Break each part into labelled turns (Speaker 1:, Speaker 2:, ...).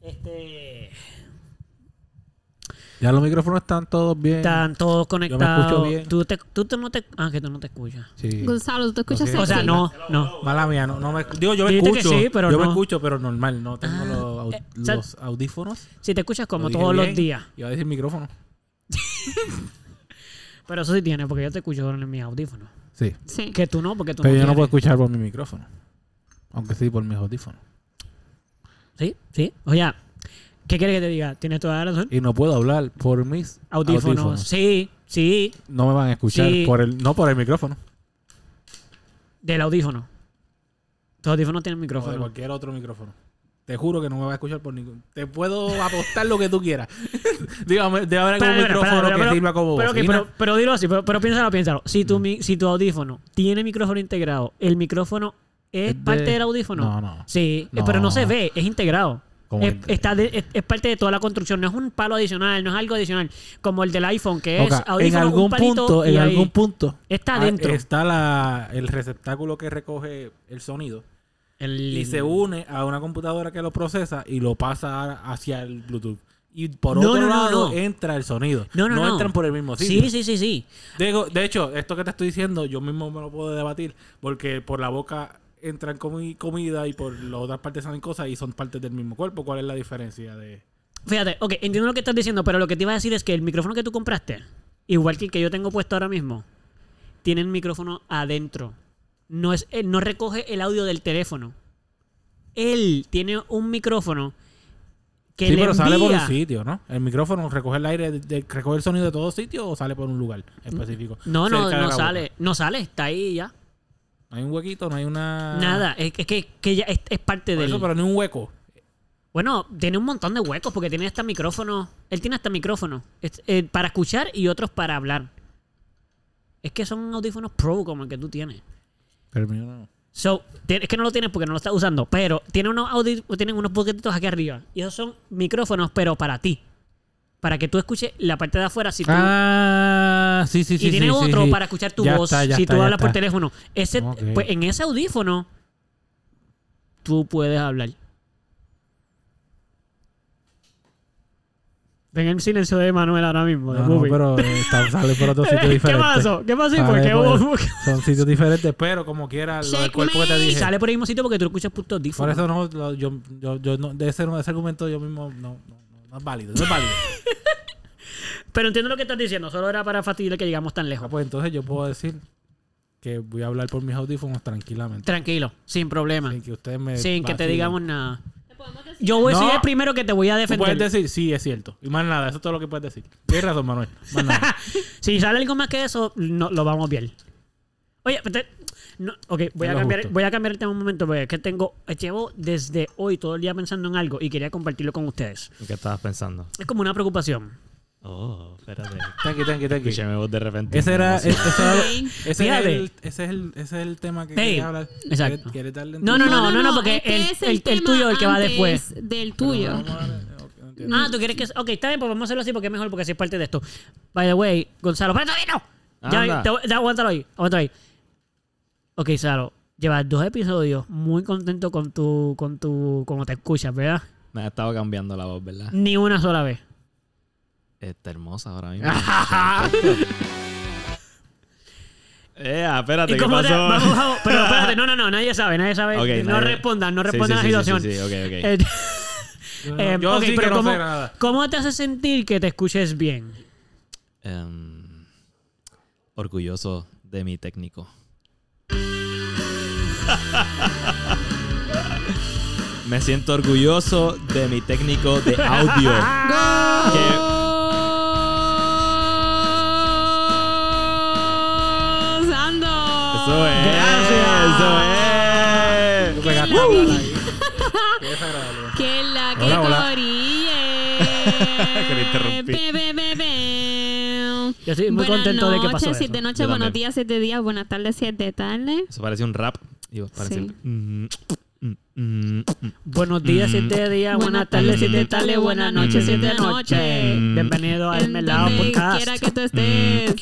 Speaker 1: Este,
Speaker 2: Ya los micrófonos están todos bien.
Speaker 1: están todos conectados.
Speaker 2: bien.
Speaker 1: Tú, te, tú te- no te, ah, que tú no te escuchas.
Speaker 2: Sí.
Speaker 3: Gonzalo, ¿tú te escuchas
Speaker 2: Sí,
Speaker 1: O
Speaker 2: sí.
Speaker 1: sea, no, no.
Speaker 2: Mala mía, no, no me digo yo me
Speaker 1: Dijiste que
Speaker 2: escucho,
Speaker 1: sí, pero
Speaker 2: yo me
Speaker 1: no.
Speaker 2: escucho, pero normal, no tengo
Speaker 1: Ah,
Speaker 2: los, au-
Speaker 1: eh, o sea,
Speaker 2: los audífonos.
Speaker 1: Si te escuchas
Speaker 2: Lo
Speaker 1: como
Speaker 2: dije
Speaker 1: todos los
Speaker 2: bien.
Speaker 1: días.
Speaker 2: Iba a decir micrófono.
Speaker 1: Pero eso sí tiene, porque yo te escucho en mis audífonos.
Speaker 2: Sí,
Speaker 3: Sí.
Speaker 1: Que tú no, porque tú
Speaker 2: pero yo no
Speaker 1: tienes.
Speaker 2: puedo escuchar por mi micrófono, aunque sí por mis audífonos.
Speaker 1: Sí, sí. O sea, ¿qué quieres que te diga? Tienes toda la razón.
Speaker 2: Y no puedo hablar por mis
Speaker 1: Audífonos.
Speaker 2: audífonos.
Speaker 1: Sí, sí.
Speaker 2: No me van a escuchar
Speaker 1: Sí.
Speaker 2: por el no por el micrófono,
Speaker 1: Del audífono. Tu audífono tiene
Speaker 2: o de
Speaker 1: micrófono.
Speaker 2: cualquier otro micrófono. Te juro que no me va a escuchar por ningún. Te puedo apostar lo que tú quieras. Dígame, debe haber algún
Speaker 1: Espera, espera,
Speaker 2: micrófono
Speaker 1: espera,
Speaker 2: que
Speaker 1: pero-
Speaker 2: sirva como
Speaker 1: pero, ok,
Speaker 2: bocina. Mm.
Speaker 1: pero- pero dilo así, pero, pero piénsalo, piénsalo. Si tu, mi- si tu audífono tiene micrófono integrado, ¿el micrófono es,
Speaker 2: Es de-
Speaker 1: parte del audífono?
Speaker 2: No, no.
Speaker 1: Sí, eh,
Speaker 2: No.
Speaker 1: pero no se ve, es integrado.
Speaker 2: ¿Cómo
Speaker 1: Es,
Speaker 2: integrado?
Speaker 1: está de- es, es parte de toda la construcción, no es un palo adicional, no es algo adicional. Como el del iPhone, que
Speaker 2: Ok,
Speaker 1: es audífono,
Speaker 2: en algún
Speaker 1: un palito
Speaker 2: punto,
Speaker 1: y
Speaker 2: en
Speaker 1: ahí.
Speaker 2: algún punto
Speaker 1: Está
Speaker 2: ah,
Speaker 1: adentro.
Speaker 2: Está la, el receptáculo que recoge el sonido
Speaker 1: El-
Speaker 2: y se une a una computadora que lo procesa y lo pasa a- hacia el Bluetooth. Y por
Speaker 1: No,
Speaker 2: otro
Speaker 1: no, no,
Speaker 2: lado
Speaker 1: no.
Speaker 2: entra el sonido.
Speaker 1: No, no, no.
Speaker 2: entran por el mismo sitio.
Speaker 1: Sí, sí, sí, sí.
Speaker 2: Digo, de hecho, esto que te estoy diciendo, yo mismo me lo puedo debatir porque por la boca entran comi- comida y por las otras partes salen cosas y son partes del mismo cuerpo. ¿Cuál es la diferencia de...?
Speaker 1: Fíjate, ok, entiendo lo que estás diciendo, pero lo que te iba a decir es que el micrófono que tú compraste, igual que el que yo tengo puesto ahora mismo, tiene el micrófono adentro. No, es, eh, no recoge el audio del teléfono. Él tiene un micrófono que
Speaker 2: sí,
Speaker 1: le
Speaker 2: pero sale por un
Speaker 1: envía-
Speaker 2: sitio, ¿no? El micrófono recoge el aire, de- de- recoge el sonido de todo sitio o sale por un lugar específico.
Speaker 1: Mm, No, no,
Speaker 2: Cerca de
Speaker 1: no
Speaker 2: la
Speaker 1: sale.
Speaker 2: boca.
Speaker 1: No sale, está ahí ya.
Speaker 2: No hay un huequito, no hay una...
Speaker 1: Nada, es, es que, que ya es, es parte
Speaker 2: Por
Speaker 1: del...
Speaker 2: eso, pero ni un hueco.
Speaker 1: Bueno, tiene un montón de huecos porque tiene hasta micrófono. Él tiene hasta micrófono. Es- eh, para escuchar y otros para hablar. Es que son audífonos pro como el que tú tienes.
Speaker 2: Pero el mío no.
Speaker 1: So, ti- es que no lo tienes porque no lo estás usando, pero tiene unos audi- tienen unos poquititos aquí arriba. Y esos son micrófonos, pero para ti. Para que tú escuches la parte de afuera. Si tú,
Speaker 2: Ah, sí, sí,
Speaker 1: y
Speaker 2: sí.
Speaker 1: tiene
Speaker 2: sí, sí,
Speaker 1: otro
Speaker 2: sí.
Speaker 1: para escuchar tu
Speaker 2: Ya
Speaker 1: voz
Speaker 2: está, ya
Speaker 1: si
Speaker 2: está,
Speaker 1: tú
Speaker 2: ya
Speaker 1: hablas por
Speaker 2: está.
Speaker 1: teléfono. Ese,
Speaker 2: Ok.
Speaker 1: Pues en ese audífono, tú puedes hablar. Ven el silencio de Manuel ahora mismo. de
Speaker 2: No, no,
Speaker 1: Bubi.
Speaker 2: pero eh, está- sale por otro sitio
Speaker 1: ¿Qué
Speaker 2: diferente.
Speaker 1: pasó? ¿Qué pasó? ¿Y por
Speaker 2: Sale
Speaker 1: qué
Speaker 2: por-
Speaker 1: hubo-
Speaker 2: Son sitios diferentes, pero como quiera, lo del cuerpo que te
Speaker 1: Y
Speaker 2: dije.
Speaker 1: sale por el mismo sitio porque tú lo escuchas por tu audífono.
Speaker 2: Por eso no, lo- yo, yo, yo no- de ese, no- ese argumento yo mismo no, no, no, no es válido, no es válido.
Speaker 1: Pero entiendo lo que estás diciendo, solo era para fastidiar que llegamos tan
Speaker 2: Ah,
Speaker 1: lejos.
Speaker 2: pues entonces yo puedo decir que voy a hablar por mis audífonos tranquilamente.
Speaker 1: Tranquilo, sin problema.
Speaker 2: Sin que ustedes me
Speaker 1: sin que te
Speaker 2: vacilen.
Speaker 1: digamos nada.
Speaker 3: Te podemos decir-
Speaker 1: Yo voy a ser
Speaker 2: No.
Speaker 1: el primero que te voy a
Speaker 2: Tú puedes
Speaker 1: defender.
Speaker 2: decir, sí, es cierto. Y más nada, eso es todo lo que puedes decir. Tienes razón, Manuel. Más nada.
Speaker 1: Si sale algo más que eso, no, lo vamos bien. Oye, pero te- no, ok, voy
Speaker 2: Es
Speaker 1: a,
Speaker 2: lo
Speaker 1: cambiar,
Speaker 2: justo.
Speaker 1: voy a cambiar el tema un momento, porque es que tengo, llevo desde hoy todo el día pensando en algo y quería compartirlo con ustedes.
Speaker 4: ¿En qué estabas pensando?
Speaker 1: Es como una preocupación.
Speaker 4: Oh, espérate.
Speaker 2: Tranqui, tranqui, tranqui.
Speaker 4: Escuché mi voz de repente.
Speaker 2: Ese era, ese, ese era- ese es
Speaker 1: Fíjate.
Speaker 2: el, ese es el, ese es el tema que
Speaker 1: Hey,
Speaker 2: quería hablar.
Speaker 1: exacto.
Speaker 2: ¿Quieres- quieres darle
Speaker 1: No, no, no, no, no, porque
Speaker 3: es que
Speaker 1: el-
Speaker 3: Este es
Speaker 1: el- el
Speaker 3: tema
Speaker 1: tuyo es el que va
Speaker 3: antes
Speaker 1: después.
Speaker 3: Del
Speaker 2: Pero
Speaker 3: tuyo.
Speaker 2: vamos a darle- ok, no entiendo.
Speaker 1: Ah, tú quieres que. Ok, está bien, pues vamos a hacerlo así porque es mejor, porque así es parte de esto. By the way, Gonzalo, ¡pero todavía no! Ya,
Speaker 4: Anda.
Speaker 1: te- ya, aguántalo ahí, aguántalo ahí. Ok, Salo, llevas dos episodios muy contento con tu. con tu. como te escuchas, ¿verdad?
Speaker 4: Me ha estado cambiando la voz, ¿verdad?
Speaker 1: Ni una sola vez.
Speaker 4: Está hermosa ahora mismo. eh, espérate,
Speaker 1: ¿Y
Speaker 4: ¿qué
Speaker 1: cómo
Speaker 4: pasó?
Speaker 1: te- vamos, vamos, pero espérate, no, no, no, nadie sabe, nadie sabe.
Speaker 4: Ok,
Speaker 1: no
Speaker 4: nadie-
Speaker 1: respondan, no
Speaker 4: Sí,
Speaker 1: respondan
Speaker 4: sí, sí,
Speaker 1: a la situación.
Speaker 4: Sí, sí, sí, ok, ok.
Speaker 1: Eh,
Speaker 2: Yo, no-
Speaker 1: eh,
Speaker 2: yo
Speaker 1: ok,
Speaker 2: sí que
Speaker 1: pero
Speaker 2: no
Speaker 1: ¿cómo,
Speaker 2: sé nada.
Speaker 1: ¿cómo te hace sentir que te escuches bien?
Speaker 4: Em, orgulloso de mi técnico. Me siento orgulloso de mi técnico de audio. Ah. que
Speaker 3: Gozando.
Speaker 4: eso es. Eso es.
Speaker 2: Tú pegaste a hablar ahí. Qué desagradable.
Speaker 3: Que la que
Speaker 2: Hola, hola.
Speaker 3: corille.
Speaker 4: Que le interrumpí.
Speaker 3: Be, be, be, be.
Speaker 1: Yo estoy muy contento de que pasó
Speaker 3: noches,
Speaker 1: eso.
Speaker 3: siete
Speaker 4: Yo
Speaker 3: noches,
Speaker 4: también.
Speaker 3: buenos días, siete días, buenas tardes, siete tardes.
Speaker 4: Eso parece un rap. Digo, parece
Speaker 3: Sí.
Speaker 4: un- Mm, mm, mm, mm.
Speaker 1: Buenos días,
Speaker 4: Mm.
Speaker 1: siete días, buenas tardes, siete tardes, buenas noches, siete
Speaker 3: Mm.
Speaker 1: noches.
Speaker 4: Mm.
Speaker 1: Bienvenido al
Speaker 3: En
Speaker 1: Melado
Speaker 3: donde
Speaker 1: Podcast.
Speaker 3: quiera que tú estés.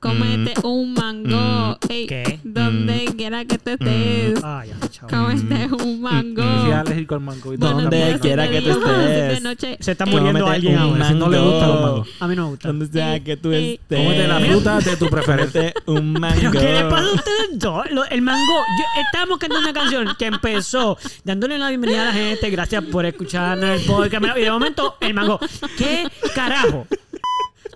Speaker 3: Cómete un mango. Ey,
Speaker 1: ¿Qué?
Speaker 3: Donde quiera que te estés.
Speaker 1: Ah, ya, chao.
Speaker 3: Cómete un mango.
Speaker 2: Soy alérgico al mango. y todo
Speaker 4: ¿Dónde
Speaker 2: también.
Speaker 3: días,
Speaker 4: quiera
Speaker 3: tarde,
Speaker 4: que tú
Speaker 3: día, noche,
Speaker 4: estés.
Speaker 3: de noche.
Speaker 1: Se está
Speaker 3: Ey,
Speaker 1: muriendo
Speaker 4: Cómete
Speaker 1: alguien
Speaker 4: un
Speaker 1: ahora. No le
Speaker 4: mango.
Speaker 1: gustan los mangos. A mí no me gustan.
Speaker 4: Donde sea que tú
Speaker 3: Ey.
Speaker 4: estés.
Speaker 2: Cómete la fruta de tu preferencia.
Speaker 4: Cómete un mango.
Speaker 1: Pero que después de ustedes dos, lo- el mango, yo- estábamos cantando una canción que empezó dándole la bienvenida a la gente, gracias por escucharnos el podcast. mira, Y de momento, el mango, ¿qué carajo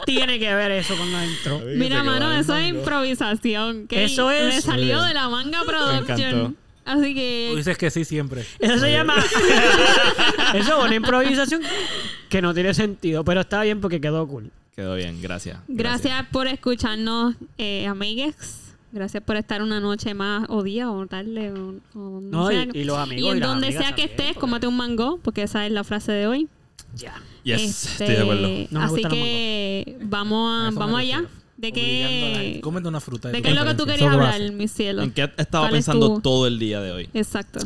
Speaker 1: tiene que ver eso con la intro?
Speaker 3: Mira, mano, eso es improvisación. ¿ok?
Speaker 1: Eso es.
Speaker 3: Me salió de la manga
Speaker 4: encantó.
Speaker 3: production. Así
Speaker 2: Tú
Speaker 3: que.
Speaker 2: dices que sí siempre.
Speaker 1: Eso se llama. Eso es una improvisación que no tiene sentido, pero está bien porque quedó cool.
Speaker 4: Quedó bien, gracias.
Speaker 3: Gracias por escucharnos, eh, amigues. Gracias por estar una noche más, o día, o tarde, o, o
Speaker 1: No, y- y los amigos
Speaker 3: Y en
Speaker 1: y las
Speaker 3: donde
Speaker 1: amigas
Speaker 3: sea que
Speaker 1: también,
Speaker 3: estés,
Speaker 1: porque-
Speaker 3: cómate un mango, porque esa es la frase de hoy.
Speaker 1: Ya.
Speaker 4: Yes,
Speaker 3: Este,
Speaker 4: estoy de acuerdo.
Speaker 1: No me
Speaker 3: así
Speaker 1: gustan los
Speaker 3: que vamos,
Speaker 2: A
Speaker 3: a-
Speaker 2: eso me
Speaker 3: vamos allá.
Speaker 2: refiero.
Speaker 3: ¿De
Speaker 2: Obligando a la
Speaker 3: qué,
Speaker 2: gente. Cómete una fruta.
Speaker 3: de
Speaker 2: tu
Speaker 3: qué es lo que tú
Speaker 2: preferencia.
Speaker 3: querías
Speaker 2: Eso lo
Speaker 3: hablar,
Speaker 2: hace.
Speaker 3: mi cielo?
Speaker 4: ¿En qué estaba
Speaker 3: ¿Cuál es
Speaker 4: pensando
Speaker 3: tu-
Speaker 4: todo el día de hoy?
Speaker 3: Exacto.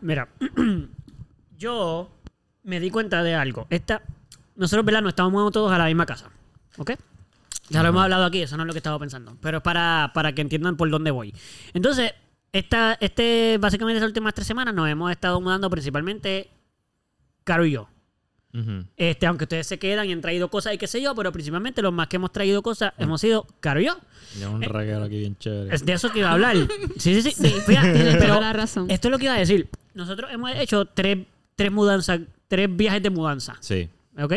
Speaker 1: Mira, yo me di cuenta de algo. Esta, nosotros, ¿verdad? No estamos moviendo todos a la misma casa. ¿Ok? Ya lo hemos hablado aquí, eso no es lo que estaba pensando. Pero es para, para que entiendan por dónde voy. Entonces, esta, este, básicamente estas últimas tres semanas nos hemos estado mudando principalmente Caro y yo.
Speaker 4: Ujú.
Speaker 1: Este, aunque ustedes se quedan y han traído cosas y qué sé yo, pero principalmente los más que hemos traído cosas hemos sido Caro y yo.
Speaker 4: Ya
Speaker 3: Eh,
Speaker 4: un reguero aquí bien chévere.
Speaker 1: Es de eso que iba a hablar. Sí, sí, sí. Fíjate,
Speaker 3: Tienes
Speaker 1: pero
Speaker 3: toda la razón.
Speaker 1: esto es lo que iba a decir. Nosotros hemos hecho tres, tres mudanzas, tres viajes de mudanza.
Speaker 4: Sí.
Speaker 1: ¿Ok?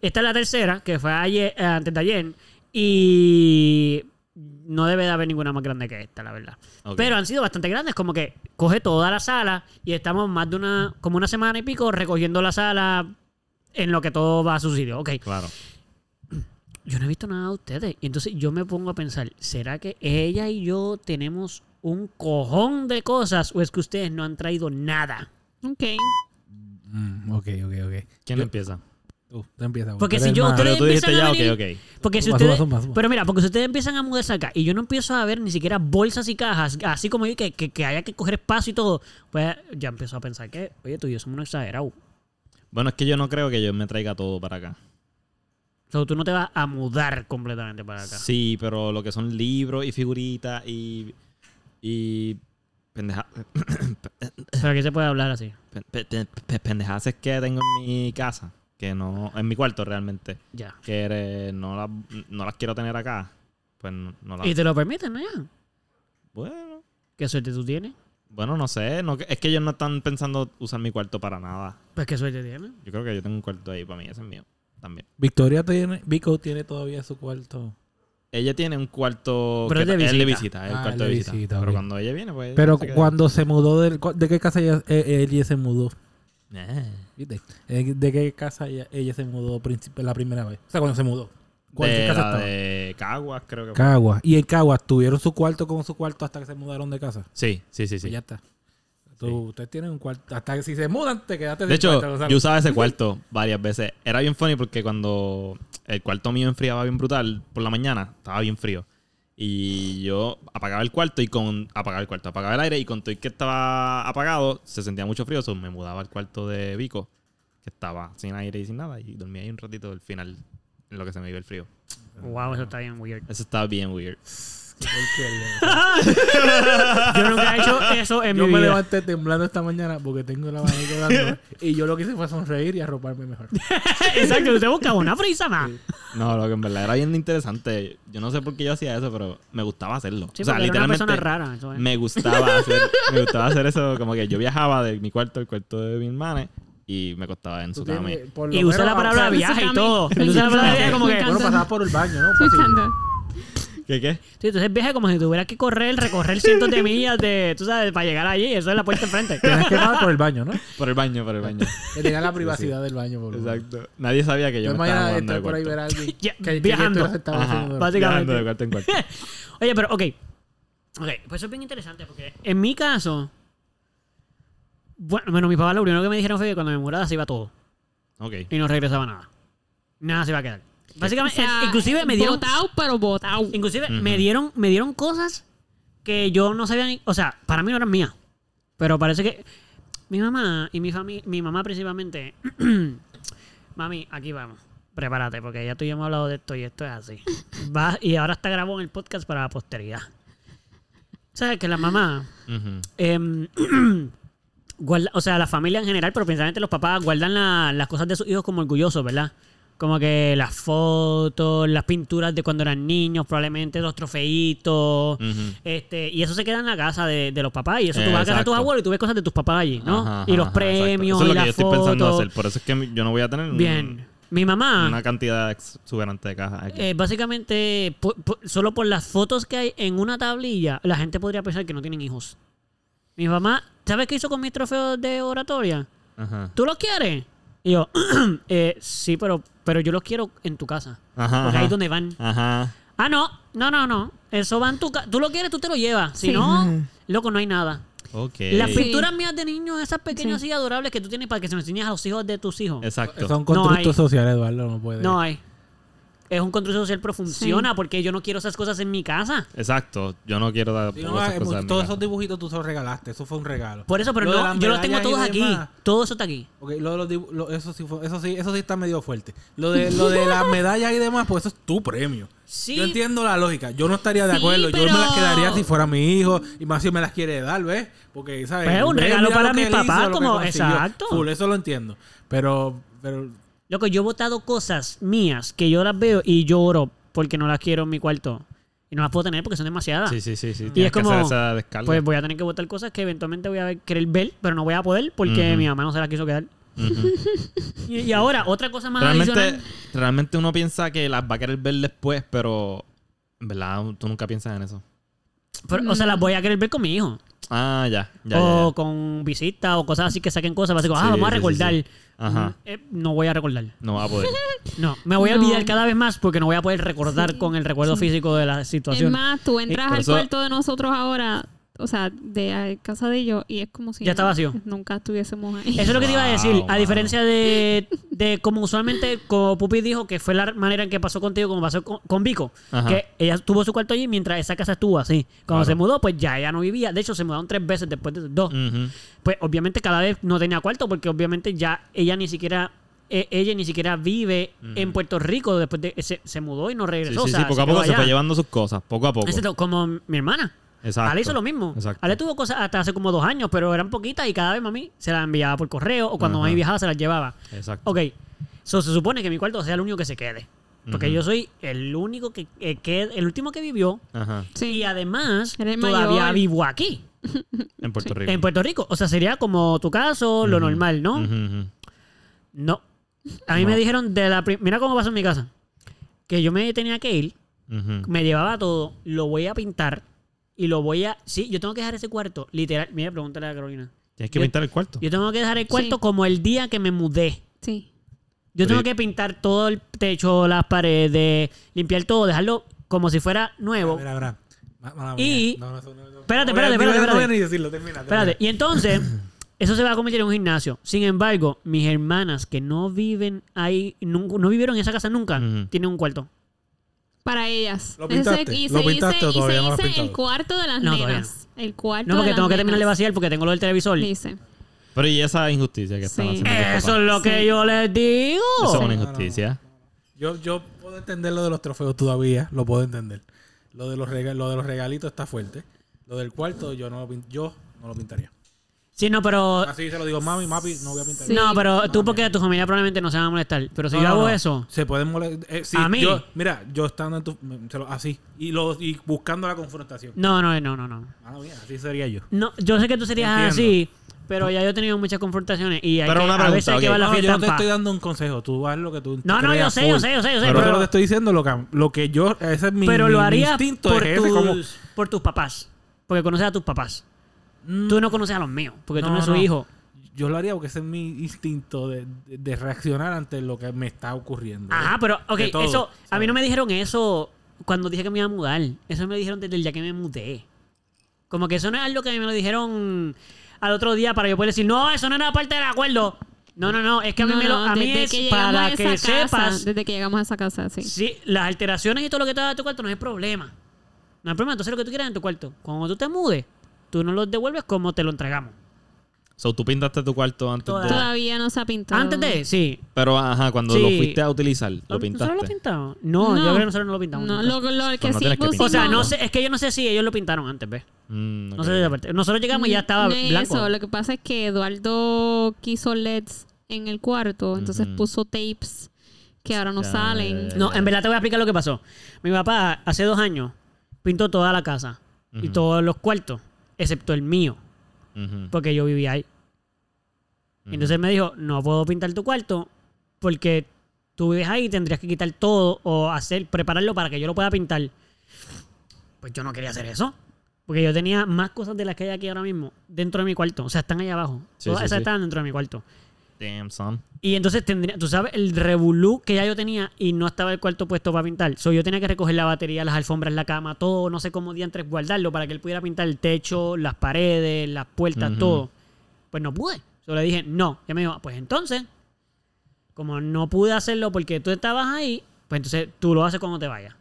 Speaker 1: Esta es la tercera, que fue ayer, eh, antes de ayer. Y no debe de haber ninguna más grande que esta, la verdad.
Speaker 4: Ok.
Speaker 1: Pero han sido bastante grandes, como que coge toda la sala y estamos más de una, como una semana y pico recogiendo la sala en lo que todo va a su sitio. Ok.
Speaker 4: Claro.
Speaker 1: Yo no he visto nada de ustedes. Y entonces yo me pongo a pensar, ¿será que ella y yo tenemos un cojón de cosas o es que ustedes no han traído nada?
Speaker 3: Ok.
Speaker 2: Mm, ok, ok, ok.
Speaker 4: ¿Quién
Speaker 2: Yo-
Speaker 4: empieza?
Speaker 2: Tú, tú empiezas.
Speaker 1: Porque
Speaker 2: tú
Speaker 1: si
Speaker 2: eres
Speaker 1: yo-
Speaker 2: más-
Speaker 1: tú eres-
Speaker 4: Ah, Pero tú dijiste
Speaker 1: empiezan
Speaker 4: ya,
Speaker 1: a
Speaker 4: ok,
Speaker 1: venir-
Speaker 4: ok.
Speaker 1: Porque si
Speaker 2: Zumba,
Speaker 1: ustedes...
Speaker 2: zumba, zumba, zumba.
Speaker 1: Pero mira, porque si ustedes empiezan a mudarse acá y yo no empiezo a ver ni siquiera bolsas y cajas, así como yo, que, que, que haya que coger espacio y todo, pues ya empiezo a pensar que, oye, tú y yo somos unos exagerados.
Speaker 4: Bueno, es que yo no creo que yo me traiga todo para acá.
Speaker 1: O sea, tú no te vas a mudar completamente para acá.
Speaker 4: Sí, pero lo que son libros y figuritas y. y. pendeja-
Speaker 1: Pero aquí se puede hablar así.
Speaker 4: pe- pe- pe- pe- pendejaces que tengo en mi casa. Que no. en mi cuarto realmente.
Speaker 1: Ya.
Speaker 4: Que eh, no, las, no las quiero tener acá. Pues no, no las.
Speaker 1: Y te lo permiten, ¿no?
Speaker 4: Bueno.
Speaker 1: ¿Qué suerte tú tienes?
Speaker 4: Bueno, no sé. no que- es que ellos no están pensando usar mi cuarto para nada.
Speaker 1: Pues qué suerte tienes.
Speaker 4: Yo creo que yo tengo un cuarto ahí para mí, ese es mío. También.
Speaker 2: Victoria tiene, Vico tiene todavía su cuarto.
Speaker 4: Ella tiene un cuarto.
Speaker 1: Pero
Speaker 4: que
Speaker 1: es de
Speaker 4: ta-
Speaker 1: visita.
Speaker 4: de visita, es el
Speaker 2: Ah,
Speaker 4: cuarto
Speaker 2: es
Speaker 4: de
Speaker 2: de
Speaker 4: visita.
Speaker 2: visita,
Speaker 4: Pero
Speaker 2: ok.
Speaker 4: cuando ella viene, pues.
Speaker 2: Pero
Speaker 4: se queda.
Speaker 2: cuando se mudó del, cu- ¿de qué casa ella, eh, ella se mudó?
Speaker 4: Eh,
Speaker 2: ¿Viste? Eh, ¿De qué casa ella, ella se mudó princip- la primera vez? O sea, cuando se mudó. ¿Cuál
Speaker 4: de
Speaker 2: qué casa
Speaker 4: la
Speaker 2: estaba?
Speaker 4: de Caguas, creo que fue.
Speaker 2: Caguas. Y en Caguas tuvieron su cuarto con su cuarto hasta que se mudaron de casa.
Speaker 4: Sí, sí, sí, sí.
Speaker 2: Pues ya está. Tú, Ustedes tienen un cuarto. Hasta que si se mudan, te quedaste
Speaker 4: De
Speaker 2: sin
Speaker 4: hecho,
Speaker 2: cuarto, Gonzalo.
Speaker 4: yo usaba ese cuarto varias veces. Era bien funny porque cuando el cuarto mío enfriaba bien brutal por la mañana, estaba bien frío. Y yo apagaba el cuarto y con. Apagaba el cuarto, apagaba el aire y con todo y que estaba apagado, se sentía mucho frío. so me mudaba al cuarto de Vico, que estaba sin aire y sin nada. Y dormía ahí un ratito al final, en lo que se me iba el frío.
Speaker 1: Wow, eso está bien weird.
Speaker 4: Eso estaba bien weird.
Speaker 2: Qué porquería.
Speaker 1: Yo nunca he hecho eso en
Speaker 2: Yo
Speaker 1: mi
Speaker 2: me
Speaker 1: vida.
Speaker 2: levanté temblando esta mañana porque tengo la mano dando. y yo lo que hice fue sonreír y arroparme mejor.
Speaker 1: Exacto, usted busca una frisa más.
Speaker 4: No, lo que en verdad era bien interesante. Yo no sé por qué yo hacía eso, pero me gustaba hacerlo.
Speaker 1: Sí,
Speaker 4: o sea,
Speaker 1: porque era una
Speaker 4: literalmente.
Speaker 1: persona rara. eso es.
Speaker 4: me gustaba hacer me gustaba hacer eso como que yo viajaba de mi cuarto al cuarto de mi hermana y me acostaba en
Speaker 2: Tú
Speaker 4: su
Speaker 2: tienes
Speaker 4: cama
Speaker 2: que, por lo
Speaker 1: Y usa la
Speaker 2: menos,
Speaker 1: palabra
Speaker 2: avanzar.
Speaker 1: viaje y todo.
Speaker 3: Físicamente.
Speaker 1: Usa la palabra viaje como que.
Speaker 2: Bueno, pasaba por el baño, ¿no? Por si-
Speaker 3: Escuchando.
Speaker 4: ¿qué qué?
Speaker 1: Sí, entonces viaje como si tuvieras que correr, recorrer cientos de millas de, tú sabes, para llegar allí. Eso es la puerta enfrente.
Speaker 2: Tienes que pasar por el baño, ¿no?
Speaker 4: por el baño por el baño
Speaker 2: Que tenga la privacidad del baño, por favor.
Speaker 4: exacto nadie sabía que yo,
Speaker 2: Yo
Speaker 4: me estaba
Speaker 2: mañana
Speaker 4: mudando de
Speaker 2: entrar por ahí
Speaker 4: cuarto
Speaker 2: y ver a alguien
Speaker 1: Ya,
Speaker 2: que, que
Speaker 1: viajando.
Speaker 2: yo estuviera sentado
Speaker 4: Ajá.
Speaker 2: haciendo-
Speaker 1: Básicamente.
Speaker 4: Viajando de cuarto en cuarto
Speaker 1: Oye, pero, ok. Ok, pues eso es bien interesante porque en mi caso. Bueno, bueno, mis papás lo primero que me dijeron fue que cuando me mudara se iba todo
Speaker 4: ok
Speaker 1: y no regresaba nada. Nada se iba a quedar.
Speaker 3: O
Speaker 1: Básicamente,
Speaker 3: sea,
Speaker 1: eh, inclusive me dieron.
Speaker 3: Botao, pero botao.
Speaker 1: Inclusive
Speaker 4: Ujú.
Speaker 1: me dieron me dieron cosas que yo no sabía ni, o sea, para mí no eran mías. Pero parece que mi mamá y mi familia, mi mamá principalmente Mami, aquí vamos. prepárate, porque ya tú y yo hemos hablado de esto y esto es así. Va, y ahora está grabado en el podcast para la posteridad. ¿Sabes que la mamá,
Speaker 4: Ujú.
Speaker 1: em, guarda- o sea, la familia en general, pero principalmente los papás, guardan la- las cosas de sus hijos como orgullosos, ¿verdad? Como que las fotos, las pinturas de cuando eran niños, probablemente los trofeitos.
Speaker 4: Ujú.
Speaker 1: Este, y eso se queda en la casa de, de los papás. Y eso tú vas a casa de tus
Speaker 4: Exacto.
Speaker 1: abuelos y tú ves cosas de tus papás allí, ¿no?
Speaker 4: Ajá,
Speaker 1: y los
Speaker 4: ajá, exacto.
Speaker 1: premios,
Speaker 4: Eso es
Speaker 1: y
Speaker 4: lo que yo
Speaker 1: las
Speaker 4: estoy pensando
Speaker 1: fotos.
Speaker 4: hacer. Por eso es que yo no voy a tener un-
Speaker 1: Bien. Mi mamá,
Speaker 4: una cantidad exuberante de cajas aquí.
Speaker 1: eh, básicamente, po- po- solo por las fotos que hay en una tablilla, la gente podría pensar que no tienen hijos. Mi mamá, ¿sabes qué hizo con mis trofeos de oratoria?
Speaker 4: Ajá.
Speaker 1: ¿Tú los quieres? Y yo, eh, sí, pero, pero yo los quiero en tu casa.
Speaker 3: Ah,
Speaker 4: Ajá.
Speaker 1: Porque ahí
Speaker 4: ajá.
Speaker 1: es donde van.
Speaker 4: Ajá.
Speaker 1: Ah, no, no, no, no. Eso va en tu casa. Tú lo quieres, tú te lo llevas. Si
Speaker 3: Sí.
Speaker 1: no, loco, no hay nada.
Speaker 4: Ok.
Speaker 1: Las
Speaker 3: Sí.
Speaker 1: pinturas mías de niños, esas pequeñas
Speaker 3: Sí.
Speaker 1: y adorables que tú tienes para que se lo enseñes a los hijos de tus hijos.
Speaker 4: Exacto.
Speaker 2: Son
Speaker 1: No
Speaker 2: constructos
Speaker 1: hay.
Speaker 2: sociales, Eduardo, no puede.
Speaker 1: No hay. Es un control social, pero funciona porque yo no quiero esas cosas en mi casa.
Speaker 4: Exacto. Yo no quiero dar
Speaker 2: Sí, no,
Speaker 4: esas
Speaker 2: eh,
Speaker 4: cosas en mi
Speaker 2: todos
Speaker 4: casa.
Speaker 2: esos dibujitos tú se los regalaste, eso fue un regalo.
Speaker 1: Por eso, pero
Speaker 2: Lo de
Speaker 1: no,
Speaker 2: las
Speaker 1: yo los tengo
Speaker 2: medallas y
Speaker 1: todos aquí.
Speaker 2: demás.
Speaker 1: Todo eso está aquí.
Speaker 2: Ok, lo de los dibu- lo- eso sí fue- eso sí, eso sí está medio fuerte. Lo de, lo de las medallas y demás, pues eso es tu premio.
Speaker 1: Sí.
Speaker 2: Yo entiendo la lógica. Yo no estaría de
Speaker 1: Sí,
Speaker 2: acuerdo. Yo
Speaker 1: pero-
Speaker 2: me las quedaría si fuera mi hijo. Y más si me las quiere dar, ¿ves? Porque, ¿sabes?
Speaker 1: Pues es un
Speaker 2: Ve,
Speaker 1: regalo
Speaker 2: mira
Speaker 1: para
Speaker 2: lo
Speaker 1: mi
Speaker 2: que él
Speaker 1: papá,
Speaker 2: hizo, lo que
Speaker 1: como-
Speaker 2: consiguió.
Speaker 1: exacto.
Speaker 2: Full, eso lo entiendo. Pero, pero
Speaker 1: Loco, yo he votado cosas mías que yo las veo y lloro porque no las quiero en mi cuarto. Y no las puedo tener porque son demasiadas.
Speaker 4: Sí, sí, sí. sí.
Speaker 1: Y es
Speaker 4: Tienes que
Speaker 1: como,
Speaker 4: hacer esa descarga.
Speaker 1: pues voy a tener que votar cosas que eventualmente voy a ver- querer ver, pero no voy a poder porque
Speaker 4: Ujú.
Speaker 1: mi mamá no se las quiso quedar.
Speaker 4: Ujú.
Speaker 1: Y, y ahora, otra cosa más
Speaker 4: realmente,
Speaker 1: adicional.
Speaker 4: realmente uno piensa que las va a querer ver después, pero... En verdad, tú nunca piensas en eso.
Speaker 1: pero, o sea, las voy a querer ver con mi hijo.
Speaker 4: Ah, ya. ya, ya,
Speaker 1: o
Speaker 4: ya.
Speaker 1: con visitas o cosas así que saquen cosas. Básicamente, ah,
Speaker 4: Sí,
Speaker 1: vamos a
Speaker 4: sí, sí,
Speaker 1: recordar.
Speaker 4: sí. Ajá.
Speaker 1: Mm, eh, no voy a recordar.
Speaker 4: No va a poder.
Speaker 1: No, me voy a olvidar
Speaker 3: No.
Speaker 1: cada vez más porque no voy a poder recordar con el recuerdo físico de la
Speaker 3: Es
Speaker 1: situación.
Speaker 3: más, tú entras
Speaker 4: Por
Speaker 3: al
Speaker 4: eso-
Speaker 3: cuarto de nosotros ahora, o sea, de a casa de ellos, y es como si
Speaker 1: Ya está vacío.
Speaker 3: nunca estuviésemos ahí.
Speaker 1: Eso es lo que te iba a decir.
Speaker 4: Wow,
Speaker 1: a
Speaker 4: mano.
Speaker 1: diferencia de, de como usualmente, como Pupi dijo, que fue la manera en que pasó contigo, como pasó con, con Vico,
Speaker 4: Ajá.
Speaker 1: que ella tuvo su cuarto allí mientras esa casa estuvo así. Cuando
Speaker 4: Claro. Mm.
Speaker 1: se mudó, pues ya ella no vivía. De hecho, se mudaron tres veces después de dos.
Speaker 4: Ujú.
Speaker 1: Pues obviamente cada vez no tenía cuarto porque obviamente ya ella ni siquiera... eh, Ella ni siquiera vive en Puerto Rico después de se, se mudó y no
Speaker 4: Sí,
Speaker 1: regresó. o
Speaker 4: Mm. sí,
Speaker 1: sea,
Speaker 4: sí. Poco a
Speaker 1: quedó
Speaker 4: poco se
Speaker 1: allá.
Speaker 4: fue llevando sus cosas. Poco a poco.
Speaker 1: Exacto, como mi hermana.
Speaker 4: Exacto.
Speaker 1: Ale hizo lo mismo.
Speaker 4: Exacto.
Speaker 1: Ale tuvo cosas hasta hace como dos años, pero eran poquitas y cada vez mami se las enviaba por correo o cuando
Speaker 4: Ajá.
Speaker 1: mami viajaba se las llevaba.
Speaker 4: Exacto.
Speaker 1: Ok, so, se supone que mi cuarto sea el único que se quede. Porque
Speaker 4: Ujú.
Speaker 1: yo soy el único que, eh, que- el último que vivió
Speaker 4: Ajá.
Speaker 1: y
Speaker 3: Sí,
Speaker 1: además
Speaker 3: Eres
Speaker 1: todavía
Speaker 3: mayor.
Speaker 1: vivo aquí,
Speaker 4: En Puerto Rico.
Speaker 1: en Puerto Rico. O sea, sería como tu caso, lo
Speaker 4: Ujú.
Speaker 1: normal, ¿no?
Speaker 4: Ujú, ujú.
Speaker 1: No. A mí me dijeron de la... pri- Mira cómo pasó en mi casa. Que yo me tenía que ir
Speaker 4: Ujú.
Speaker 1: me llevaba todo, lo voy a pintar y lo voy a. Sí, yo tengo que dejar ese cuarto, literal. Mira, pregúntale a Carolina.
Speaker 4: Tienes que
Speaker 1: Yo-
Speaker 4: pintar el cuarto.
Speaker 1: Yo tengo que dejar el cuarto
Speaker 3: Sí.
Speaker 1: como el día que me mudé.
Speaker 3: sí.
Speaker 1: Yo
Speaker 4: Pero
Speaker 1: tengo
Speaker 4: y-
Speaker 1: que pintar todo el techo, las paredes, limpiar todo, dejarlo como si fuera nuevo.
Speaker 2: Mira, mira. Ma- mala
Speaker 1: Y-
Speaker 2: mía. No, no, eso no- no.
Speaker 1: Espérate,
Speaker 2: No voy
Speaker 1: espérate,
Speaker 2: a- no voy a-
Speaker 1: espérate,
Speaker 2: No voy a
Speaker 1: espérate.
Speaker 2: ni decirlo, termina.
Speaker 1: Espérate, y entonces, eso se va a convertir en un gimnasio. Sin embargo, mis hermanas que no viven ahí, nun- no vivieron en esa casa nunca,
Speaker 4: Ujú.
Speaker 1: tienen un cuarto.
Speaker 3: Para ellas.
Speaker 2: ¿Lo
Speaker 3: Ese-
Speaker 2: pintaste?
Speaker 3: y
Speaker 2: ¿Lo
Speaker 3: se
Speaker 2: pintaste
Speaker 3: dice,
Speaker 2: o
Speaker 3: y
Speaker 2: todavía
Speaker 3: se
Speaker 2: no lo has
Speaker 3: dice el
Speaker 2: pintado?
Speaker 3: cuarto de las
Speaker 1: No, todavía
Speaker 3: nenas. El cuarto
Speaker 1: No,
Speaker 3: de
Speaker 1: porque
Speaker 3: las
Speaker 1: tengo que terminar de
Speaker 3: nenas.
Speaker 1: vaciar porque tengo lo del televisor.
Speaker 3: Dice.
Speaker 4: Pero y esa injusticia que están
Speaker 3: Sí.
Speaker 4: haciendo. tus
Speaker 1: Eso
Speaker 4: papás?
Speaker 1: es lo que
Speaker 3: Sí.
Speaker 1: yo les digo.
Speaker 4: Eso es una
Speaker 2: No, no,
Speaker 4: injusticia.
Speaker 2: Yo, yo puedo entender lo de los trofeos todavía, lo puedo entender. Lo de los, rega- lo de los regalitos está fuerte. Lo del cuarto yo no lo, pin- yo no lo pintaría.
Speaker 1: Sí, no, pero
Speaker 2: Así se lo digo, mami, mapi, no voy a pintar.
Speaker 3: Sí.
Speaker 1: No, pero tú
Speaker 2: No,
Speaker 1: porque tu familia probablemente no se van a molestar. Pero si
Speaker 2: No,
Speaker 1: yo
Speaker 2: no,
Speaker 1: hago
Speaker 2: no.
Speaker 1: eso,
Speaker 2: Se pueden molestar. Eh, sí,
Speaker 1: ¿A mí?
Speaker 2: yo- mira, yo estando en tu. me- se lo- así. Y, lo, y buscando la confrontación.
Speaker 1: no, no, no, no, no.
Speaker 2: Mano mía, así sería yo.
Speaker 1: No, yo sé que tú serías
Speaker 2: Entiendo.
Speaker 1: así, pero ya yo he tenido muchas confrontaciones y hay
Speaker 4: Pero
Speaker 1: que-
Speaker 4: una
Speaker 1: a veces
Speaker 4: pregunta,
Speaker 1: hay que
Speaker 4: ok.
Speaker 1: va a la
Speaker 2: No, no,
Speaker 1: fiesta
Speaker 2: yo
Speaker 1: en
Speaker 2: no te
Speaker 1: paz.
Speaker 2: estoy dando un consejo. Tú haz lo que tú.
Speaker 1: No,
Speaker 2: te
Speaker 1: no, yo
Speaker 2: creas
Speaker 1: sé, yo
Speaker 2: full.
Speaker 1: sé, yo sé, yo sé,
Speaker 2: Pero,
Speaker 1: pero-
Speaker 2: yo te estoy diciendo lo que, lo que yo. Ese es mi,
Speaker 1: pero
Speaker 2: mi-
Speaker 1: lo
Speaker 2: mi
Speaker 1: harías
Speaker 2: instinto.
Speaker 1: por,
Speaker 2: es ese, como-
Speaker 1: tus, por tus papás. Porque conoces a tus papás.
Speaker 2: Mm,
Speaker 1: Tú no conoces a los míos, porque tú
Speaker 2: No,
Speaker 1: no eres su
Speaker 2: no.
Speaker 1: hijo.
Speaker 2: Yo lo haría porque ese es mi instinto de, de- de reaccionar ante lo que me está ocurriendo.
Speaker 1: Ajá, pero, ok,
Speaker 2: De todo,
Speaker 1: eso. A mí
Speaker 2: ¿sabes?
Speaker 1: no me dijeron eso cuando dije que me iba a mudar. Eso me lo dijeron desde el día que me mudé. Como que eso no es algo que me lo dijeron al otro día para yo poder decir, no, eso no era parte del acuerdo. No, no, no, es que a mí,
Speaker 3: No,
Speaker 1: me lo-
Speaker 3: no,
Speaker 1: a mí
Speaker 3: desde
Speaker 1: es
Speaker 3: llegamos a
Speaker 1: para
Speaker 3: esa
Speaker 1: que
Speaker 3: casa,
Speaker 1: sepas.
Speaker 3: Desde que llegamos a esa casa, sí.
Speaker 1: Sí, las alteraciones y todo lo que te da de tu cuarto no es problema. No es problema, entonces lo que tú quieras en tu cuarto. Cuando tú te mudes, tú no los devuelves como te lo entregamos.
Speaker 4: So, tú pintaste tu cuarto antes
Speaker 1: Toda-
Speaker 4: de...
Speaker 3: Todavía no se ha pintado.
Speaker 1: Antes de, sí.
Speaker 4: Pero, ajá, cuando lo
Speaker 1: Sí.
Speaker 4: fuiste a utilizar, lo
Speaker 1: ¿Nosotros lo
Speaker 4: pintaste.
Speaker 1: pintamos? No, yo
Speaker 3: No.
Speaker 1: creo que nosotros no lo pintamos.
Speaker 3: No,
Speaker 1: nunca.
Speaker 3: lo, lo que
Speaker 4: Pues no
Speaker 3: sí
Speaker 4: tienes que
Speaker 3: pusimos.
Speaker 4: pintar.
Speaker 1: o sea, no sé, es que yo no sé si ellos lo pintaron antes, ¿ves?
Speaker 4: Mm,
Speaker 1: No
Speaker 4: ok.
Speaker 1: sé si aparte- Nosotros llegamos y ya estaba
Speaker 3: No es
Speaker 1: blanco.
Speaker 3: Eso, lo que pasa es que Eduardo quiso LEDs en el cuarto, entonces
Speaker 4: Ujú.
Speaker 3: puso tapes que ahora no
Speaker 4: Ya,
Speaker 3: salen.
Speaker 4: ya,
Speaker 1: No, en verdad te voy a explicar lo que pasó. Mi papá hace dos años pintó toda la casa y
Speaker 4: Ujú.
Speaker 1: todos los cuartos, excepto el mío,
Speaker 4: Ujú,
Speaker 1: porque yo vivía ahí.
Speaker 4: ujú.
Speaker 1: Entonces me dijo, no puedo pintar tu cuarto porque tú vives ahí y tendrías que quitar todo o hacer, prepararlo para que yo lo pueda pintar. Pues yo no quería hacer eso. Porque yo tenía más cosas de las que hay aquí ahora mismo dentro de mi cuarto. O sea, están allá abajo.
Speaker 4: Sí,
Speaker 1: Todas
Speaker 4: sí,
Speaker 1: esas
Speaker 4: sí.
Speaker 1: estaban dentro de mi cuarto.
Speaker 4: Damn, son.
Speaker 1: Y entonces tendría, tú sabes, el revolú que ya yo tenía y no estaba el cuarto puesto para pintar. So, yo tenía que recoger la batería, las alfombras, la cama, todo, no sé cómo diantres guardarlo para que él pudiera pintar el techo, las paredes, las puertas,
Speaker 4: Ujú.
Speaker 1: todo. Pues no pude. Yo le dije, no. Y él me dijo, pues entonces, como no pude hacerlo porque tú estabas ahí, pues entonces tú lo haces cuando te vayas.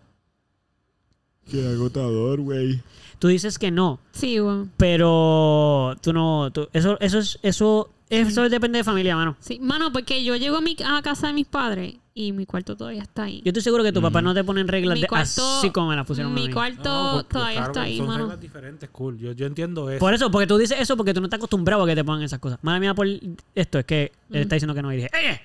Speaker 5: Qué agotador, güey.
Speaker 1: Tú dices que no,
Speaker 3: Sí, bueno.
Speaker 1: pero tú no, tú- eso, eso es, eso, eso depende de familia, mano.
Speaker 3: Sí, mano, porque yo llego a, mi, a casa de mis padres y mi cuarto todavía está ahí.
Speaker 1: Yo estoy seguro que tu papá no te pone en reglas
Speaker 3: Mi
Speaker 1: de
Speaker 3: cuarto-
Speaker 1: así como me las pusieron a
Speaker 3: mi
Speaker 1: mí.
Speaker 3: cuarto
Speaker 2: No, porque,
Speaker 3: todavía
Speaker 2: claro,
Speaker 3: está ahí,
Speaker 2: son
Speaker 3: mano.
Speaker 2: reglas diferentes, cool. Yo, yo entiendo eso.
Speaker 1: Por e- eso, porque tú dices eso porque tú no estás acostumbrado a que te pongan esas cosas. Madre mía, por esto es que él está diciendo que no y dije, ¡eh!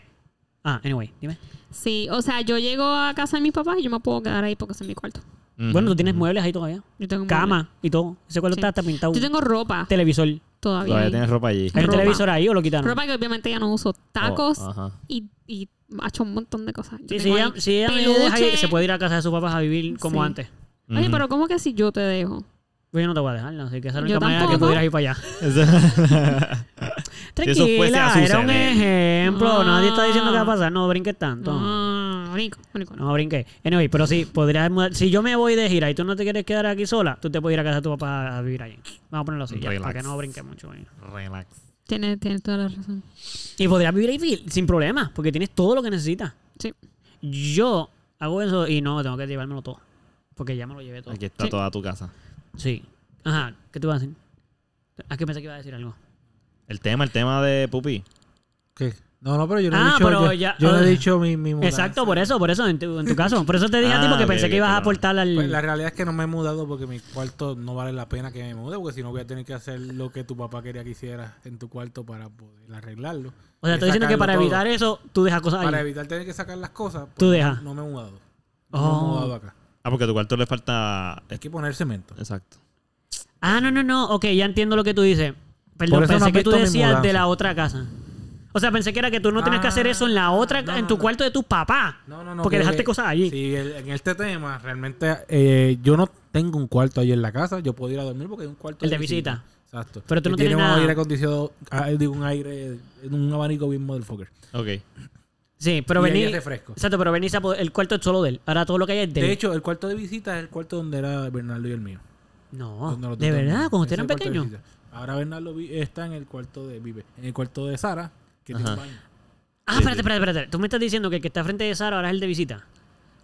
Speaker 1: Ah, anyway, dime.
Speaker 3: Sí, o sea, yo llego a casa de mis papás y yo me puedo quedar ahí porque ese es mi cuarto.
Speaker 4: Ujú,
Speaker 1: Bueno, tú tienes
Speaker 4: ujú.
Speaker 1: muebles ahí todavía.
Speaker 3: Yo tengo un
Speaker 1: Cama y todo. Ese cuarto
Speaker 3: Sí.
Speaker 1: está, está pintado.
Speaker 3: mueble. Yo tengo ropa
Speaker 1: televisor. ¿Hay
Speaker 3: todavía.
Speaker 4: Todavía
Speaker 3: ahí.
Speaker 4: tienes ropa allí.
Speaker 1: un
Speaker 3: Ropa.
Speaker 1: televisor ahí o lo quitaron?
Speaker 3: Ropa que obviamente ya no uso. Tacos
Speaker 4: Oh, ajá.
Speaker 3: y, y ha hecho un montón de cosas. Yo
Speaker 1: Sí, si
Speaker 3: tengo
Speaker 1: ella,
Speaker 3: ahí
Speaker 1: si ella me deja ir,
Speaker 3: peluche.
Speaker 1: se puede ir a casa de sus papás a vivir como
Speaker 3: Sí.
Speaker 1: antes.
Speaker 3: Oye,
Speaker 4: Ujú.
Speaker 3: pero ¿cómo que si yo te dejo?
Speaker 1: Pues yo no te voy a dejar, no sé, que esa es la
Speaker 3: Yo
Speaker 1: única manera que
Speaker 3: tampoco.
Speaker 1: pudieras ir para allá.
Speaker 4: Si eso fuese
Speaker 1: Tranquila,
Speaker 4: a
Speaker 1: era un
Speaker 4: suceder.
Speaker 1: ejemplo. Nadie está diciendo que va a
Speaker 3: No.
Speaker 1: pasar. No brinques tanto.
Speaker 3: Ah. No, rico, rico.
Speaker 1: No brinqué. Anyway, pero sí, podrías mudar- Si yo me voy de gira y tú no te quieres quedar aquí sola, tú te puedes ir a casa de tu papá a vivir allí. Vamos a ponerlo así, ya,
Speaker 4: Relax.
Speaker 1: para que no brinque mucho. eh.
Speaker 4: Relax.
Speaker 3: Tienes, tienes toda la razón.
Speaker 1: Y podrías vivir ahí fi- sin problemas, porque tienes todo lo que necesitas.
Speaker 3: Sí.
Speaker 1: Yo hago eso y no, tengo que llevármelo todo. Porque ya me lo llevé todo.
Speaker 4: Aquí está
Speaker 3: Sí.
Speaker 4: toda tu casa.
Speaker 1: Sí. Ajá, ¿qué tú vas a decir? Ah, que pensé que iba a decir algo.
Speaker 4: El tema, el tema de Pupi.
Speaker 2: ¿Qué? No, no, pero yo no
Speaker 1: Ah,
Speaker 2: he dicho,
Speaker 1: pero
Speaker 2: yo,
Speaker 1: ya-
Speaker 2: yo no
Speaker 1: ah.
Speaker 2: he dicho mi, mi mudanza.
Speaker 1: Exacto, por eso, por eso, en tu, en tu caso. Por eso te dije a ti
Speaker 4: Ah,
Speaker 1: porque
Speaker 4: ok,
Speaker 1: pensé
Speaker 4: ok,
Speaker 1: que ibas a
Speaker 4: perdón.
Speaker 1: aportar al...
Speaker 2: Pues la realidad es que no me he mudado porque mi cuarto no vale la pena que me mude, porque si no voy a tener que hacer lo que tu papá quería que hiciera en tu cuarto para poder arreglarlo.
Speaker 1: o sea, estoy diciendo que para evitar eso, tú dejas cosas
Speaker 2: Para
Speaker 1: ahí.
Speaker 2: evitar tener que sacar las cosas, pues,
Speaker 1: Tú deja.
Speaker 2: no me he mudado. No me he
Speaker 1: Oh.
Speaker 2: mudado acá.
Speaker 4: Ah, porque a tu cuarto le falta.
Speaker 2: Hay que poner cemento.
Speaker 4: Exacto.
Speaker 1: Ah, no, no, no. Ok, ya entiendo lo que tú dices.
Speaker 2: Por
Speaker 1: Perdón,
Speaker 2: eso no
Speaker 1: pensé
Speaker 2: has
Speaker 1: que tú
Speaker 2: visto mi
Speaker 1: decías de
Speaker 2: mudanza.
Speaker 1: la otra casa. O sea, pensé que era que tú no tenías que hacer eso en la otra,
Speaker 2: Ah, no,
Speaker 1: en
Speaker 2: no,
Speaker 1: tu
Speaker 2: no.
Speaker 1: cuarto de tus papás.
Speaker 2: No, no, no.
Speaker 1: Porque
Speaker 2: creo
Speaker 1: dejaste
Speaker 2: que-
Speaker 1: cosas allí.
Speaker 2: Sí, el- en este tema, realmente eh, yo no tengo un cuarto ahí en la casa. Yo puedo ir a dormir porque hay un cuarto.
Speaker 1: El de visita.
Speaker 2: Exacto.
Speaker 1: Pero tú
Speaker 2: Que
Speaker 1: no tienes
Speaker 2: tiene un
Speaker 1: nada.
Speaker 2: aire acondicionado, ah, digo, un aire, un abanico bien motherfucker.
Speaker 4: Ok.
Speaker 1: Sí, pero
Speaker 2: Y ahí
Speaker 1: venís.
Speaker 2: es refresco.
Speaker 1: Exacto, pero venís a po- el cuarto es solo de él. Ahora todo lo que hay es de él.
Speaker 2: De hecho, el cuarto de visita es el cuarto donde era Bernardo y el mío.
Speaker 1: no,
Speaker 2: Donde los
Speaker 1: Oh, de
Speaker 2: dos
Speaker 1: verdad,
Speaker 2: dormimos.
Speaker 1: cuando
Speaker 2: Ese
Speaker 1: ustedes eran
Speaker 2: es el cuarto de
Speaker 1: pequeños.
Speaker 2: visita. Ahora Bernardo vi- está en el cuarto de Vive, en el cuarto de Sara, que
Speaker 4: Ajá.
Speaker 2: tiene un baño.
Speaker 1: Ah, espérate, espérate, espérate. Tú me estás diciendo que el que está frente de Sara ahora es el de visita.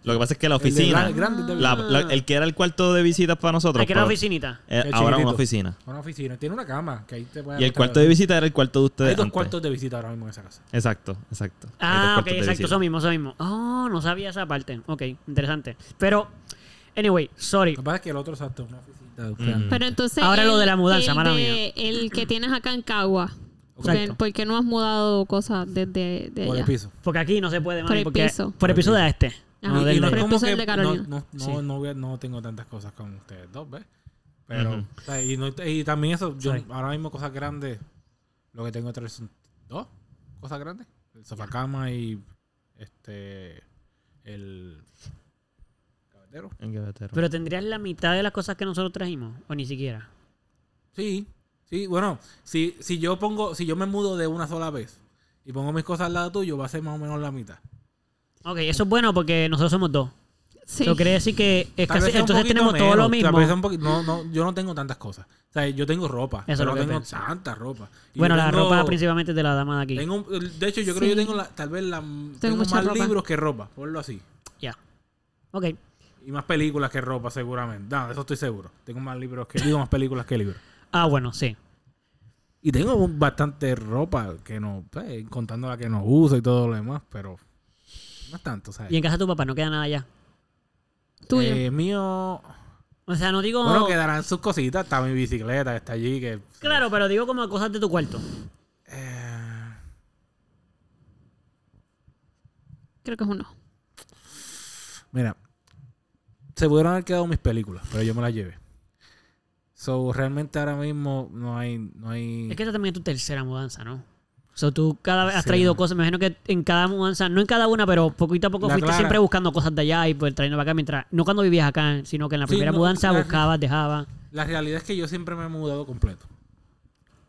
Speaker 4: Lo que pasa es que la
Speaker 2: El de gran-
Speaker 4: oficina.
Speaker 2: El, grande de
Speaker 4: la-
Speaker 2: visita.
Speaker 4: la- el que era el cuarto de visitas para nosotros.
Speaker 1: Aquí Ah, era la
Speaker 4: pero-
Speaker 1: oficinita.
Speaker 4: eh,
Speaker 2: El
Speaker 4: ahora una
Speaker 2: chiquitito.
Speaker 4: oficina.
Speaker 2: Una oficina, tiene una cama que ahí te puedes
Speaker 4: Y el
Speaker 2: acostar.
Speaker 4: cuarto de visita era el cuarto de ustedes.
Speaker 2: Hay dos
Speaker 4: antes.
Speaker 2: cuartos de visita ahora mismo en esa casa.
Speaker 4: Exacto, exacto.
Speaker 2: Este
Speaker 4: Hay dos
Speaker 1: Ah, ok,
Speaker 4: cuartos de
Speaker 1: exacto,
Speaker 4: visita.
Speaker 1: eso mismo, eso mismo. Oh, no sabía esa parte. Ok, interesante. Pero, anyway, sorry.
Speaker 2: Lo que pasa es que el otro exacto es una oficina. de
Speaker 4: Mm.
Speaker 2: ustedes.
Speaker 3: Pero entonces.
Speaker 1: Ahora
Speaker 3: el-
Speaker 1: lo de la mudanza,
Speaker 3: el
Speaker 1: mala
Speaker 3: de- El que tienes acá en Cagua.
Speaker 2: Exacto.
Speaker 3: Porque, porque no has mudado cosas desde de
Speaker 2: Por el
Speaker 3: allá.
Speaker 2: piso.
Speaker 1: Porque aquí no se puede,
Speaker 3: Por
Speaker 1: mano,
Speaker 3: el
Speaker 1: porque-
Speaker 3: piso.
Speaker 1: Por el piso de este.
Speaker 3: Ajá.
Speaker 1: No,
Speaker 2: Y-
Speaker 1: del
Speaker 2: y
Speaker 1: de-
Speaker 2: no es
Speaker 3: Ah, Pero
Speaker 2: como
Speaker 3: entonces
Speaker 2: que
Speaker 3: el de Carolina.
Speaker 2: No, no,
Speaker 1: Sí.
Speaker 2: no, no, voy- no tengo tantas cosas como ustedes dos, ¿ves? Pero,
Speaker 4: Ujú.
Speaker 2: o sea, y, no- y también eso, yo
Speaker 1: Sorry.
Speaker 2: ahora mismo cosas grandes, lo que tengo tres son dos cosas grandes. El sofá cama y este el cabetero.
Speaker 4: En Gavetero.
Speaker 1: Pero tendrías la mitad de las cosas que nosotros trajimos, o ni siquiera.
Speaker 2: Sí, sí, bueno, si, si yo pongo, si yo me mudo de una sola vez y pongo mis cosas al lado tuyo, va a ser más o menos la mitad.
Speaker 1: Ok, eso es bueno porque nosotros somos dos.
Speaker 3: Sí.
Speaker 1: Eso quiere decir que es
Speaker 2: Tal
Speaker 1: casi-
Speaker 2: vez sea un
Speaker 1: entonces
Speaker 2: poquito
Speaker 1: tenemos todo lo
Speaker 2: menos, tal
Speaker 1: mismo.
Speaker 2: vez sea un poqui- no, no, yo no tengo tantas cosas. O sea, yo tengo ropa,
Speaker 1: Eso es
Speaker 2: pero
Speaker 1: lo
Speaker 2: no
Speaker 1: que
Speaker 2: tengo
Speaker 1: pensé.
Speaker 2: tanta ropa. Y
Speaker 1: Bueno,
Speaker 2: yo
Speaker 1: la
Speaker 2: tengo-
Speaker 1: ropa principalmente es de la dama de aquí.
Speaker 2: tengo- de hecho, yo creo que yo
Speaker 3: Sí.
Speaker 2: tengo la- tal vez la, tengo,
Speaker 3: mucha
Speaker 2: más
Speaker 3: ropa.
Speaker 2: libros que ropa, ponlo así.
Speaker 1: Ya. Ok.
Speaker 2: Y más películas que ropa, seguramente. No, de eso estoy seguro. Tengo más libros que digo más películas que libros.
Speaker 1: Ah, bueno, sí.
Speaker 2: Y tengo bastante ropa que no, pues, contando la que no uso y todo lo demás, pero no es tanto, ¿sabes?
Speaker 1: Y en casa de tu papá no queda nada ya.
Speaker 3: Tuyo.
Speaker 2: Eh, mío.
Speaker 1: O sea, no digo.
Speaker 2: Bueno, quedarán sus cositas. Está mi bicicleta, que está allí. Que,
Speaker 1: Claro, pero digo como cosas de tu cuarto.
Speaker 2: Eh,
Speaker 3: Creo que es uno.
Speaker 2: mira, se pudieron haber quedado mis películas, pero yo me las llevé. So, realmente ahora mismo no hay. No hay...
Speaker 1: Es que esta también es tu tercera mudanza, ¿no? O sea, tú cada vez has
Speaker 2: Mm. Sí,
Speaker 1: traído
Speaker 2: mano.
Speaker 1: cosas. Me imagino que en cada mudanza, no en cada una, pero poquito a poco
Speaker 2: La
Speaker 1: fuiste
Speaker 2: Clara.
Speaker 1: siempre buscando cosas de allá y pues trayendo para acá. Mientras, no cuando vivías acá, sino que en la
Speaker 2: Sí,
Speaker 1: primera
Speaker 2: no,
Speaker 1: mudanza
Speaker 2: la-
Speaker 1: buscabas, dejabas.
Speaker 2: La realidad es que yo siempre me he mudado completo.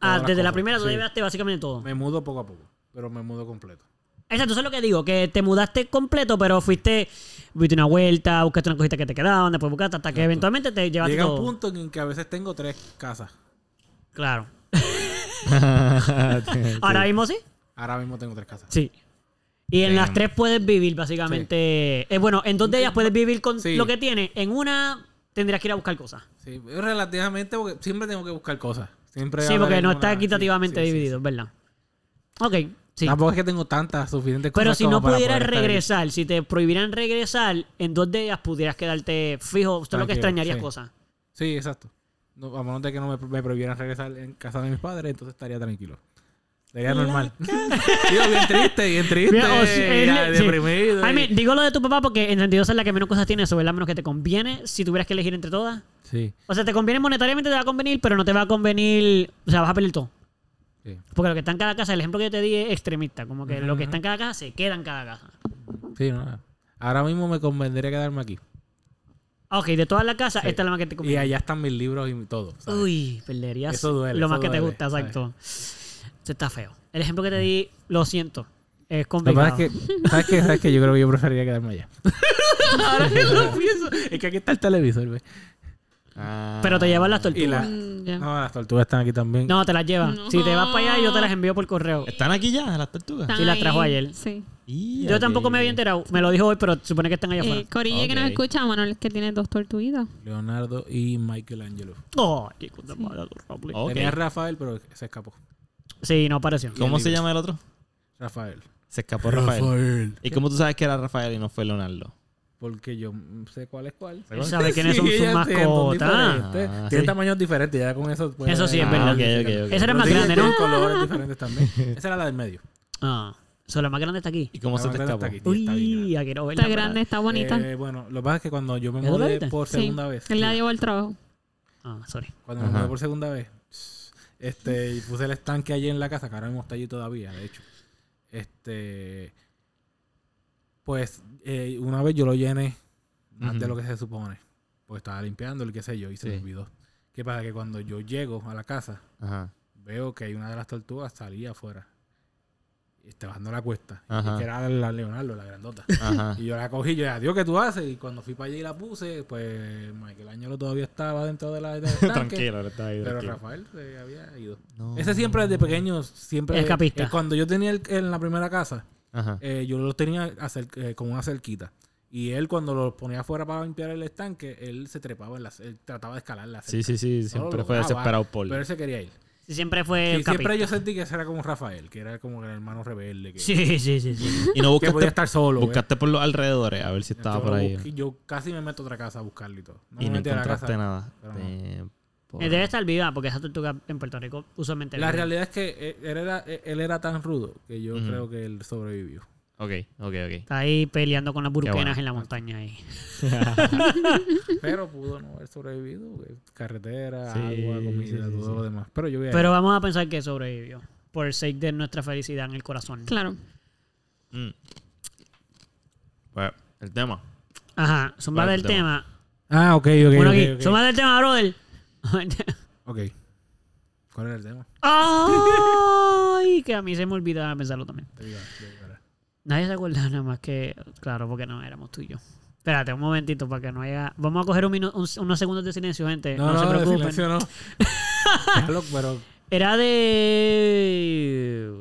Speaker 1: Ah,
Speaker 2: Todas las
Speaker 1: desde la
Speaker 2: cosas,
Speaker 1: primera tú
Speaker 2: sí.
Speaker 1: llevaste básicamente todo.
Speaker 2: Me mudo poco a poco, pero me mudo completo.
Speaker 1: Exacto, eso es lo que digo, que te mudaste completo, pero fuiste, viste una vuelta, buscaste una cosita que te quedaban, después buscaste hasta que eventualmente te llevaste
Speaker 2: Llega
Speaker 1: todo.
Speaker 2: un punto en que a veces tengo tres casas.
Speaker 1: Claro.
Speaker 4: Sí.
Speaker 1: Ahora mismo sí.
Speaker 2: Ahora mismo tengo tres casas.
Speaker 1: Sí. Y en
Speaker 4: Damn.
Speaker 2: Em,
Speaker 1: las tres puedes vivir, básicamente. Eh, bueno, en dos de ellas puedes vivir con
Speaker 2: Sí.
Speaker 1: lo que tienes. En una tendrías que ir a buscar cosas.
Speaker 2: Sí, relativamente, porque siempre tengo que buscar cosas. Siempre
Speaker 1: sí,
Speaker 2: habrá
Speaker 1: porque no
Speaker 2: alguna-
Speaker 1: está
Speaker 2: sí,
Speaker 1: equitativamente
Speaker 2: sí, sí,
Speaker 1: dividido,
Speaker 2: sí.
Speaker 1: ¿verdad? Ok, sí.
Speaker 2: Tampoco es que tengo tantas suficientes cosas.
Speaker 1: Pero si
Speaker 2: como
Speaker 1: no
Speaker 2: para
Speaker 1: pudieras
Speaker 2: poder estar aquí.
Speaker 1: regresar, si te prohibieran regresar, en dos de ellas pudieras quedarte fijo. Esto es lo que
Speaker 2: Tranquilo,
Speaker 1: extrañarías
Speaker 2: sí.
Speaker 1: cosas.
Speaker 2: Sí, exacto. No, a menos de que no me, me prohibieran regresar en casa de mis padres, entonces estaría tranquilo. Sería normal. Digo, bien triste, bien triste.
Speaker 1: Mira, o sea, él-
Speaker 2: ya
Speaker 1: sí.
Speaker 2: deprimido.
Speaker 1: I
Speaker 2: y-
Speaker 1: mean, digo lo de tu papá porque en 32 es la que menos cosas tiene eso, ¿verdad? Menos que te conviene si tuvieras que elegir entre todas.
Speaker 2: Sí,
Speaker 1: O sea, te conviene monetariamente, te va a convenir, pero no te va a convenir. O sea, vas a perder todo.
Speaker 2: sí.
Speaker 1: Porque lo que está en cada casa, el ejemplo que yo te di es extremista. Como que lo que está en cada casa se queda en cada casa.
Speaker 2: Sí, no. Ahora mismo me convendría quedarme aquí.
Speaker 1: Ah, Ok, de todas las casas,
Speaker 2: Sí.
Speaker 1: esta es la más que te
Speaker 2: Y
Speaker 1: conviene.
Speaker 2: allá están mis libros y mi- todo. ¿sabes?
Speaker 1: Uy, perderías
Speaker 2: Eso duele,
Speaker 1: lo
Speaker 2: eso
Speaker 1: más que te
Speaker 2: duele,
Speaker 1: gusta,
Speaker 2: ¿sabes?
Speaker 1: exacto. Eso está feo. El ejemplo que te di, lo siento. Es
Speaker 2: Lo que
Speaker 1: complicado.
Speaker 2: pasa es que, ¿sabes qué? ¿Sabes qué? Yo creo que yo preferiría quedarme allá. Ahora que lo pienso. Es que aquí está el televisor, güey.
Speaker 4: Ah.
Speaker 1: Pero te llevan las
Speaker 2: Y
Speaker 1: tortugas.
Speaker 2: la-
Speaker 3: Mm, ya.
Speaker 2: No, las tortugas están aquí también.
Speaker 1: No, te las llevan.
Speaker 3: No.
Speaker 1: Si te vas para allá, yo te las envío por correo.
Speaker 4: ¿Están aquí ya las tortugas?
Speaker 3: Están
Speaker 1: Sí, la trajo
Speaker 3: ahí.
Speaker 1: ayer.
Speaker 3: Sí.
Speaker 4: Y-
Speaker 1: Ah, Yo tampoco me había enterado. Me lo dijo hoy, pero supone que están allá afuera.
Speaker 3: Eh, Corille que nos
Speaker 4: Ok.
Speaker 3: escucha, Manuel es que tiene dos tortuguitas.
Speaker 2: Leonardo y Michelangelo.
Speaker 1: Oh, qué cosa mala, tu Raúl. Eh,
Speaker 4: Ok.
Speaker 2: Tenía a Rafael, pero se escapó.
Speaker 1: Sí, no apareció.
Speaker 4: ¿Cómo se llama el otro?
Speaker 2: Rafael.
Speaker 4: Se escapó Rafael. ¿Y cómo tú sabes que era Rafael y no fue Leonardo?
Speaker 2: Porque yo mm, sé cuál es cuál.
Speaker 1: Él sabe quiénes son
Speaker 2: Sí,
Speaker 1: sus
Speaker 2: ellas son
Speaker 1: mascotas.
Speaker 2: diferentes.
Speaker 4: Ah,
Speaker 2: Tienen
Speaker 1: sí.
Speaker 2: tamaños diferentes. Ya con eso. puedes-
Speaker 1: Eso sí, es
Speaker 4: Ah,
Speaker 1: verdad.
Speaker 4: ok, ok, ok.
Speaker 1: Esa era más
Speaker 2: Pero sí,
Speaker 1: grande, ¿no?
Speaker 2: tienen colores diferentes también. Esa era la del medio.
Speaker 1: Ah, solo la más grande está aquí.
Speaker 4: ¿Y cómo
Speaker 2: La
Speaker 4: se
Speaker 2: más
Speaker 4: te
Speaker 2: grande
Speaker 4: escapó?
Speaker 2: está aquí, sí, está bien
Speaker 1: Uy, ya quiero verla.
Speaker 3: Está
Speaker 1: pero-
Speaker 3: grande, está bonita.
Speaker 2: grande. Eh, bueno, lo que pasa es que cuando yo me
Speaker 1: ¿Es
Speaker 2: mudé
Speaker 1: doradita?
Speaker 2: por
Speaker 3: Sí.
Speaker 2: segunda vez.
Speaker 3: Él la llevó al trabajo.
Speaker 1: Ah, sorry.
Speaker 2: Cuando
Speaker 4: Ajá.
Speaker 2: me mudé por segunda vez, este, y puse el estanque allí en la casa, que ahora mismo está allí todavía, de hecho. Este, pues eh, una vez yo lo llené más de
Speaker 4: Ujú.
Speaker 2: lo que se supone, porque estaba limpiando, el qué sé yo, y se me
Speaker 4: Sí.
Speaker 2: olvidó. ¿Qué pasa? Que cuando yo llego a la casa,
Speaker 4: Ajá.
Speaker 2: veo que hay una de las tortugas salía afuera. Y está bajando la cuesta. Y
Speaker 4: Ajá.
Speaker 2: que era la Leonardo, la grandota.
Speaker 4: Ajá.
Speaker 2: Y yo la cogí, yo dije, adiós, ¿qué tú haces? Y cuando fui para allí y la puse, pues Michelangelo todavía estaba dentro de la del estanque.
Speaker 4: Tranquilo, ahora está ahí.
Speaker 2: Pero
Speaker 4: tranquilo.
Speaker 2: Rafael se había ido.
Speaker 4: No.
Speaker 2: Ese siempre desde pequeño, siempre.
Speaker 1: Escapista.
Speaker 2: eh, cuando yo tenía el- en la primera casa,
Speaker 4: Ajá.
Speaker 2: eh, yo los tenía acer- eh, con una cerquita. Y él, cuando los ponía afuera para limpiar el estanque, él se trepaba, en la, él trataba de escalar la
Speaker 4: Sí,
Speaker 2: cerca.
Speaker 4: sí, sí.
Speaker 2: No Este, oh, lo
Speaker 4: Siempre fue
Speaker 2: lograba,
Speaker 4: desesperado por.
Speaker 2: Pero él se quería ir.
Speaker 1: Sí, siempre fue
Speaker 2: Y siempre
Speaker 1: capista.
Speaker 2: yo sentí que ese era como Rafael, que era como el hermano rebelde. Que,
Speaker 1: Sí, sí, sí, Eh, sí.
Speaker 4: Y no
Speaker 2: que podía
Speaker 4: buscaste,
Speaker 2: estar solo. ¿eh?
Speaker 4: buscaste por los alrededores a ver si estaba
Speaker 2: Yo
Speaker 4: por
Speaker 2: lo
Speaker 4: ahí.
Speaker 2: busqué- Yo casi me meto a otra casa a buscarlo y todo. No
Speaker 4: y
Speaker 2: me
Speaker 4: no
Speaker 2: metí a la
Speaker 4: encontraste
Speaker 2: casa.
Speaker 4: nada.
Speaker 2: pero no.
Speaker 4: Eh, por-
Speaker 1: Eh, Debe estar viva porque esa tortuga en Puerto Rico usualmente
Speaker 2: La
Speaker 1: vive.
Speaker 2: realidad es que eh, él era, eh, él era tan rudo que yo
Speaker 4: Ujú.
Speaker 2: creo que él sobrevivió.
Speaker 4: Ok, ok, ok.
Speaker 1: Está ahí peleando con las burquenas
Speaker 4: bueno.
Speaker 1: en la montaña. Ahí.
Speaker 2: Pero pudo no haber sobrevivido. porque Carretera,
Speaker 4: Sí,
Speaker 2: agua, comida,
Speaker 4: sí, sí,
Speaker 2: todo
Speaker 4: sí.
Speaker 2: lo demás. Pero yo voy a
Speaker 1: Pero vamos a pensar que sobrevivió. Por el sake de nuestra felicidad en el corazón.
Speaker 3: Claro.
Speaker 4: Mm. Pues, el tema.
Speaker 1: Ajá, zumba
Speaker 4: Vale,
Speaker 1: del
Speaker 4: te
Speaker 1: tema.
Speaker 2: Ah, ok, ok.
Speaker 1: bueno,
Speaker 2: ok,
Speaker 1: aquí,
Speaker 2: ok.
Speaker 1: zumba del tema, brother.
Speaker 2: Ok. ¿Cuál era el tema?
Speaker 1: Ay, que a mí se me olvidaba pensarlo también.
Speaker 2: Te digo, te digo ahora.
Speaker 1: Nadie se acuerda nada más que, claro, porque no éramos tú y yo. Espérate un momentito para que no haya. Vamos a coger un minu- un- unos segundos de silencio, gente. Eh, No,
Speaker 2: No, no,
Speaker 1: se
Speaker 2: de
Speaker 1: preocupen.
Speaker 2: silencio no. Déjalo, pero
Speaker 1: Era de.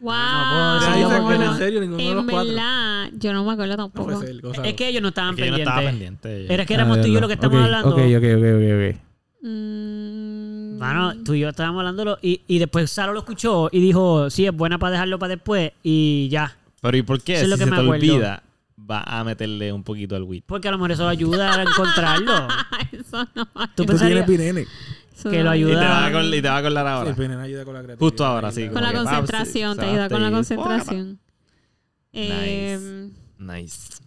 Speaker 3: Wow.
Speaker 1: no puedo
Speaker 2: Nadie
Speaker 1: decir
Speaker 2: se
Speaker 1: yo,
Speaker 2: acuerda en
Speaker 1: no.
Speaker 2: serio ninguno de los
Speaker 3: En
Speaker 2: cuatro.
Speaker 3: verdad, yo no me acuerdo
Speaker 2: No
Speaker 3: tampoco.
Speaker 2: puede ser, Gonzalo.
Speaker 1: Es que ellos no estaban
Speaker 4: Es que yo no
Speaker 1: pendientes.
Speaker 2: Ah,
Speaker 4: estaba pendiente.
Speaker 1: Era que éramos tú y yo lo que estamos
Speaker 2: Ok,
Speaker 1: hablando.
Speaker 2: Ok, ok, ok, ok.
Speaker 3: Mm,
Speaker 1: Mano, tú y yo estábamos hablándolo y, y después Salo lo escuchó y dijo, sí, es buena para dejarlo para después y ya.
Speaker 4: Pero ¿y por qué?
Speaker 1: Eso es
Speaker 4: si
Speaker 1: lo que
Speaker 4: se
Speaker 1: me
Speaker 4: te
Speaker 1: acuerdo.
Speaker 4: olvida, va a meterle un poquito al wheat.
Speaker 1: Porque a lo mejor eso ayuda a encontrarlo.
Speaker 3: eso no va.
Speaker 5: Tú
Speaker 1: Tú
Speaker 5: tienes
Speaker 1: pensarías...
Speaker 5: Pinene.
Speaker 3: eso
Speaker 1: que
Speaker 3: no
Speaker 1: lo
Speaker 3: va.
Speaker 4: Y te,
Speaker 1: ayuda.
Speaker 4: va a acol- y te va a acordar ahora.
Speaker 2: El veneno ayuda con la creatividad.
Speaker 4: Justo ahora,
Speaker 2: Este,
Speaker 4: sí.
Speaker 3: Con la
Speaker 4: Como que, paps,
Speaker 3: concentración, te ayuda
Speaker 4: exacto,
Speaker 3: con la
Speaker 4: y-
Speaker 3: concentración. Eh,
Speaker 4: Nice.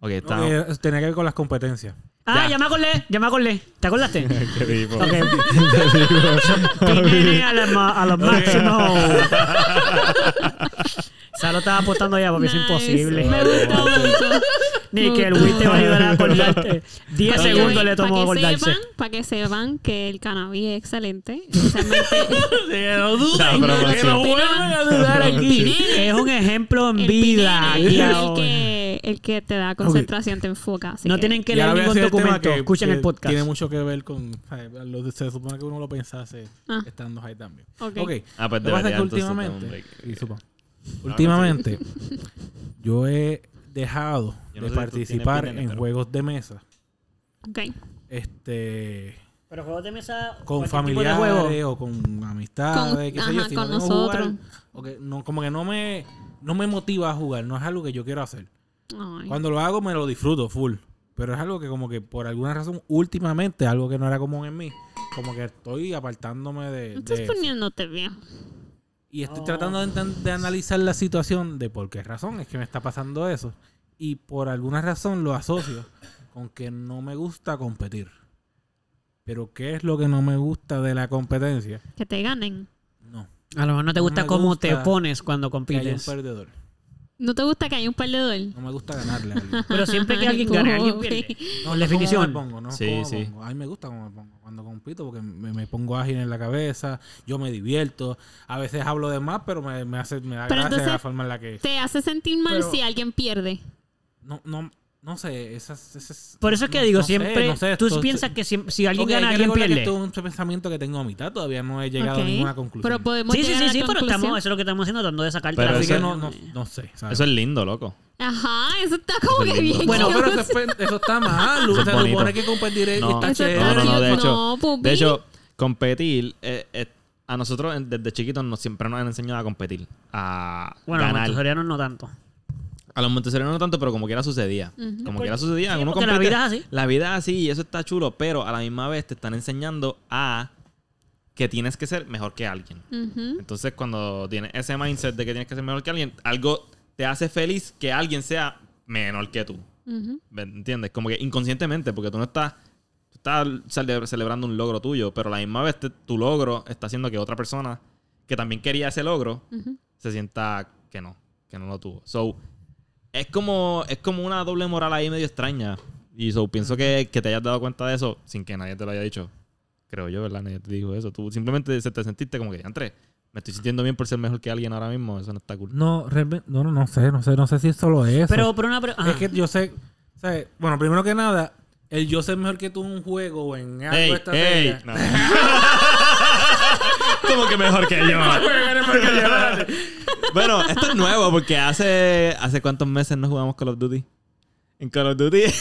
Speaker 4: Ok, está.
Speaker 2: No, eh, tenía que ver con las competencias.
Speaker 1: Ah, ya.
Speaker 4: Ya.
Speaker 1: me acordé, ya me acordé. ¿Te acordaste?
Speaker 4: Qué tipo.
Speaker 1: Ok. Pinene a los ma- a los máximos. Salo estaba apostando ya porque
Speaker 3: nice.
Speaker 1: es imposible.
Speaker 3: Me gustó mucho.
Speaker 1: Ni que el
Speaker 3: gustó.
Speaker 1: Wii te va a ayudar a acordarte. 10
Speaker 3: Para que
Speaker 1: segundos
Speaker 3: vean-
Speaker 1: le tomó
Speaker 3: para que
Speaker 1: acordarse.
Speaker 3: sepan- Para que sepan que el cannabis es excelente. Especialmente
Speaker 1: No
Speaker 4: La
Speaker 1: duden, que
Speaker 4: promoción.
Speaker 1: no vuelvan a dudar aquí. Es un ejemplo en
Speaker 3: el
Speaker 1: vida.
Speaker 3: pinene
Speaker 1: y
Speaker 3: es el
Speaker 1: ahora.
Speaker 3: que, el que te da concentración, te enfoca. así
Speaker 1: No
Speaker 3: que-
Speaker 1: tienen que
Speaker 2: Y ahora
Speaker 1: leer
Speaker 2: voy a
Speaker 1: ningún
Speaker 2: hacer el tema
Speaker 1: documento.
Speaker 2: que-
Speaker 1: Escuchen
Speaker 2: que
Speaker 1: el podcast.
Speaker 2: Tiene mucho que ver con. eh, lo de- se supone que uno lo pensase
Speaker 3: Ah.
Speaker 2: estando high también.
Speaker 3: Ok.
Speaker 2: Ok.
Speaker 4: Ah, pues
Speaker 2: Lo que pasa es
Speaker 4: debería
Speaker 2: que
Speaker 4: entonces dar un
Speaker 2: últimamente.
Speaker 4: break.
Speaker 2: y supa. últimamente, yo he dejado
Speaker 4: Yo
Speaker 2: de
Speaker 4: no sé si tú
Speaker 2: participar
Speaker 4: tienes
Speaker 2: en
Speaker 4: pero-
Speaker 2: juegos de mesa.
Speaker 3: Ok.
Speaker 2: este
Speaker 1: Pero juegos de mesa.
Speaker 2: con
Speaker 1: cualquier tipo de
Speaker 2: familiares
Speaker 1: juego.
Speaker 2: o con amistades,
Speaker 3: Con-
Speaker 2: qué sé yo,
Speaker 3: ajá,
Speaker 2: si
Speaker 3: con
Speaker 2: no tengo que jugar,
Speaker 3: nosotros.
Speaker 2: o que no, como que no me, no me motiva a jugar, no es algo que yo quiero hacer.
Speaker 3: Ay.
Speaker 2: Cuando lo hago me lo disfruto full. Pero es algo que como que por alguna razón últimamente, algo que no era común en mí, como que estoy apartándome de...
Speaker 3: No Estás
Speaker 2: de eso.
Speaker 3: poniéndote bien.
Speaker 2: Y estoy tratando de, enten- de analizar la situación de por qué razón es que me está pasando eso. Y por alguna razón lo asocio con que no me gusta competir. Pero ¿qué es lo que no me gusta de la competencia?
Speaker 3: Que te ganen.
Speaker 2: No,
Speaker 1: A lo mejor no te
Speaker 2: No
Speaker 1: gusta
Speaker 2: me
Speaker 1: cómo
Speaker 2: gusta
Speaker 1: te pones cuando
Speaker 2: que haya un
Speaker 1: compites.
Speaker 2: perdedor.
Speaker 3: ¿No te gusta que haya un perdedor?
Speaker 2: No me gusta ganarle a alguien.
Speaker 1: Pero siempre que alguien gana, alguien pierde.
Speaker 2: No,
Speaker 1: Por
Speaker 2: no es como
Speaker 1: definición.
Speaker 2: me pongo, no es
Speaker 4: Sí,
Speaker 2: como me
Speaker 4: sí.
Speaker 2: pongo. A mí me gusta cómo me pongo cuando compito porque me, me pongo ágil en la cabeza, yo me divierto. A veces hablo de más, pero me, me hace, me da
Speaker 3: Pero
Speaker 2: gracia
Speaker 3: entonces-
Speaker 2: la forma en la que...
Speaker 3: Te hace sentir mal
Speaker 2: Pero-
Speaker 3: si alguien pierde.
Speaker 2: No, no, no sé, esas... esas-
Speaker 1: Por eso es que
Speaker 2: no-
Speaker 1: digo,
Speaker 2: no sé,
Speaker 1: siempre.
Speaker 2: no sé,
Speaker 1: tú
Speaker 2: esto-
Speaker 1: piensas que si, si alguien
Speaker 2: Ok,
Speaker 1: gana,
Speaker 2: hay que
Speaker 1: alguien
Speaker 2: recordar que
Speaker 1: pierde.
Speaker 2: Esto es un pensamiento que tengo a mitad, todavía no he llegado
Speaker 3: Ok.
Speaker 2: a ninguna conclusión.
Speaker 3: Pero podemos
Speaker 1: Sí, sí,
Speaker 3: llegar
Speaker 1: sí,
Speaker 3: a
Speaker 1: sí,
Speaker 3: la
Speaker 1: pero
Speaker 3: conclusión.
Speaker 1: estamos, eso es lo que estamos haciendo, tratando de sacarte
Speaker 4: Pero
Speaker 1: la
Speaker 2: Así que
Speaker 4: eso-
Speaker 2: no, no, no sé. ¿sabes?
Speaker 4: Eso es lindo, loco.
Speaker 3: Ajá, eso está como
Speaker 4: Eso es
Speaker 3: que
Speaker 4: lindo.
Speaker 3: bien.
Speaker 2: bueno,
Speaker 3: cute.
Speaker 2: pero eso, es- eso está mal.
Speaker 4: Eso
Speaker 2: Se
Speaker 4: es bonito.
Speaker 2: supone que competir es-
Speaker 4: No.
Speaker 2: está
Speaker 3: Eso
Speaker 2: chévere.
Speaker 3: está
Speaker 4: No, no, no, de
Speaker 3: cute.
Speaker 4: hecho-
Speaker 3: No, pupi.
Speaker 4: De hecho, competir, eh, eh, a nosotros en- desde chiquitos nos, siempre nos han enseñado a competir, a
Speaker 1: Bueno, los
Speaker 4: ganar.
Speaker 1: montessorianos no tanto.
Speaker 4: A los montesorianos no tanto, pero como quiera sucedía.
Speaker 3: Ujú.
Speaker 4: Como
Speaker 1: Por-
Speaker 4: quiera sucedía.
Speaker 1: sí,
Speaker 4: uno
Speaker 1: porque la
Speaker 4: compite-
Speaker 1: vida es así.
Speaker 4: La vida es así y eso está chulo, pero a la misma vez te están enseñando a que tienes que ser mejor que alguien.
Speaker 3: Ujú.
Speaker 4: Entonces, cuando tienes ese mindset de que tienes que ser mejor que alguien, algo te hace feliz que alguien sea menor que tú.
Speaker 3: Ujú.
Speaker 4: ¿Me entiendes? Como que inconscientemente, porque tú no estás, tú estás cele- celebrando un logro tuyo, pero a la misma vez te- tu logro está haciendo que otra persona que también quería ese logro
Speaker 3: Ujú.
Speaker 4: se sienta que no, que no lo tuvo. So, es como, es como una doble moral ahí medio extraña. Y so, pienso que, que te hayas dado cuenta de eso sin que nadie te lo haya dicho. Creo yo, ¿verdad? Nadie te dijo eso. Tú simplemente se te sentiste como que, entre, me estoy sintiendo bien por ser mejor que alguien ahora mismo. Eso no está cool.
Speaker 2: No, realmente, no, no, no sé, no sé, no sé si es solo eso.
Speaker 1: Pero, pero una. pre- ajá.
Speaker 2: es que yo sé, o sea, bueno, primero que nada, el yo ser mejor que tú en un juego o en algo
Speaker 4: ¡Ey!
Speaker 2: estrategia.
Speaker 4: ¡Ey! No. como que mejor que yo. bueno, esto es nuevo porque hace, hace cuántos meses no jugamos Call of Duty. En Call of Duty.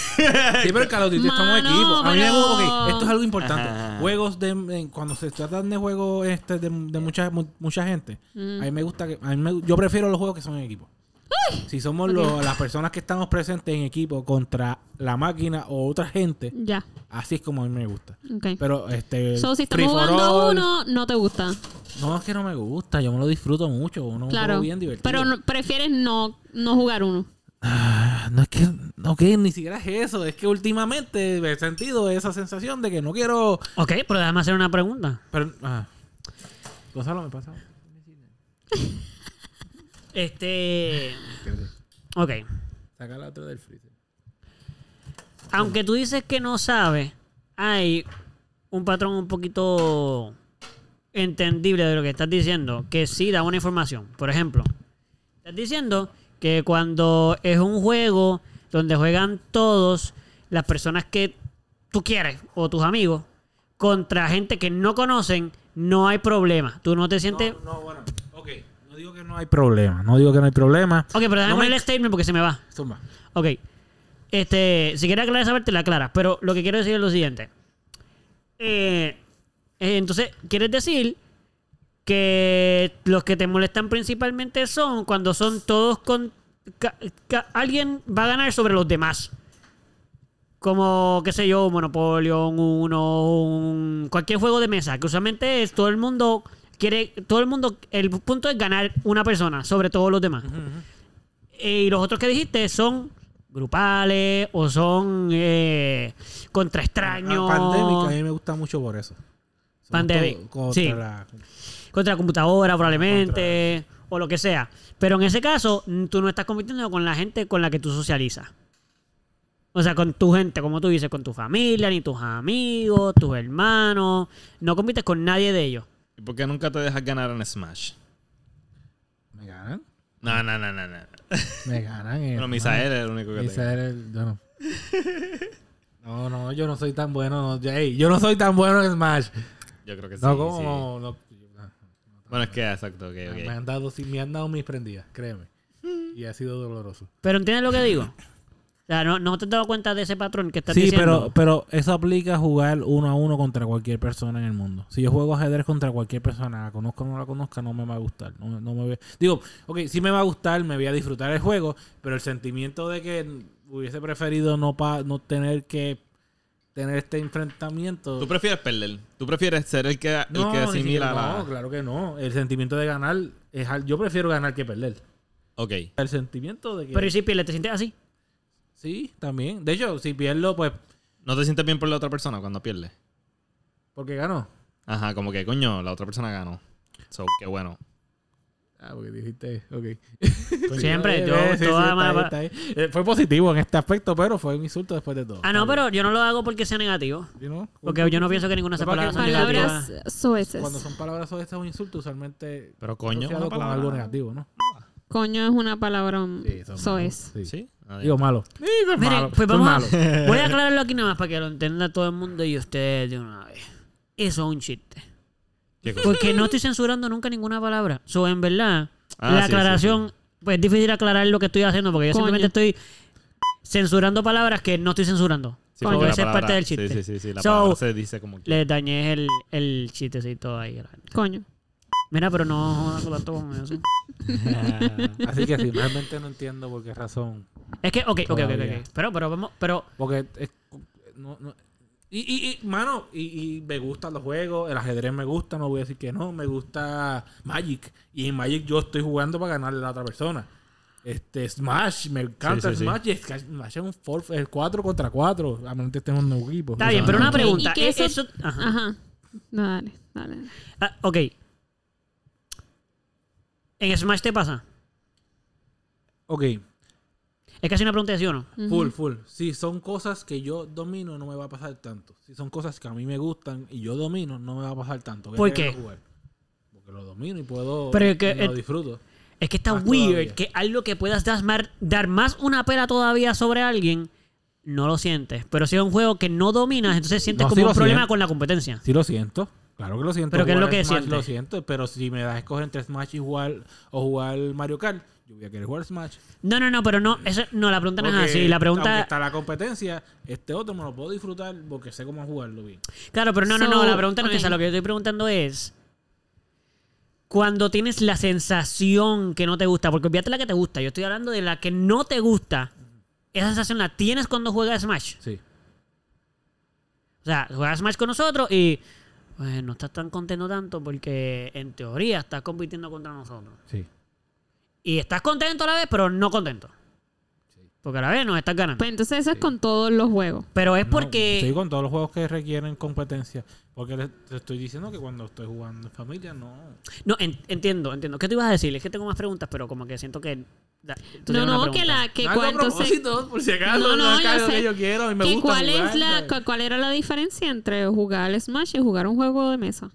Speaker 2: Sí, pero en Call of Duty estamos en
Speaker 3: Mano,
Speaker 2: equipo. A mí me gusta,
Speaker 3: pero-
Speaker 2: ok, esto es algo importante.
Speaker 4: Ajá.
Speaker 2: Juegos de, en- cuando se tratan de juegos este, de, de mucha, mu- mucha gente, a mí me gusta que, a mí me- yo prefiero los juegos que son en equipo. Si somos los- las personas que estamos presentes en equipo contra la máquina o otra gente,
Speaker 3: Ya,
Speaker 2: así es como a mí me gusta.
Speaker 3: ok.
Speaker 2: Pero este.
Speaker 3: So, si
Speaker 2: Free
Speaker 3: estamos
Speaker 2: for
Speaker 3: jugando a
Speaker 2: All,
Speaker 3: uno, no te gusta.
Speaker 2: No, es que no me gusta, yo me lo disfruto mucho. Uno
Speaker 3: Claro.
Speaker 2: juego bien divertido.
Speaker 3: Pero no- prefieres no, no jugar uno.
Speaker 2: Ah, No es que, no que ni siquiera es eso, es que últimamente he sentido esa sensación de que no quiero.
Speaker 1: Ok, pero déjame hacer una pregunta.
Speaker 2: Pero, ah. Gonzalo, me pasa.
Speaker 1: Este. Ok.
Speaker 2: Saca la otra del freezer.
Speaker 1: Aunque tú dices que no sabes, hay un patrón un poquito entendible de lo que estás diciendo, que sí da una información. Por ejemplo, estás diciendo que cuando es un juego donde juegan todos las personas que tú quieres o tus amigos contra gente que no conocen, no hay problema. Tú no te sientes...
Speaker 2: No, no, bueno, ok. No digo que no hay problema, no digo que no hay problema.
Speaker 1: Ok, pero déjame
Speaker 2: No me-
Speaker 1: leer el statement porque se me va.
Speaker 2: Zumba.
Speaker 1: Ok. Este, si quieres aclarar esa parte, la aclaras. Pero lo que quiero decir es lo siguiente. Eh, Eh, entonces, quieres decir que los que te molestan principalmente son cuando son todos con... ca- ca- alguien va a ganar sobre los demás. Como, qué sé yo, un Monopolio, un Uno, un- cualquier juego de mesa, que usualmente es todo el mundo quiere, todo el mundo, el punto es ganar una persona sobre todos los demás. Eh, y los otros que dijiste son grupales o son eh, contra extraños.
Speaker 2: Pandemic a mí me gusta mucho por eso. Somos
Speaker 1: Pandemic,
Speaker 2: todos contra
Speaker 1: sí.
Speaker 2: la-
Speaker 1: contra la computadora probablemente o lo que sea. Pero en ese caso, n- tú no estás compitiendo con la gente con la que tú socializas. O sea, con tu gente, como tú dices, con tu familia, ni tus amigos, tus hermanos. No compites con nadie de ellos.
Speaker 4: ¿Y por qué nunca te dejas ganar en Smash?
Speaker 2: ¿Me ganan?
Speaker 4: No, no, no, no. no.
Speaker 2: Me ganan. eh,
Speaker 4: Bueno,
Speaker 2: hermano.
Speaker 4: Misael es el único que te
Speaker 2: Misael, el- yo no. No, no, yo no soy tan bueno. No, yo, ey, yo no soy tan bueno en Smash.
Speaker 4: Yo creo que sí.
Speaker 2: no,
Speaker 4: sí.
Speaker 2: como. no, no,
Speaker 4: Bueno, es que exacto, ok, ok.
Speaker 2: Me han dado, sí, me han dado mis prendidas, créeme.
Speaker 1: Mm.
Speaker 2: Y ha sido doloroso.
Speaker 1: Pero ¿entiendes lo que digo? O sea, no, no te has dado cuenta de ese patrón que estás
Speaker 2: Sí,
Speaker 1: diciendo.
Speaker 2: pero, pero eso aplica a jugar uno a uno contra cualquier persona en el mundo. Si yo juego ajedrez contra cualquier persona, la conozca o no la conozca, no me va a gustar. No, no me voy a- Digo, ok, sí me va a gustar, me voy a disfrutar el juego, pero el sentimiento de que hubiese preferido no, pa, no tener que tener este enfrentamiento.
Speaker 4: Tú prefieres perder. Tú prefieres ser el que, el
Speaker 2: No,
Speaker 4: que
Speaker 2: ni siquiera-
Speaker 4: asimila la.
Speaker 2: no, claro que no. El sentimiento de ganar, es, al- yo prefiero ganar que perder.
Speaker 4: Ok.
Speaker 2: El sentimiento de que...
Speaker 1: Pero ¿y si pierdes? ¿Te sientes así?
Speaker 2: Sí, también. De hecho, si pierdo, pues,
Speaker 4: ¿No te sientes bien por la otra persona cuando pierdes?
Speaker 2: porque ganó.
Speaker 4: Ajá, como que, coño, la otra persona ganó. So, qué bueno.
Speaker 2: Ah, porque dijiste, ok.
Speaker 1: Pues Siempre, yo-
Speaker 2: eh,
Speaker 1: toda
Speaker 2: está
Speaker 1: mala-
Speaker 2: ahí, está ahí. Eh, Fue positivo en este aspecto, pero fue un insulto después de todo.
Speaker 1: Ah, no, pero yo no lo hago porque sea negativo.
Speaker 2: You know?
Speaker 1: Porque yo no pienso que ninguna de esas
Speaker 2: Lo que pasa
Speaker 1: palabras
Speaker 2: es
Speaker 1: sea
Speaker 2: que
Speaker 1: negativa.
Speaker 3: Palabras soeces.
Speaker 2: Cuando son palabras sobre este un insulto, usualmente
Speaker 4: Pero coño,
Speaker 2: asociado
Speaker 4: una
Speaker 2: con
Speaker 4: palabra.
Speaker 2: algo negativo, ¿no?
Speaker 3: Coño es una palabra
Speaker 2: son
Speaker 3: soez.
Speaker 2: malos. Sí.
Speaker 4: ¿Sí? Ah,
Speaker 2: Digo, malo. Digo,
Speaker 1: Miren,
Speaker 2: malo.
Speaker 1: pues
Speaker 2: Son
Speaker 1: vamos a-
Speaker 2: malos.
Speaker 1: Voy a aclararlo aquí nada más para que lo entienda todo el mundo y ustedes de una vez. Eso es un chiste.
Speaker 4: ¿Qué cosa?
Speaker 1: Porque no estoy censurando nunca ninguna palabra. So, en verdad,
Speaker 4: Ah,
Speaker 1: la
Speaker 4: sí, sí,
Speaker 1: aclaración, pues es difícil aclarar lo que estoy haciendo porque yo
Speaker 3: Coño.
Speaker 1: simplemente estoy censurando palabras que no estoy censurando.
Speaker 4: Sí,
Speaker 1: porque
Speaker 4: porque la
Speaker 1: esa es
Speaker 4: palabra-
Speaker 1: parte del chiste.
Speaker 4: Sí, sí, sí. sí, la
Speaker 1: So,
Speaker 4: palabra se dice como que.
Speaker 1: Le dañé el, el chistecito ahí. a la gente.
Speaker 3: Coño.
Speaker 1: Mira, pero no jodas tanto con eso.
Speaker 2: Así que sí, realmente no entiendo por qué razón.
Speaker 1: Es que, ok, ok, ok, ok,
Speaker 2: Todavía.
Speaker 1: ok. Pero, pero vamos, pero
Speaker 2: Porque es- no- no- y, y, y, mano, y, y me gustan los juegos, el ajedrez me gusta, no voy a decir que no, me gusta Magic. Y en Magic yo estoy jugando para ganarle a la otra persona. Este, Smash, me encanta
Speaker 4: Sí, sí, sí.
Speaker 2: Smash. y Smash- Smash es un 4 contra 4, a menos que estemos en un nuevo equipo.
Speaker 1: está bien, pero una
Speaker 3: ¿Y- y
Speaker 1: pregunta.
Speaker 3: qué
Speaker 1: ¿E-
Speaker 3: eso-
Speaker 1: eso- ajá.
Speaker 3: Ajá. No, dale, dale. dale.
Speaker 1: Ah, ok. ¿En Smash te pasa?
Speaker 2: Ok,
Speaker 1: Es casi una pregunta de sí o no.
Speaker 2: full, full. Si son cosas que yo domino, no me va a pasar tanto. Si son cosas que a mí me gustan y yo domino, no me va a pasar tanto.
Speaker 1: ¿Por
Speaker 2: quiero
Speaker 1: qué?
Speaker 2: jugar. Porque lo domino y puedo.
Speaker 1: Pero es que-
Speaker 2: lo
Speaker 1: eh,
Speaker 2: disfruto.
Speaker 1: Es que está
Speaker 2: Más
Speaker 1: weird
Speaker 2: todavía.
Speaker 1: que algo que puedas dar más, dar más una pera todavía sobre alguien, no lo sientes. Pero si es un juego que no dominas, entonces sientes
Speaker 2: No,
Speaker 1: como
Speaker 2: sí
Speaker 1: un
Speaker 2: lo
Speaker 1: problema
Speaker 2: siento.
Speaker 1: con la competencia.
Speaker 2: Sí lo siento. Claro que lo siento.
Speaker 1: ¿Pero qué es
Speaker 2: Jugar
Speaker 1: lo que
Speaker 2: Smash
Speaker 1: sientes?
Speaker 2: Lo siento, pero si me das a escoger entre Smash y jugar o jugar Mario Kart, yo voy a querer jugar Smash.
Speaker 1: No, no, no, pero no, eso, no, la pregunta no es
Speaker 2: Porque
Speaker 1: así. La
Speaker 2: aunque
Speaker 1: pregunta.
Speaker 2: está la competencia, este otro me lo puedo disfrutar porque sé cómo jugarlo bien.
Speaker 1: Claro, pero no, no,
Speaker 3: So,
Speaker 1: no, la pregunta no
Speaker 3: ok.
Speaker 1: es esa. Lo que yo estoy preguntando es. Cuando tienes la sensación que no te gusta, porque olvídate la que te gusta, yo estoy hablando de la que no te gusta. Esa sensación la tienes cuando juegas Smash.
Speaker 2: Sí.
Speaker 1: O sea, juegas Smash con nosotros y pues, no estás tan contento tanto porque en teoría estás compitiendo contra nosotros.
Speaker 2: Sí.
Speaker 1: Y estás contento a la vez, pero no contento. Porque a la vez nos estás ganando.
Speaker 3: Pues entonces eso es con todos los juegos.
Speaker 1: Pero es
Speaker 2: No,
Speaker 1: porque...
Speaker 2: Sí, con todos los juegos que requieren competencia. Porque les- te estoy diciendo que cuando estoy jugando en familia, no.
Speaker 1: No, en- entiendo, entiendo. ¿Qué te ibas a decir? Es que tengo más preguntas, pero como que siento que... da- tú tienes
Speaker 3: No,
Speaker 1: una
Speaker 3: no, que
Speaker 1: pregunta.
Speaker 3: la que
Speaker 2: No hago a
Speaker 3: cuánto se-
Speaker 2: propósito, por si acaso,
Speaker 3: No, no,
Speaker 2: no es
Speaker 3: yo
Speaker 2: algo
Speaker 3: sé.
Speaker 2: que yo quiero y me
Speaker 3: que
Speaker 2: gusta
Speaker 3: cuál es
Speaker 2: jugar, eh.
Speaker 3: la
Speaker 2: ¿sabes?
Speaker 3: cu- cuál era la diferencia entre jugar Smash y jugar un juego de mesa.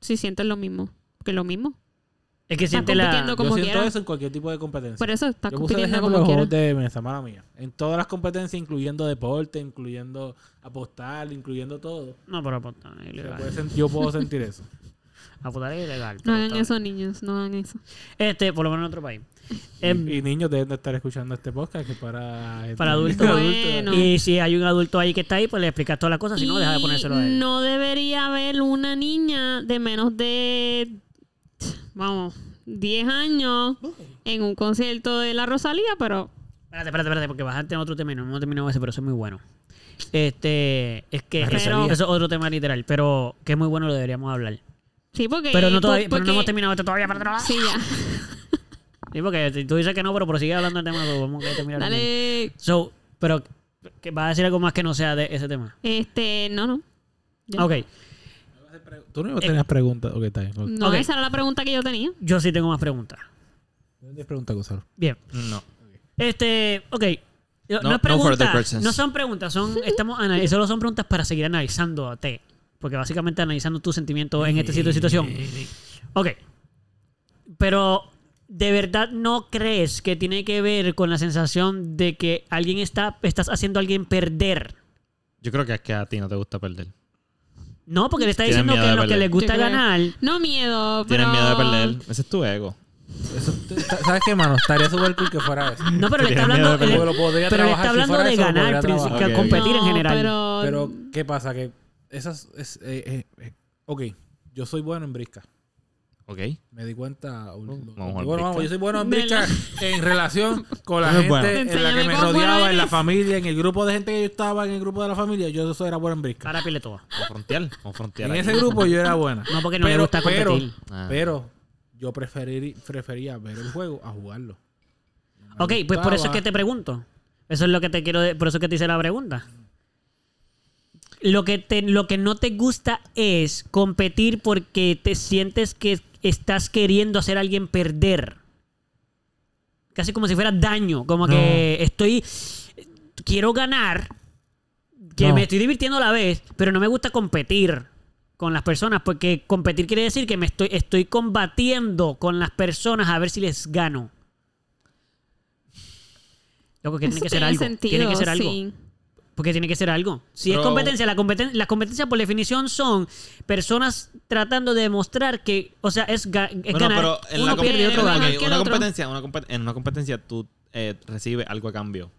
Speaker 3: Si sientes lo mismo, que lo mismo.
Speaker 1: Es que siente
Speaker 3: compitiendo
Speaker 1: la...
Speaker 3: con- como
Speaker 2: yo siento
Speaker 3: quiera.
Speaker 2: eso en cualquier tipo de competencia.
Speaker 3: Por eso estás
Speaker 2: Yo puse de
Speaker 3: compitiendo
Speaker 2: ejemplo los
Speaker 3: como
Speaker 2: juegos
Speaker 3: quieras.
Speaker 2: de mesa, mala mía. En todas las competencias, incluyendo deporte, incluyendo apostar, incluyendo todo.
Speaker 1: No, pero... pues, no,
Speaker 2: Se
Speaker 1: ilegal.
Speaker 2: puede sen- yo puedo sentir eso.
Speaker 1: A votar es ilegal.
Speaker 3: No
Speaker 1: pero
Speaker 3: hagan
Speaker 1: está
Speaker 3: eso, niños, no hagan eso.
Speaker 1: bien. Este, por lo menos en otro país.
Speaker 2: Y,
Speaker 1: Em,
Speaker 2: y niños deben de estar escuchando este podcast que para...
Speaker 1: Para adultos.
Speaker 3: Bueno.
Speaker 1: Y si hay un adulto ahí que está ahí, pues le explicas todas las cosas. Si no, deja de
Speaker 3: Y
Speaker 1: ponérselo a él.
Speaker 3: No debería haber una niña de menos de, vamos, 10 años en un concierto de la Rosalía, pero
Speaker 1: Espérate, espérate, espérate, porque vas a tener otro tema y no hemos terminado ese, pero eso es muy bueno. Este, es que
Speaker 2: La
Speaker 1: pero-
Speaker 2: Rosalía.
Speaker 1: eso es otro tema literal, pero que es muy bueno, lo deberíamos hablar.
Speaker 3: sí, porque...
Speaker 1: Pero no
Speaker 3: por-
Speaker 1: todavía, pero
Speaker 3: porque-
Speaker 1: no hemos terminado esto todavía, pero
Speaker 3: Sí,
Speaker 1: Sí, porque si tú dices que no, pero prosigue hablando del tema, pues vamos a
Speaker 3: ya.
Speaker 1: terminar. también.
Speaker 3: Dale,
Speaker 1: So, pero que vas a decir algo más que no sea de ese tema.
Speaker 3: este, no, no. Ya.
Speaker 1: Ok,
Speaker 2: Tú no
Speaker 1: Eh.
Speaker 2: tenías preguntas. Ok, está bien. ok.
Speaker 3: No,
Speaker 1: Ok.
Speaker 3: esa era la pregunta que yo tenía.
Speaker 1: yo sí tengo más preguntas.
Speaker 2: No Tienes preguntas, Gonzalo.
Speaker 1: Bien.
Speaker 4: No.
Speaker 1: Este, ok. No,
Speaker 4: No-
Speaker 1: no
Speaker 4: no
Speaker 1: es pregunta,
Speaker 4: further questions.
Speaker 1: no son preguntas, son estamos anal- solo son preguntas para seguir analizándote, porque básicamente analizando tus sentimientos en este tipo de situación. Ok. Pero de verdad no crees que tiene que ver con la sensación de que alguien está estás haciendo a alguien perder.
Speaker 4: Yo creo que es que a ti no te gusta perder.
Speaker 1: No, porque le está
Speaker 4: Tienen
Speaker 1: diciendo
Speaker 4: miedo
Speaker 1: que
Speaker 4: de
Speaker 1: lo que
Speaker 4: perder.
Speaker 1: le gusta
Speaker 3: Yo creo-
Speaker 1: ganar.
Speaker 3: No miedo, pero...
Speaker 4: Tienes miedo de perder. Ese es tu ego.
Speaker 2: Eso te- ¿Sabes qué, mano? Estaría súper cool que fuera eso.
Speaker 1: No, pero le está
Speaker 4: Tienen
Speaker 1: hablando,
Speaker 4: miedo de perder.
Speaker 1: le-
Speaker 2: Lo podría
Speaker 1: pero le
Speaker 2: trabajar
Speaker 1: está
Speaker 2: si
Speaker 1: hablando
Speaker 2: fuera
Speaker 1: de
Speaker 2: eso, lo podría
Speaker 1: ganar,
Speaker 2: trabajar.
Speaker 1: princip-
Speaker 4: Ok, ok.
Speaker 1: competir en
Speaker 3: No,
Speaker 1: general.
Speaker 3: Pero,
Speaker 2: Pero, ¿qué pasa? Que esas... Es, eh, eh, eh, ok, yo soy bueno en brisca.
Speaker 4: ¿Ok?
Speaker 2: Me di cuenta. ul-
Speaker 4: Vamos
Speaker 2: Oh, lo-
Speaker 4: al
Speaker 2: bueno,
Speaker 4: brisca.
Speaker 2: vamos, yo soy bueno en
Speaker 3: ¿Verdad?
Speaker 2: brisca en relación con la
Speaker 4: Tú
Speaker 2: gente
Speaker 4: eres bueno.
Speaker 2: en la que
Speaker 3: Enséñame
Speaker 2: me
Speaker 3: cómo
Speaker 2: rodeaba, en la
Speaker 3: eres.
Speaker 2: familia, en el grupo de gente que yo estaba, en el grupo de la familia. Yo soy- era bueno en brisca.
Speaker 1: Ahora pile todo.
Speaker 4: Confrontear. Confrontear.
Speaker 2: En
Speaker 4: aquí.
Speaker 2: ese grupo yo era buena.
Speaker 1: No, porque no le gusta competir.
Speaker 4: Ah.
Speaker 2: Pero yo preferir, prefería ver el juego a jugarlo. No me
Speaker 1: Ok, pues por eso es
Speaker 2: gustaba.
Speaker 1: que te pregunto. Eso es lo que te quiero, de- por eso es que te hice la pregunta. Lo que, te, lo que no te gusta es competir porque te sientes que estás queriendo hacer a alguien perder. Casi como si fuera daño, como
Speaker 2: No.
Speaker 1: que estoy quiero ganar, que
Speaker 2: No.
Speaker 1: me estoy divirtiendo a la vez, pero no me gusta competir con las personas porque competir quiere decir que me estoy estoy combatiendo con las personas a ver si les gano. Loco, que tiene
Speaker 3: eso
Speaker 1: que ser
Speaker 3: tiene
Speaker 1: algo.
Speaker 3: sentido,
Speaker 1: tiene que ser algo.
Speaker 3: sí.
Speaker 1: Porque tiene que ser algo. Si es
Speaker 4: Pero-
Speaker 1: competencia, la competen- las competencias por definición son personas tratando de demostrar que, o sea, es, ga- es
Speaker 4: Bueno,
Speaker 1: ganar.
Speaker 4: pero en la
Speaker 1: uno pierde y otro
Speaker 4: competencia,
Speaker 1: gana.
Speaker 3: que el
Speaker 4: una
Speaker 3: otro.
Speaker 4: competencia, una compet- en una competencia tú eh, recibes algo a cambio.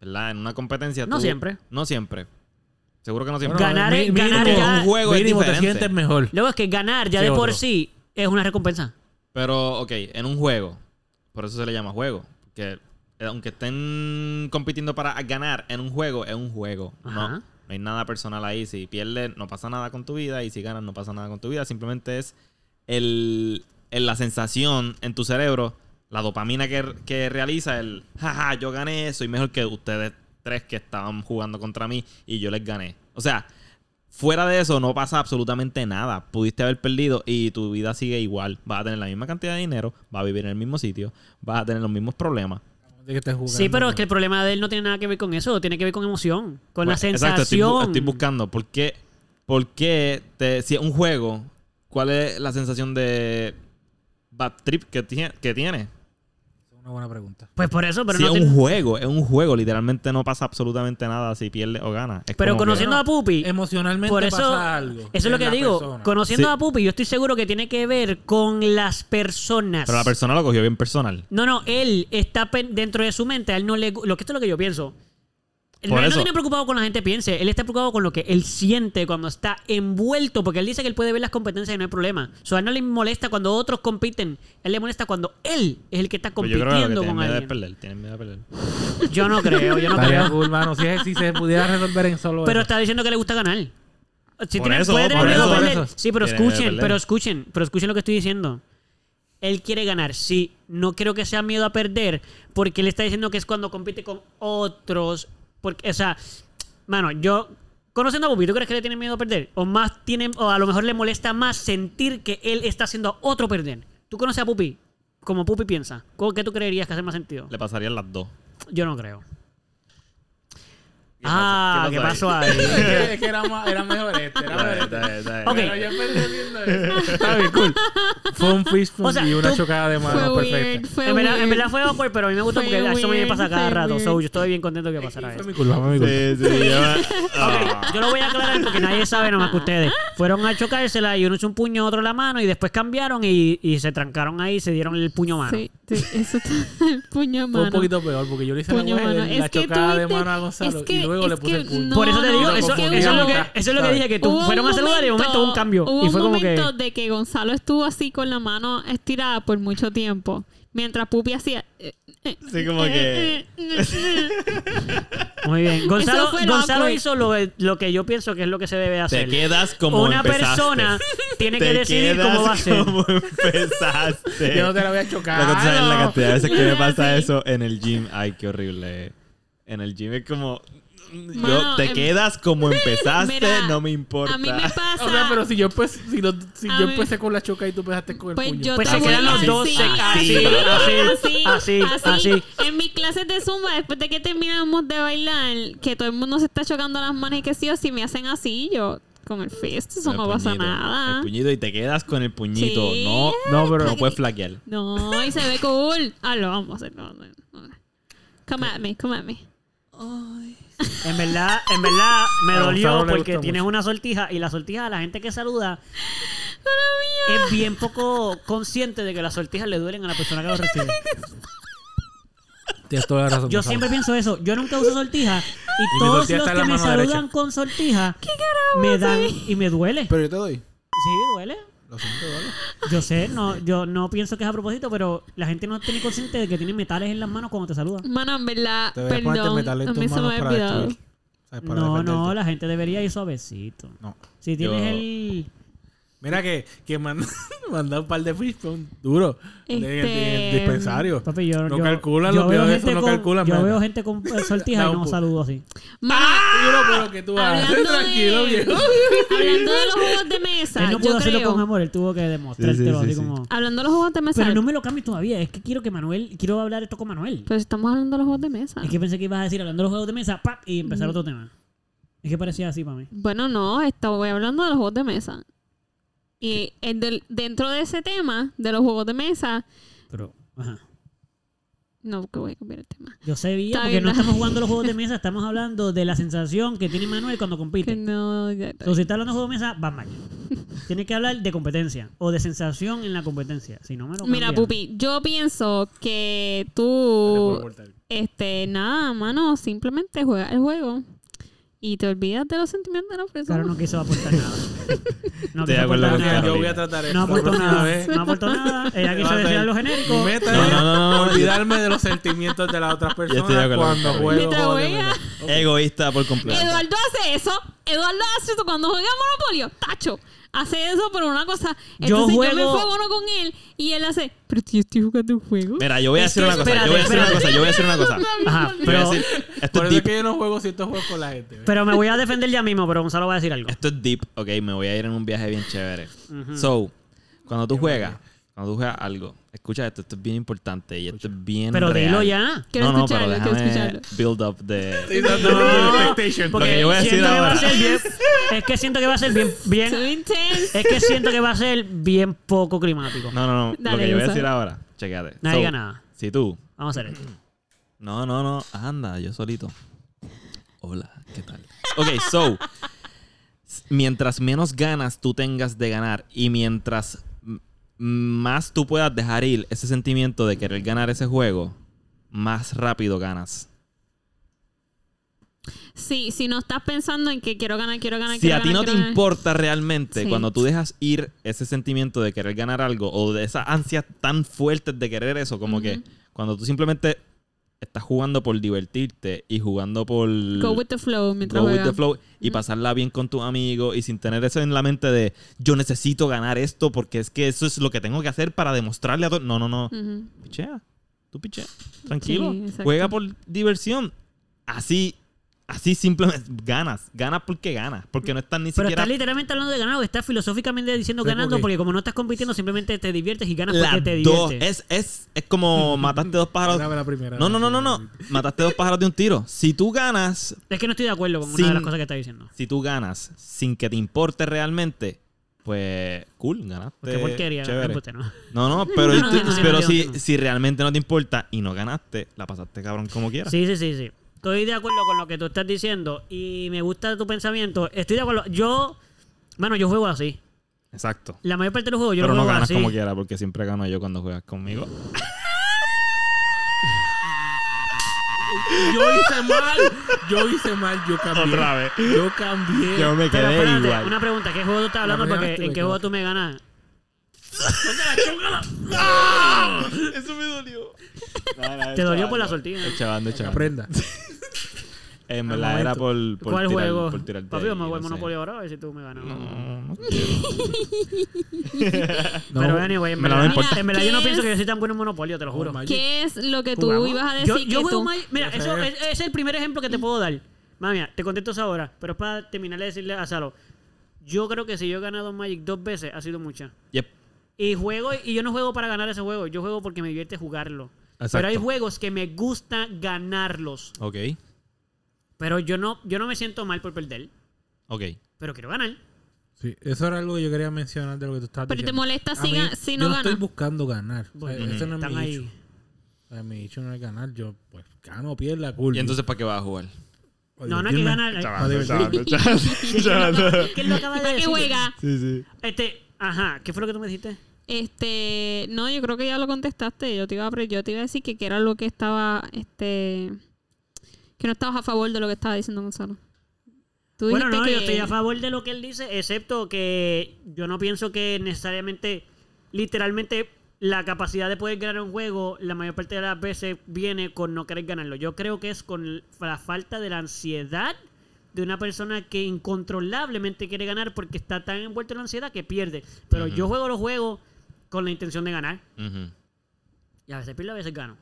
Speaker 4: ¿Verdad? En una competencia
Speaker 1: No
Speaker 4: tú-
Speaker 1: siempre.
Speaker 4: No siempre. Seguro que no siempre.
Speaker 2: Bueno,
Speaker 1: Ganar
Speaker 2: mi-
Speaker 1: es-
Speaker 2: mínimo-
Speaker 1: ganar es ya-
Speaker 4: un juego es
Speaker 2: mínimo te
Speaker 4: diferente.
Speaker 2: sientes mejor.
Speaker 1: Luego es que ganar ya
Speaker 2: Sí,
Speaker 1: de por
Speaker 2: otro.
Speaker 1: sí es una recompensa.
Speaker 4: Pero, ok, en un juego. Por eso se le llama juego. Que eh, aunque estén compitiendo para ganar en un juego, es un juego. No,
Speaker 1: Ajá.
Speaker 4: no hay nada personal ahí. Si pierdes, no pasa nada con tu vida. Y si ganas, no pasa nada con tu vida. Simplemente es el, el- la sensación en tu cerebro, la dopamina que, que realiza el, jaja, yo gané, soy mejor que ustedes tres que estaban jugando contra mí y yo les gané. O sea, Fuera de eso, no pasa absolutamente nada. Pudiste haber perdido y tu vida sigue igual. Vas a tener la misma cantidad de dinero, vas a vivir en el mismo sitio, vas a tener los mismos problemas.
Speaker 2: de que estés jugando,
Speaker 1: Sí, pero es
Speaker 2: ¿no?
Speaker 1: que el problema de él no tiene nada que ver con eso, tiene que ver con emoción, con la
Speaker 4: Bueno,
Speaker 1: sensación.
Speaker 4: Pues, estoy, bu- estoy buscando. ¿Por qué, por qué te- si es un juego, cuál es la sensación de bad trip que, tie- que tiene?
Speaker 2: Es una buena pregunta.
Speaker 1: Pues por eso, pero
Speaker 4: si
Speaker 1: no
Speaker 4: es
Speaker 1: tiene-
Speaker 4: un juego, es un juego. Literalmente no pasa absolutamente nada si pierde o gana. Es
Speaker 1: Pero
Speaker 4: como que-
Speaker 1: conociendo a Pupi,
Speaker 2: Emocionalmente
Speaker 1: por eso,
Speaker 2: pasa algo.
Speaker 1: eso es lo
Speaker 2: en
Speaker 1: que
Speaker 2: la
Speaker 1: digo.
Speaker 2: persona.
Speaker 1: Conociendo
Speaker 4: Sí.
Speaker 1: a Pupi, yo estoy seguro que tiene que ver con las personas.
Speaker 4: Pero la persona lo cogió bien personal.
Speaker 1: No, no, él está pen- dentro de su mente, a él no le gu- lo que esto es lo que yo pienso. Él no,
Speaker 4: Por
Speaker 1: él no
Speaker 4: eso.
Speaker 1: tiene preocupado con la gente piense, él está preocupado con lo que él siente cuando está envuelto, porque él dice que él puede ver las competencias y no hay problema. O sea, a él no le molesta cuando otros compiten, a él le molesta cuando él es el que está
Speaker 4: Pero Pues yo creo que lo que
Speaker 1: compitiendo
Speaker 4: tienen
Speaker 1: con
Speaker 4: miedo de
Speaker 1: alguien.
Speaker 4: perder. Tienen miedo de perder.
Speaker 1: Yo no creo, yo no
Speaker 2: Estaría
Speaker 1: creo.
Speaker 2: cool, mano. Si, es- si se pudiera resolver en solo
Speaker 1: Pero
Speaker 2: eso.
Speaker 1: está diciendo que le gusta ganar. Si
Speaker 4: Por
Speaker 1: tiene-
Speaker 4: eso,
Speaker 1: puede tener
Speaker 4: por
Speaker 1: miedo a
Speaker 4: eso, por
Speaker 1: perder.
Speaker 2: eso.
Speaker 1: Sí, pero
Speaker 4: Tiene miedo a
Speaker 1: escuchen,
Speaker 4: perder.
Speaker 1: pero escuchen, pero escuchen lo que estoy diciendo. Él quiere ganar, sí. No creo que sea miedo a perder, porque él está diciendo que es cuando compite con otros. Porque, o sea, mano, yo. Conociendo a Bobby, ¿tú crees que le tiene miedo a perder? O más tiene, o a lo mejor le molesta más sentir que él está haciendo a otro perder. ¿Tú conoces a Pupi? Como Pupi piensa. ¿Cómo- ¿Qué tú creerías que hace más sentido?
Speaker 4: Le pasarían las dos.
Speaker 1: Yo no creo. ah, ¿qué pasó ahí?
Speaker 2: Es que- es que era, más- era mejor este. Era
Speaker 4: Está
Speaker 2: mejor
Speaker 4: bien,
Speaker 2: este.
Speaker 4: está bien, está bien.
Speaker 1: Ok.
Speaker 2: Pero yo empecé viendo eso. Está bien, cool. Fue un fish
Speaker 1: O sea,
Speaker 2: y una
Speaker 1: tú-
Speaker 2: chocada de manos
Speaker 3: Fue weird,
Speaker 2: perfecta.
Speaker 3: fue
Speaker 1: En verdad,
Speaker 3: weird.
Speaker 1: en verdad fue awkward, pero a mí me gustó
Speaker 3: Fue
Speaker 1: porque eso me
Speaker 3: weird,
Speaker 1: pasa cada
Speaker 3: fue
Speaker 1: rato. So,
Speaker 3: weird.
Speaker 1: yo estoy bien contento que pasara
Speaker 2: Fue
Speaker 1: eso.
Speaker 2: mi culpa, fue mi culpa.
Speaker 4: Sí, sí, yo... Ah.
Speaker 1: Yo lo voy a aclarar porque nadie sabe nada más que ustedes. Fueron a chocársela y uno echó un puño, otro la mano y después cambiaron y, y se trancaron ahí y se dieron el puño mano.
Speaker 3: Sí, sí, eso está el puño
Speaker 2: Fue
Speaker 3: mano.
Speaker 2: un poquito peor porque yo le hice la
Speaker 3: Puño,
Speaker 2: mujer
Speaker 3: mano.
Speaker 2: la
Speaker 3: Es que
Speaker 2: chocada de
Speaker 3: tuviste-
Speaker 2: mano a Gonzalo
Speaker 3: es que-
Speaker 2: y luego
Speaker 3: es
Speaker 2: le puse el
Speaker 3: que
Speaker 2: culo.
Speaker 3: no,
Speaker 1: Por eso te
Speaker 3: no,
Speaker 1: digo,
Speaker 3: no,
Speaker 1: eso,
Speaker 3: porque
Speaker 1: eso es lo
Speaker 3: hubo-
Speaker 1: que, eso es lo que dije, que tú
Speaker 3: Hubo un
Speaker 1: fueron a saludar y de
Speaker 3: momento-
Speaker 1: momento hubo un cambio.
Speaker 3: Hubo
Speaker 1: Y fue
Speaker 3: un
Speaker 1: como que...
Speaker 3: momento de que Gonzalo estuvo así con la mano estirada por mucho tiempo. Mientras Pupi hacía... eh,
Speaker 4: Sí, como que-
Speaker 1: Muy bien. Gonzalo,
Speaker 3: Eso fue
Speaker 1: Gonzalo
Speaker 3: awkward.
Speaker 1: hizo lo, lo que yo pienso que es lo que se debe hacer.
Speaker 4: Te quedas como
Speaker 1: Una
Speaker 4: empezaste.
Speaker 1: persona tiene que
Speaker 4: Te
Speaker 1: decidir
Speaker 4: quedas
Speaker 1: cómo va a ser.
Speaker 4: como empezaste.
Speaker 2: Yo no te la voy a chocar.
Speaker 4: Loco, tú sabes la cantidad de veces que me
Speaker 3: Sí.
Speaker 4: pasa eso en el gym. Ay, qué horrible. En el gym es como. Yo
Speaker 3: Mano,
Speaker 4: te
Speaker 3: em-
Speaker 4: quedas como empezaste,
Speaker 3: Mira,
Speaker 4: no me importa.
Speaker 3: A mí me pasa...
Speaker 2: O sea, pero si yo empecé, si lo- si
Speaker 3: A
Speaker 2: yo
Speaker 3: ver.
Speaker 2: empecé con la choca y tú empezaste con el
Speaker 3: Pues
Speaker 2: puño.
Speaker 3: yo
Speaker 1: Pues
Speaker 3: te
Speaker 1: se
Speaker 3: voy
Speaker 1: quedan
Speaker 3: a
Speaker 1: los dos
Speaker 3: decir-
Speaker 1: así, así, así, así.
Speaker 3: En mis clases de zumba, después de que terminamos de bailar, que todo el mundo se está chocando las manos y que sí o sí me hacen así, yo con el fist, eso
Speaker 4: El
Speaker 3: no pasa
Speaker 4: puñito,
Speaker 3: nada.
Speaker 4: El puñito y te quedas con el puñito.
Speaker 3: Sí.
Speaker 4: No,
Speaker 2: No, pero-
Speaker 4: no puedes flaquear.
Speaker 3: No, y se ve cool. Ah, lo vamos a hacer. no, no, no. Come at me, come at me.
Speaker 1: En verdad, en verdad me
Speaker 2: A
Speaker 1: dolió
Speaker 2: Gonzalo le
Speaker 1: porque
Speaker 2: gustó
Speaker 1: tienes
Speaker 2: mucho.
Speaker 1: una sortija y la sortija, la gente que saluda es bien poco consciente de que las sortijas le duelen a la persona que lo recibe.
Speaker 2: Tienes toda la razón.
Speaker 1: Yo
Speaker 2: Gonzalo.
Speaker 1: siempre pienso eso. Yo nunca uso sortija y,
Speaker 2: mi
Speaker 1: todos
Speaker 2: sortija
Speaker 1: los
Speaker 2: está en
Speaker 1: que
Speaker 2: la
Speaker 1: me
Speaker 2: mano
Speaker 1: saludan
Speaker 2: derecha.
Speaker 1: con sortija me dan y me duele.
Speaker 5: Pero yo te doy.
Speaker 1: Sí, duele.
Speaker 5: Lo siento, ¿vale?
Speaker 1: Yo sé, no, yo no pienso que es a propósito, pero la gente no tiene consciente de que tiene metales en las manos cuando te saluda.
Speaker 3: Mano, en verdad,
Speaker 5: Te voy a ponerte
Speaker 3: perdón.
Speaker 5: metal en
Speaker 3: A mí
Speaker 5: tus
Speaker 3: se me
Speaker 5: manos
Speaker 3: había
Speaker 5: para
Speaker 3: olvidado.
Speaker 5: destruir. ¿sabes? Para
Speaker 1: No,
Speaker 5: defenderte.
Speaker 1: no, la gente debería ir suavecito.
Speaker 5: No.
Speaker 1: Si tienes
Speaker 4: Yo-
Speaker 1: el...
Speaker 2: Mira que, que manda, manda un par de fishbone duro en el- en el
Speaker 3: Este,
Speaker 2: dispensario.
Speaker 1: Papi, yo,
Speaker 2: no
Speaker 1: yo-
Speaker 2: calculan
Speaker 1: yo
Speaker 2: los
Speaker 1: veo
Speaker 2: videos de
Speaker 1: gente
Speaker 2: eso, no
Speaker 1: con-
Speaker 2: calculan.
Speaker 1: Yo
Speaker 2: man.
Speaker 1: veo gente con eh, sortija
Speaker 2: Da
Speaker 1: y
Speaker 2: un
Speaker 1: no
Speaker 2: pu-
Speaker 1: saludo así.
Speaker 3: Mano,
Speaker 2: Mira, pero que tú haces.
Speaker 3: Hablando de-
Speaker 2: Tranquilo, viejo.
Speaker 3: hablando de los juegos de mesa,
Speaker 1: él no
Speaker 3: yo
Speaker 1: pudo hacerlo con
Speaker 3: creo.
Speaker 1: amor, él tuvo que demostrártelo
Speaker 4: Sí, sí, sí,
Speaker 1: así
Speaker 4: sí.
Speaker 1: como...
Speaker 3: Hablando de los juegos de mesa.
Speaker 1: Pero no me lo cambies todavía, es que quiero que Manuel... Quiero hablar esto con Manuel.
Speaker 3: Pero estamos hablando de los juegos de mesa.
Speaker 1: Es que pensé que ibas a decir, hablando de los juegos de mesa, ¡pap! y
Speaker 3: Mm.
Speaker 1: empezar otro tema. Es que parecía así para mí.
Speaker 3: Bueno, no, estoy hablando de los juegos de mesa. Y el del- dentro de ese tema, de los juegos de mesa,
Speaker 1: Pero, ajá.
Speaker 3: no, que voy a cambiar el tema.
Speaker 1: Yo sabía,
Speaker 3: Está
Speaker 1: porque
Speaker 3: bien,
Speaker 1: no
Speaker 3: está
Speaker 1: estamos jugando los juegos de mesa, estamos hablando de la sensación que tiene Manuel cuando
Speaker 3: Que
Speaker 1: compite.
Speaker 3: no, ya-
Speaker 1: Entonces, si está hablando de juego de mesa, va mal. Tiene que hablar de competencia o de sensación en la competencia. Si no me lo
Speaker 3: Mira,
Speaker 1: cambian.
Speaker 3: Pupi, yo pienso que
Speaker 2: Te puedo
Speaker 3: tú,
Speaker 2: cortar.
Speaker 3: este, nada, mano, simplemente juega el juego y te olvidas de los sentimientos de la persona.
Speaker 1: Claro, no quiso aportar nada. No
Speaker 4: Estoy de
Speaker 1: quiso
Speaker 4: acuerdo
Speaker 1: aportar
Speaker 4: con
Speaker 1: nada.
Speaker 4: Carlos.
Speaker 2: Yo voy a tratar esto
Speaker 1: No
Speaker 2: la
Speaker 1: aportó
Speaker 2: próxima
Speaker 1: nada.
Speaker 2: vez.
Speaker 1: No aportó nada. Ella quiso
Speaker 2: Va a
Speaker 1: decir
Speaker 2: ser-
Speaker 1: lo
Speaker 2: Mi
Speaker 1: genérico.
Speaker 2: meta
Speaker 4: No,
Speaker 2: es
Speaker 4: no, no, no.
Speaker 2: olvidarme de los sentimientos de las otras
Speaker 4: estoy de
Speaker 2: personas
Speaker 4: acuerdo Eh,
Speaker 2: cuando
Speaker 4: con
Speaker 2: juego.
Speaker 3: Mientras
Speaker 2: juegos de
Speaker 3: juega.
Speaker 2: mesa.
Speaker 4: Egoísta por completo.
Speaker 3: Eduardo hace eso. Eduardo hace eso cuando juega Monopolio. Tacho. Hace eso por una cosa.
Speaker 1: Yo
Speaker 3: Entonces yo, me
Speaker 1: juego-
Speaker 3: enfogono con él y él hace, pero si yo estoy jugando un juego.
Speaker 4: Mira, yo voy a
Speaker 1: Es
Speaker 4: decir
Speaker 1: que
Speaker 4: una cosa. Yo voy a decir una
Speaker 1: espérate,
Speaker 4: cosa. Yo voy a decir una cosa.
Speaker 1: Ajá,
Speaker 4: Yo voy a
Speaker 1: pero,
Speaker 4: decir, esto
Speaker 2: Por
Speaker 4: es
Speaker 2: eso es
Speaker 4: deep.
Speaker 2: que yo no juego ciertos juegos con la gente. ¿ves?
Speaker 1: pero me voy a defender ya mismo, pero Gonzalo va a decir algo.
Speaker 4: Esto es deep, ok, me voy a ir en un viaje bien chévere. So, cuando tú juegas, cuando tú juegas algo, escucha esto, esto es bien importante y esto es bien
Speaker 1: Pero
Speaker 4: real.
Speaker 1: dilo ya.
Speaker 3: Quiero
Speaker 4: no, no, pero
Speaker 3: escucharlo, quiero
Speaker 4: déjame
Speaker 3: escucharlo.
Speaker 4: build up de...
Speaker 1: Porque
Speaker 4: Lo que yo voy a decir
Speaker 1: siento que va a
Speaker 4: ahora.
Speaker 1: ser bien. Es que siento que va a ser bien. bien
Speaker 3: Soy intenso.
Speaker 1: es que siento que va a ser bien poco climático.
Speaker 4: No, no, no,
Speaker 3: Dale,
Speaker 4: lo que yo voy a
Speaker 3: Gonzalo.
Speaker 4: decir ahora, checate.
Speaker 1: Nadie diga nada.
Speaker 4: Si tú...
Speaker 1: Vamos a hacer esto.
Speaker 4: No, no, no, anda, yo solito. Hola, ¿qué tal? Ok, so, s- mientras menos ganas tú tengas de ganar y mientras m- más tú puedas dejar ir ese sentimiento de querer ganar ese juego, más rápido ganas.
Speaker 3: Sí, si no estás pensando en que quiero ganar, quiero ganar,
Speaker 4: si
Speaker 3: quiero
Speaker 4: a ti
Speaker 3: ganar,
Speaker 4: no te
Speaker 3: quiero ganar.
Speaker 4: importa realmente
Speaker 3: Sí.
Speaker 4: cuando tú dejas ir ese sentimiento de querer ganar algo o de esas ansias tan fuertes de querer eso, como que cuando tú simplemente estás jugando por divertirte y jugando por
Speaker 3: Go with the flow mientras
Speaker 4: go with
Speaker 3: juega.
Speaker 4: the flow y pasarla bien con tus amigos y sin tener eso en la mente de yo necesito ganar esto porque es que eso es lo que tengo que hacer para demostrarle a todo. No, no, no.
Speaker 3: Ujú.
Speaker 1: Mm.
Speaker 4: Pichea. Tú pichea. Tranquilo.
Speaker 3: Sí, exacto.
Speaker 4: Juega por diversión. Así Así simplemente ganas. Ganas porque ganas. Porque no estás ni
Speaker 1: Pero
Speaker 4: siquiera.
Speaker 1: estás literalmente hablando de ganar o estás filosóficamente diciendo
Speaker 2: Sí,
Speaker 1: ganando
Speaker 2: porque-
Speaker 1: porque como no estás compitiendo simplemente te diviertes y ganas porque
Speaker 4: Las
Speaker 1: te
Speaker 4: dos.
Speaker 1: diviertes.
Speaker 4: Es, es, es como mataste dos pájaros.
Speaker 2: Graba la primera.
Speaker 4: No, no, no, no, no. Mataste dos pájaros de un tiro. Si tú ganas,
Speaker 1: Es que no estoy de acuerdo con una
Speaker 4: Sin-
Speaker 1: de las cosas que está diciendo.
Speaker 4: si tú ganas sin que te importe realmente, pues cool, ganaste.
Speaker 1: Porque porquería,
Speaker 4: chévere.
Speaker 1: embuste, ¿no?
Speaker 4: No, no, pero,
Speaker 1: No, no,
Speaker 4: tú-
Speaker 1: no, no,
Speaker 4: pero
Speaker 1: no,
Speaker 4: si,
Speaker 1: no, no.
Speaker 4: si realmente no te importa y no ganaste, la pasaste cabrón como quieras.
Speaker 1: Sí, sí, sí, sí. Estoy de acuerdo con lo que tú estás diciendo y me gusta tu pensamiento. Estoy de acuerdo. Yo, bueno, yo juego así.
Speaker 4: Exacto.
Speaker 1: La mayor parte de los juegos yo
Speaker 4: pero
Speaker 1: lo
Speaker 4: no
Speaker 1: juego
Speaker 4: ganas
Speaker 1: así.
Speaker 4: como quieras porque siempre gano yo cuando juegas conmigo.
Speaker 2: Yo hice mal. Yo hice mal. Yo cambié.
Speaker 4: Otra vez.
Speaker 2: Yo cambié.
Speaker 4: Yo me
Speaker 1: Pero
Speaker 4: quedé
Speaker 1: espérate,
Speaker 4: igual.
Speaker 1: una pregunta. ¿Qué juego tú estás hablando?
Speaker 2: primera
Speaker 1: Porque
Speaker 2: vez que
Speaker 1: en
Speaker 2: me
Speaker 1: qué juego
Speaker 2: equivoco.
Speaker 1: tú me ganas.
Speaker 4: Eso me dolió.
Speaker 1: Te dolió por la sortija.
Speaker 4: Echabando, echabando.
Speaker 2: Aprenda.
Speaker 4: En
Speaker 2: Al
Speaker 4: verdad era por, por
Speaker 1: ¿Cuál
Speaker 4: tirar,
Speaker 1: juego?
Speaker 4: por tirarte
Speaker 1: Papi, vamos a
Speaker 4: ahí,
Speaker 1: jugar
Speaker 4: no sé.
Speaker 1: Monopoly ahora a ver si tú me ganas.
Speaker 4: No, no
Speaker 2: No.
Speaker 1: Pero anyway, en
Speaker 4: me la no
Speaker 1: verdad,
Speaker 4: importa.
Speaker 1: en verdad yo
Speaker 3: ¿Qué
Speaker 1: no
Speaker 3: es?
Speaker 1: pienso que yo soy tan bueno en Monopoly, te lo juro.
Speaker 2: Magic.
Speaker 3: ¿Qué es lo que tú
Speaker 2: ¿Jugamos?
Speaker 3: ibas a decir?
Speaker 1: Yo, yo
Speaker 3: que
Speaker 1: juego
Speaker 3: tú-
Speaker 1: Magic- Mira,
Speaker 2: Ya
Speaker 1: eso
Speaker 2: sabía.
Speaker 1: es, es el primer ejemplo que te puedo dar. Mami, te contesto eso ahora, pero es para terminar de decirle a Salo. Yo creo que si yo he ganado Magic dos veces, ha sido mucha.
Speaker 4: Yep.
Speaker 1: Y juego, y yo no juego para ganar ese juego, yo juego porque me divierte jugarlo. Pero
Speaker 4: Exacto.
Speaker 1: hay juegos que me gusta ganarlos.
Speaker 4: Ok,
Speaker 1: Pero yo no, yo no me siento mal por perder.
Speaker 4: ok.
Speaker 1: Pero quiero ganar.
Speaker 2: Sí, eso era algo que yo quería mencionar de lo que tú estabas
Speaker 3: Pero te
Speaker 2: diciendo.
Speaker 3: molesta
Speaker 2: A
Speaker 3: si,
Speaker 2: mí-
Speaker 3: ga- si
Speaker 2: yo
Speaker 3: no ganas.
Speaker 2: estoy buscando ganar. O sea,
Speaker 1: Bueno,
Speaker 2: Ese no es
Speaker 1: están
Speaker 2: mi
Speaker 1: ahí.
Speaker 2: issue. O sea, mi issue no es ganar. Yo, pues, gano o pierda, cool.
Speaker 4: ¿Y entonces para qué vas a jugar?
Speaker 2: Para
Speaker 1: No, no hay que
Speaker 2: divertirme.
Speaker 1: ganar.
Speaker 2: Para divertirme.
Speaker 1: Sí, ¿quién lo acaba- ¿Quién lo acaba de
Speaker 3: ¿Para qué
Speaker 1: decir?
Speaker 3: juega?
Speaker 5: Sí, sí.
Speaker 1: Este, ajá, ¿qué fue lo que tú me dijiste?
Speaker 3: Este, no, yo creo que ya lo contestaste. Yo te iba a, pre- yo te iba a decir que, que era lo que estaba, este, que no estabas a favor de lo que estaba diciendo Gonzalo. Tú
Speaker 1: Bueno,
Speaker 3: dijiste
Speaker 1: no,
Speaker 3: que,
Speaker 1: yo estoy a favor de lo que él dice, excepto que yo no pienso que necesariamente, literalmente, la capacidad de poder ganar un juego, la mayor parte de las veces viene con no querer ganarlo. Yo creo que es con la falta de la ansiedad de una persona que incontrolablemente quiere ganar porque está tan envuelto en la ansiedad que pierde. Pero yo juego los juegos con la intención de ganar.
Speaker 4: Ujú.
Speaker 1: Y a veces pierdo, a veces gano.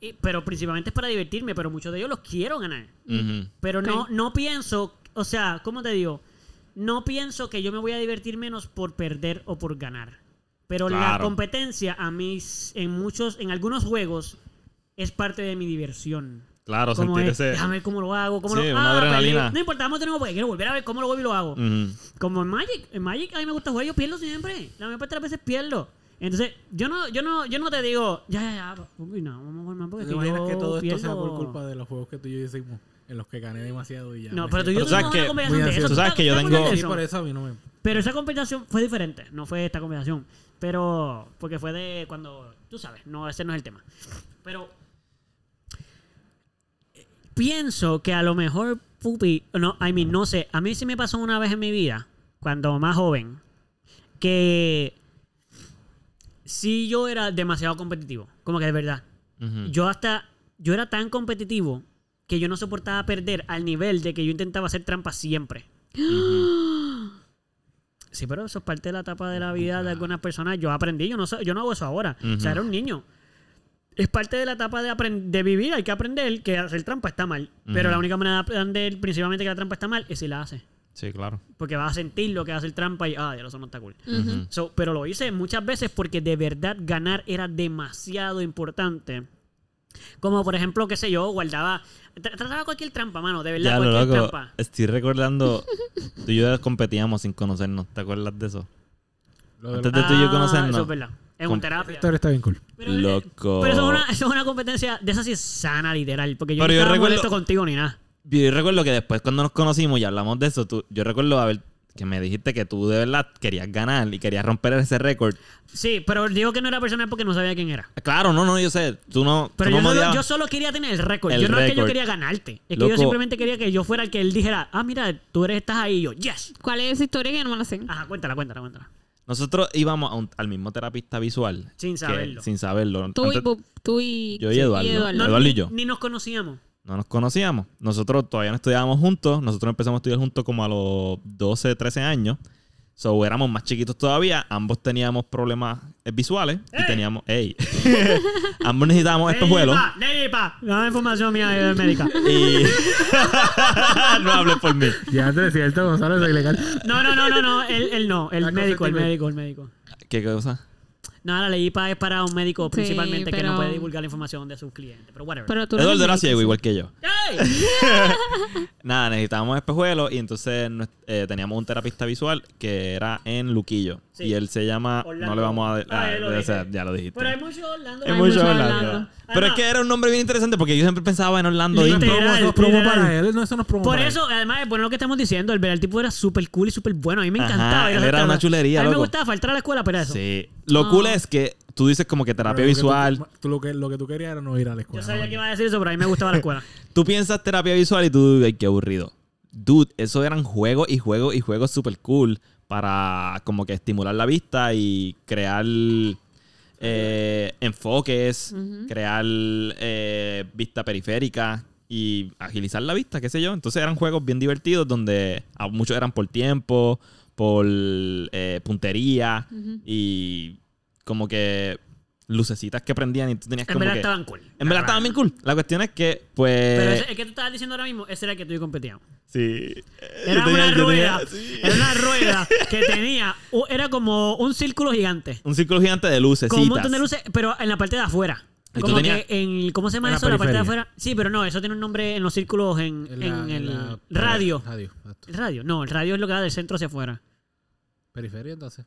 Speaker 1: Y- pero principalmente es para divertirme, pero muchos de ellos los quiero ganar.
Speaker 4: Ujú.
Speaker 1: Pero no,
Speaker 3: Ok.
Speaker 1: no pienso, o sea, ¿cómo te digo? No pienso que yo me voy a divertir menos por perder o por ganar. Pero la
Speaker 4: Claro.
Speaker 1: competencia a mis, en muchos, en algunos juegos, es parte de mi diversión.
Speaker 4: Claro,
Speaker 1: Como
Speaker 4: sentir
Speaker 1: es,
Speaker 4: ese...
Speaker 1: déjame ver cómo lo hago, cómo
Speaker 4: eh, Sí,
Speaker 1: lo
Speaker 4: una
Speaker 1: ah,
Speaker 4: adrenalina. Mm.
Speaker 1: perdí. No importa, vamos de nuevo porque quiero volver a ver cómo lo vuelvo y lo hago.
Speaker 4: Ujú.
Speaker 1: Como en Magic, en Magic a mí me gusta jugar, yo pierdo siempre. La mayor parte de las veces pierdo. Entonces, yo no, yo no, yo no te digo, ya, ya, ya, uy, no, vamos a jugar más
Speaker 2: ¿Te
Speaker 1: porque es que
Speaker 2: imaginas
Speaker 1: yo
Speaker 2: que todo esto sea por
Speaker 1: pierdo".
Speaker 2: culpa de los juegos que tú y yo hicimos? En los que gané demasiado y ya.
Speaker 1: No,
Speaker 2: me
Speaker 1: pero tú y
Speaker 2: siento-
Speaker 1: yo
Speaker 4: Pero sabes
Speaker 1: tuvimos
Speaker 4: que-
Speaker 1: una conversación
Speaker 2: muy
Speaker 1: de eso.
Speaker 2: ansioso.
Speaker 1: ¿Tú
Speaker 4: Sabes
Speaker 1: te-
Speaker 4: que yo
Speaker 1: te acuerdas
Speaker 4: tengo-
Speaker 1: de
Speaker 2: Sí,
Speaker 1: eso?
Speaker 2: por eso a mí no me...
Speaker 1: Pero esa conversación fue diferente, no fue esta conversación. Pero, porque fue de cuando, tú sabes, no, ese no es el tema. Pero eh, pienso que a lo mejor, pupi, no, I mean, no sé, a mí sí me pasó una vez en mi vida, cuando más joven, que sí yo era demasiado competitivo, como que de verdad.
Speaker 4: Ujú.
Speaker 1: Yo hasta, yo era tan competitivo que yo no soportaba perder al nivel de que yo intentaba hacer trampa siempre. Sí, pero eso es parte de la etapa de la vida de algunas personas. Yo aprendí, yo no, so- yo no hago eso ahora. O sea,
Speaker 4: Ujú.
Speaker 1: era un niño. Es parte de la etapa de, apren- de vivir, hay que aprender que hacer trampa está mal. Pero
Speaker 4: Ujú.
Speaker 1: la única manera de aprender principalmente que la trampa está mal es si la hace.
Speaker 4: Sí, claro.
Speaker 1: Porque vas a sentir lo que hace el trampa y, ah, ya lo eso no está cool.
Speaker 3: Ujú.
Speaker 4: Ujú.
Speaker 1: So, pero lo hice muchas veces porque de verdad ganar era demasiado importante. Como por ejemplo, qué sé yo, guardaba. tra- Trataba cualquier trampa, mano, de verdad,
Speaker 4: Ya, lo
Speaker 1: cualquier
Speaker 4: loco,
Speaker 1: trampa.
Speaker 4: estoy recordando, tú y yo competíamos sin conocernos, ¿te acuerdas de eso?
Speaker 2: Lo de los-
Speaker 4: Antes de Este tú y yo
Speaker 1: Ah, Eso
Speaker 4: conocernos.
Speaker 1: es verdad. En
Speaker 4: Com-
Speaker 1: una
Speaker 2: Esta
Speaker 1: terapia.
Speaker 2: historia está bien cool.
Speaker 1: Pero,
Speaker 4: Loco.
Speaker 1: pero eso, es una, eso es una competencia de esas sí es sana, literal. Porque yo
Speaker 4: Pero
Speaker 1: no
Speaker 4: yo
Speaker 1: estaba
Speaker 4: recuerdo-
Speaker 1: molesto contigo ni nada.
Speaker 4: Yo recuerdo que después cuando nos conocimos y hablamos de eso, tú, yo recuerdo haber, que me dijiste que tú de verdad querías ganar y querías romper ese récord.
Speaker 1: Sí, pero digo que no era personal porque no sabía quién era.
Speaker 4: Claro, no, no, yo sé, tú no...
Speaker 1: Pero yo
Speaker 4: tú no me
Speaker 1: solo,
Speaker 4: odiabas.
Speaker 1: yo solo quería tener el récord.
Speaker 4: El
Speaker 1: Yo no es que yo
Speaker 4: récord.
Speaker 1: quería ganarte. Es que yo
Speaker 4: Loco.
Speaker 1: simplemente quería que yo fuera el que él dijera, ah, mira, tú eres, estás ahí. Y yo, yes.
Speaker 3: ¿Cuál es esa historia que no me la sé?
Speaker 1: Ajá, cuéntala, cuéntala, cuéntala.
Speaker 4: Nosotros íbamos a un- al mismo terapista visual.
Speaker 1: Sin
Speaker 4: que-
Speaker 1: saberlo.
Speaker 4: sin saberlo.
Speaker 3: Tú y,
Speaker 4: Antes-
Speaker 3: Bob- tú y,
Speaker 4: Yo y
Speaker 3: sí,
Speaker 4: Eduardo.
Speaker 1: No,
Speaker 4: Eduardo y
Speaker 1: ni-
Speaker 4: yo.
Speaker 1: Ni nos conocíamos.
Speaker 4: no nos conocíamos. Nosotros todavía no estudiábamos juntos. Nosotros empezamos a estudiar juntos como a los 12, 13 años. So éramos más chiquitos todavía, ambos teníamos problemas eh, visuales y teníamos. ¡Ey! ambos necesitábamos estos vuelos.
Speaker 1: Neripa, dame información mía de médica.
Speaker 4: Y. no hables por mí.
Speaker 2: Ya te es cierto, Gonzalo, es ilegal.
Speaker 1: No, no, no, no, no, él, él no, el
Speaker 2: La
Speaker 1: médico, el
Speaker 2: consentimiento.
Speaker 1: médico, el médico.
Speaker 4: ¿Qué cosa?
Speaker 1: No, la ley IPA es para un médico
Speaker 3: Sí,
Speaker 1: principalmente que no
Speaker 3: pero-
Speaker 1: puede divulgar la información de sus clientes, pero whatever.
Speaker 3: Pero tú no eres
Speaker 4: Eduardo era
Speaker 3: médico,
Speaker 4: ciego
Speaker 3: sí.
Speaker 4: igual que yo.
Speaker 1: ¡Ey!
Speaker 4: Nada, necesitábamos espejuelos y entonces nos- eh, teníamos un terapista visual que era en Luquillo.
Speaker 1: Sí.
Speaker 4: Y él se llama.
Speaker 1: Orlando.
Speaker 4: No le vamos a. de-
Speaker 1: Ah,
Speaker 4: ah,
Speaker 1: él lo
Speaker 4: o
Speaker 1: dice.
Speaker 4: sea, ya lo dijiste.
Speaker 1: Pero hay mucho Orlando.
Speaker 4: Es
Speaker 3: Hay
Speaker 4: mucho
Speaker 3: mucho
Speaker 4: Orlando.
Speaker 3: Orlando.
Speaker 4: Pero es
Speaker 1: Además-
Speaker 4: que era un nombre bien interesante porque yo siempre pensaba en Orlando
Speaker 2: Eso
Speaker 1: Literal,
Speaker 2: es promo,
Speaker 4: Disney.
Speaker 2: eso es promo
Speaker 1: literal.
Speaker 2: para él, no, eso no es promo
Speaker 1: Por
Speaker 2: para él.
Speaker 1: eso, además, bueno, lo que estamos diciendo, el ver al tipo era súper cool y súper bueno. A mí me
Speaker 4: Ajá,
Speaker 1: encantaba. ir a
Speaker 4: él
Speaker 1: la
Speaker 4: era
Speaker 1: escuela.
Speaker 4: una chulería,
Speaker 1: A mí
Speaker 4: loco.
Speaker 1: me gustaba faltar a la escuela, pero eso.
Speaker 4: Sí. Lo
Speaker 3: Ah.
Speaker 4: cool es que tú dices como que terapia
Speaker 2: Pero lo que tú-
Speaker 4: visual.
Speaker 2: tú lo, que, lo que tú querías era no ir a la
Speaker 1: Yo
Speaker 2: escuela.
Speaker 1: sabía
Speaker 2: ¿no?
Speaker 1: que iba a decir eso, pero a mí me gustaba la escuela.
Speaker 4: Tú piensas terapia visual y tú, ay, qué aburrido. Dude, eso eran juegos y juegos y juegos super cool para como que estimular la vista y crear eh, enfoques,
Speaker 3: Ujú.
Speaker 4: crear eh, vista periférica y agilizar la vista, qué sé yo. Entonces eran juegos bien divertidos donde a muchos eran por tiempo, por eh, puntería
Speaker 3: Ujú.
Speaker 4: y como que lucecitas que prendían y tú tenías
Speaker 1: En
Speaker 4: como
Speaker 1: verdad
Speaker 4: que...
Speaker 1: estaban cool.
Speaker 4: En verdad estaban bien cool. La cuestión es que, pues...
Speaker 1: Pero ese- el que tú estabas diciendo ahora mismo, ese era el que tú y yo competíamos.
Speaker 4: Sí.
Speaker 1: Era una rueda. Era una rueda que tenía. u- Era como un círculo gigante.
Speaker 4: Un círculo gigante de luces.
Speaker 1: Con un montón de luces, pero en la parte de afuera.
Speaker 4: Y tú
Speaker 1: Como
Speaker 4: tenías-
Speaker 1: que en. ¿Cómo se llama
Speaker 2: En la
Speaker 1: eso? La parte de
Speaker 2: periferia.
Speaker 1: afuera. Sí, pero no, eso tiene un nombre en los círculos en,
Speaker 2: En la-
Speaker 1: en
Speaker 2: en
Speaker 1: el
Speaker 2: la-
Speaker 1: radio.
Speaker 2: Radio, exacto.
Speaker 1: ¿El radio? No, el radio es lo que va del centro hacia afuera.
Speaker 2: Periferia, entonces.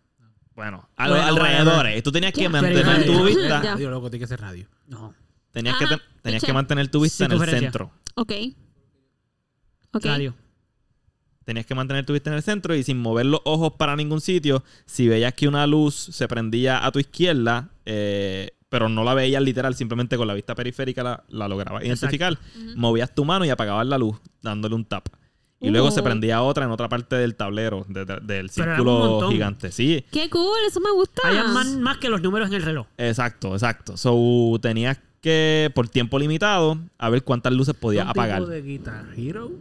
Speaker 4: Bueno, a los
Speaker 1: Bueno,
Speaker 4: alrededores. Y tú tenías que
Speaker 3: Ya.
Speaker 4: mantener
Speaker 1: Pero
Speaker 4: tu
Speaker 3: ya.
Speaker 4: vista.
Speaker 3: Ya.
Speaker 2: Radio, loco, tiene que ser radio.
Speaker 1: No.
Speaker 4: Tenías que,
Speaker 3: Ajá.
Speaker 4: te- tenías
Speaker 3: Escucha.
Speaker 4: que mantener tu vista en el
Speaker 1: Circunferencia.
Speaker 4: centro.
Speaker 3: Ok. Ok.
Speaker 1: Radio.
Speaker 4: Tenías que mantener tu vista en el centro y sin mover los ojos para ningún sitio. Si veías que una luz se prendía a tu izquierda, eh, pero no la veías literal, simplemente con la vista periférica la, la lograbas identificar.
Speaker 3: Ujú.
Speaker 4: movías tu mano y apagabas la luz dándole un tap. Y luego se
Speaker 3: Uh.
Speaker 4: prendía otra en otra parte del tablero, de- de- del
Speaker 1: Pero era un
Speaker 4: círculo
Speaker 1: montón.
Speaker 4: gigante. Sí,
Speaker 3: Qué cool, eso me gusta.
Speaker 1: Había más, más que los números en el reloj.
Speaker 4: exacto, exacto. So tenías que, por tiempo limitado, a ver cuántas luces podías
Speaker 2: Un
Speaker 4: apagar.
Speaker 2: tipo de Guitar Hero.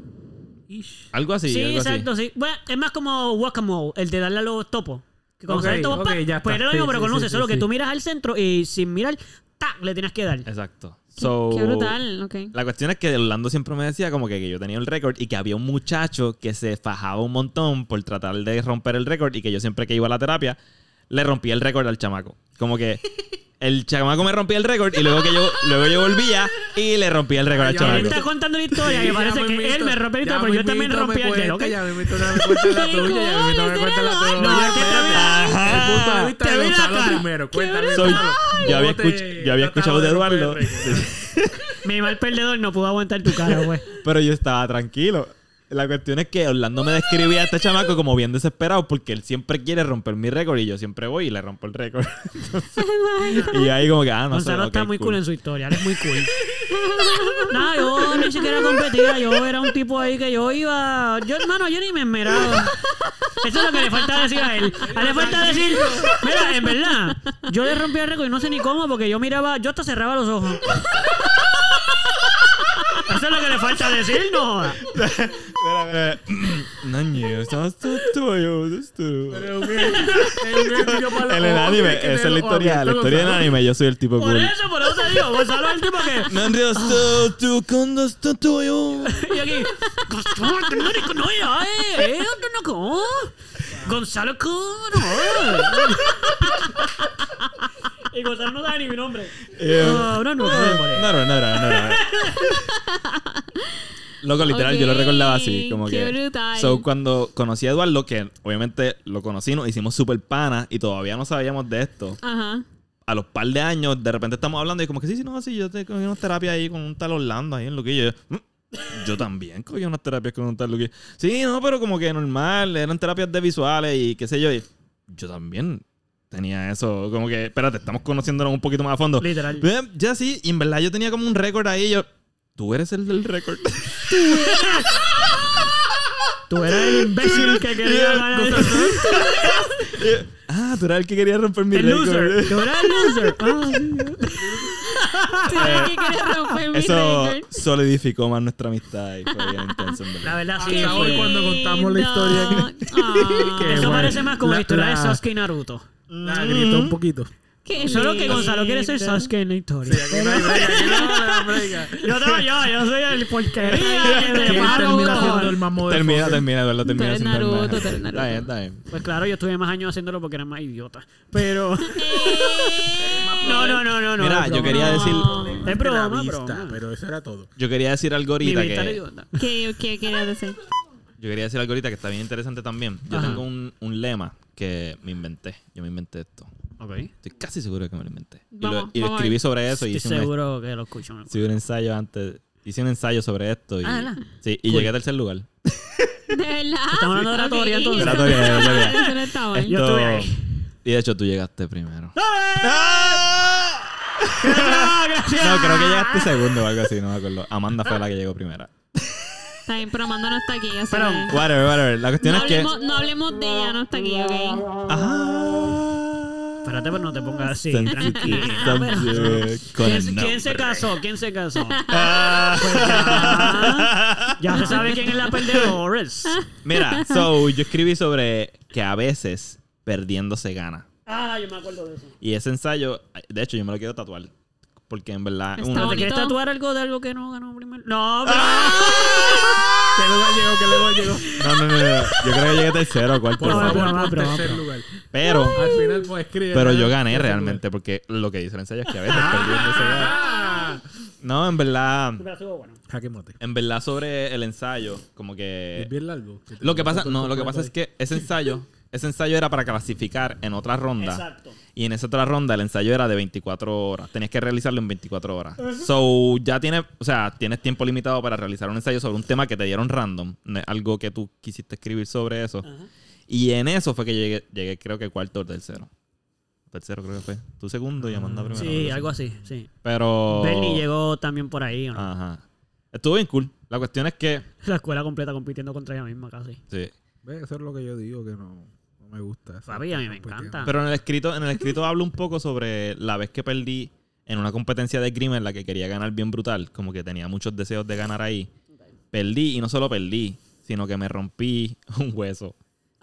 Speaker 2: Ish.
Speaker 4: Algo así,
Speaker 1: Sí,
Speaker 4: algo así.
Speaker 1: exacto, sí. Bueno, es más como guacamole, el de darle a los topos. Que cuando
Speaker 2: Ok,
Speaker 1: sale el topo,
Speaker 2: ok,
Speaker 1: ¡pac!
Speaker 2: ya
Speaker 1: pues
Speaker 2: está.
Speaker 1: era lo mismo,
Speaker 2: Sí,
Speaker 1: pero
Speaker 2: sí,
Speaker 1: con
Speaker 2: sí,
Speaker 1: luces,
Speaker 2: sí,
Speaker 1: solo que
Speaker 2: sí.
Speaker 1: tú miras al centro y sin mirar, ¡tac! le tienes que dar.
Speaker 4: Exacto. So,
Speaker 3: Qué brutal. Ok.
Speaker 4: La cuestión es que Orlando siempre me decía como que, que yo tenía el récord y que había un muchacho que se fajaba un montón por tratar de romper el récord y que yo siempre que iba a la terapia le rompía el récord al chamaco. Como que el chamaco me rompía el récord y luego que yo luego yo volvía y le rompía el récord al
Speaker 2: Ya,
Speaker 1: Él
Speaker 4: chamaco.
Speaker 1: está contando la historia
Speaker 2: Sí,
Speaker 1: que
Speaker 2: ya
Speaker 1: parece que
Speaker 2: mismito-
Speaker 1: él me rompió el
Speaker 2: ya
Speaker 1: dedo, pero pues yo
Speaker 2: mismito
Speaker 1: también
Speaker 2: me
Speaker 1: rompí el
Speaker 2: cuenta,
Speaker 1: dedo. ¿ok?
Speaker 2: Ya me meto una cuenta la
Speaker 3: Qué
Speaker 2: tuya, ya me meto
Speaker 3: cool,
Speaker 2: una cuenta la
Speaker 3: ¿en
Speaker 2: tuya.
Speaker 3: serio?
Speaker 1: No, que
Speaker 2: espérate.
Speaker 4: también-
Speaker 2: El punto de vista
Speaker 1: Te
Speaker 2: de
Speaker 1: vi la
Speaker 2: Gonzalo
Speaker 1: cara.
Speaker 2: primero. Cuéntame.
Speaker 4: So, yo, había
Speaker 2: ¿Cómo te
Speaker 4: escuch- yo había escuchado
Speaker 2: trataba romper
Speaker 4: de
Speaker 2: el
Speaker 4: Eduardo,
Speaker 2: récord?
Speaker 1: Mi mal perdedor no pudo aguantar tu cara, pues. güey.
Speaker 4: pero yo estaba tranquilo. La cuestión es que Orlando me describía a este chamaco como bien desesperado porque él siempre quiere romper mi récord y yo siempre voy y le rompo el récord. Entonces, y ahí como que, ah, no sé,
Speaker 1: Gonzalo
Speaker 4: ok,
Speaker 1: está muy cool.
Speaker 4: cool.
Speaker 1: en su historia, él es muy cool. no, yo ni siquiera competía, yo era un tipo ahí que yo iba. Yo, hermano, yo ni me esmeraba. Eso es lo que le falta decir a él. A él le falta decir, mira, en verdad, yo le rompí el récord y no sé ni cómo porque yo miraba, yo hasta cerraba los ojos. Eso es lo que le falta decir, no joda.
Speaker 4: Espera, espera. No, ñe, estás tonto, yo, estás tonto.
Speaker 2: Pero, ok, es un gatillo para los
Speaker 4: En el
Speaker 2: ojos,
Speaker 4: anime,
Speaker 2: tienes que
Speaker 4: esa es la
Speaker 2: tenerlo
Speaker 4: historia. La
Speaker 2: abierto,
Speaker 4: historia del
Speaker 2: Gonzalo.
Speaker 4: anime, yo soy el tipo
Speaker 1: Por
Speaker 4: cool.
Speaker 1: eso, por eso te digo, Gonzalo es el tipo que.
Speaker 4: No, Dios, tú, tú, cuando estás tonto, yo.
Speaker 1: Y aquí, Gonzalo, tú no eres- no, ya, eh, eh, no, no, no. Gonzalo, ¿cómo? Y Gonzalo no sabe ni mi nombre.
Speaker 2: Eh,
Speaker 4: Eh,
Speaker 1: No, no, no, no.
Speaker 4: No, no, no, no, no, no. Loco, literal, yo lo
Speaker 3: Ok,
Speaker 4: recordaba así, como
Speaker 3: qué
Speaker 4: que.
Speaker 3: brutal.
Speaker 4: So, cuando conocí a Eduardo, que obviamente lo conocí, nos hicimos super panas y todavía no sabíamos de esto.
Speaker 3: Ajá.
Speaker 4: a los par de años, de repente estamos hablando y como que sí, sí, no, sí, yo te cogí unas terapias ahí con un tal Orlando ahí en Luquillo. Yo, "Mm, yo también cogí unas terapias con un tal Luquillo. Sí, no, pero como que normal, eran terapias de visuales y qué sé yo. Y yo también tenía eso, como que, espérate, estamos conociéndonos un poquito más a fondo.
Speaker 1: Literal.
Speaker 4: Eh, Ya sí, y en verdad yo tenía como un récord ahí, yo, tú eres el del récord.
Speaker 1: Tú eras el imbécil que quería ganar.
Speaker 4: ah, tú eras el que quería romper mi
Speaker 1: El
Speaker 4: récord.
Speaker 1: loser. Tú eras el loser. Ah, sí.
Speaker 3: Tú eres que quieres romper mi
Speaker 4: Eso
Speaker 3: récord.
Speaker 4: solidificó más nuestra amistad y fue bien intenso, en
Speaker 1: La
Speaker 4: verdad.
Speaker 1: verdad, sí.
Speaker 2: Qué
Speaker 1: fue-
Speaker 2: hoy cuando contamos la historia
Speaker 3: lindo. Ah,
Speaker 2: Qué
Speaker 1: Esto
Speaker 2: bueno.
Speaker 1: parece más como la,
Speaker 2: La-
Speaker 1: historia de
Speaker 2: la-
Speaker 1: Sasuke y Naruto.
Speaker 2: La gritó un poquito.
Speaker 1: Mm.
Speaker 3: qué
Speaker 1: Solo que
Speaker 3: lindo.
Speaker 1: Gonzalo quiere ser Sasuke en la historia. yo tengo yo, yo soy el porquería. que
Speaker 3: Qué
Speaker 1: te
Speaker 2: ¿Quién
Speaker 1: mataron.
Speaker 3: Naruto.
Speaker 2: termina siendo el más moderno?
Speaker 4: Termina, termina, Eduardo, termina.
Speaker 3: eres
Speaker 4: siendo el
Speaker 3: Naruto,
Speaker 4: más-
Speaker 3: tú eres
Speaker 4: Está bien, está bien.
Speaker 1: Pues claro, yo estuve más años haciéndolo porque era más idiota. Pero. No, no, no, no. no
Speaker 4: Mira,
Speaker 1: es
Speaker 4: yo
Speaker 1: broma.
Speaker 4: quería decir,
Speaker 1: Es broma,
Speaker 2: La
Speaker 1: broma.
Speaker 2: Pero eso era todo.
Speaker 4: yo quería decir algo
Speaker 1: Mi
Speaker 4: ahorita
Speaker 1: vista era
Speaker 4: que,
Speaker 1: idiota.
Speaker 3: ¿Qué, qué querías decir?
Speaker 4: yo quería decir algo ahorita que está bien interesante también. Yo
Speaker 1: Ajá.
Speaker 4: tengo un, un lema que me inventé. Yo me inventé esto.
Speaker 1: Ok.
Speaker 4: Estoy casi seguro que me lo inventé. Y lo-
Speaker 3: Vamos,
Speaker 4: y lo,
Speaker 3: vamos a
Speaker 4: escribí
Speaker 3: ver.
Speaker 4: sobre eso
Speaker 1: Estoy
Speaker 4: y hice un,
Speaker 1: seguro que lo escucho.
Speaker 4: hice un ensayo antes. Hice un ensayo sobre esto y,
Speaker 1: Ah, ¿verdad?
Speaker 4: sí, y llegué a tercer lugar.
Speaker 3: De verdad.
Speaker 1: Estamos hablando de
Speaker 3: Ok,
Speaker 1: oratoria, entonces.
Speaker 3: eso
Speaker 4: Oratoria,
Speaker 3: no está mal,
Speaker 4: oratoria. eh,
Speaker 3: eso no está mal.
Speaker 1: Yo estuve ahí.
Speaker 4: Y de hecho tú llegaste primero.
Speaker 1: Gracias.
Speaker 4: No, creo que llegaste segundo o algo así, no me acuerdo. Amanda fue la que llegó primera.
Speaker 3: Está bien, pero Amanda no está aquí. Así
Speaker 1: Pero-
Speaker 3: que-
Speaker 4: Whatever, whatever. La cuestión
Speaker 3: no,
Speaker 4: es que. Ah.
Speaker 3: hablemos, no hablemos de ella, no está aquí, ok.
Speaker 4: Ajá.
Speaker 1: Espérate, pero no te pongas así.
Speaker 4: Sensitive subject con el
Speaker 1: ¿Quién, quién se
Speaker 4: nombre.
Speaker 1: casó? ¿Quién se casó?
Speaker 4: Ah.
Speaker 1: Pues ya. Ya se sabe quién es la perdedora.
Speaker 4: Mira, so yo escribí sobre que a veces perdiendo se gana.
Speaker 1: Ah, yo me acuerdo de eso.
Speaker 4: Y ese ensayo, de hecho, yo me lo quiero tatuar. Porque en verdad.
Speaker 3: Está
Speaker 4: uno-
Speaker 1: ¿Te
Speaker 3: bonito.
Speaker 1: quieres tatuar algo de algo que no ganó primero? No, pero...
Speaker 4: Ah.
Speaker 1: Que luego llegó, que luego llegó.
Speaker 4: No, no, no, no. Yo creo que llegué tercero o cuarto.
Speaker 2: Por
Speaker 1: No,
Speaker 4: lugar.
Speaker 1: pero-
Speaker 2: favor,
Speaker 1: no,
Speaker 2: por
Speaker 1: pero-
Speaker 2: tercer
Speaker 1: pero-
Speaker 2: lugar.
Speaker 4: Pero,
Speaker 2: Al final, pues escribe.
Speaker 4: pero yo
Speaker 2: Tercer
Speaker 4: gané
Speaker 2: lugar.
Speaker 4: realmente. Porque lo que dice el ensayo es que a veces perdiendo se gana. No, en verdad.
Speaker 1: Ah, Pero estuvo bueno.
Speaker 2: Jaque mate.
Speaker 4: En verdad, sobre el ensayo, como que.
Speaker 2: Es bien largo.
Speaker 4: Eh, Lo que pasa, no, lo que pasa es que ese ensayo, ese ensayo era para clasificar en otra ronda.
Speaker 1: Exacto.
Speaker 4: Y en esa otra ronda el ensayo era de 24 horas. Tenías que realizarlo en 24 horas. So, ya tienes, o sea, tienes tiempo limitado para realizar un ensayo sobre un tema que te dieron random. no es Algo que tú quisiste escribir sobre eso. Y en eso fue que llegué, llegué creo que cuarto o tercero. Tercero creo que fue. Tu segundo y Amanda primero.
Speaker 1: Ah, Sí, algo así, sí.
Speaker 4: Pero...
Speaker 1: Bernie llegó también por ahí, ¿o ¿no?
Speaker 4: Ajá. Estuvo bien cool. La cuestión es que...
Speaker 1: La escuela completa compitiendo contra ella misma casi.
Speaker 4: Sí.
Speaker 2: Ve, Eso es lo que yo digo que no, no me gusta.
Speaker 1: Papi, a mí me encanta.
Speaker 4: Pero en el escrito, en el escrito hablo un poco sobre la vez que perdí en una competencia de crimen en la que quería ganar bien brutal, como que tenía muchos deseos de ganar ahí. Perdí y no solo perdí, sino que me rompí un hueso.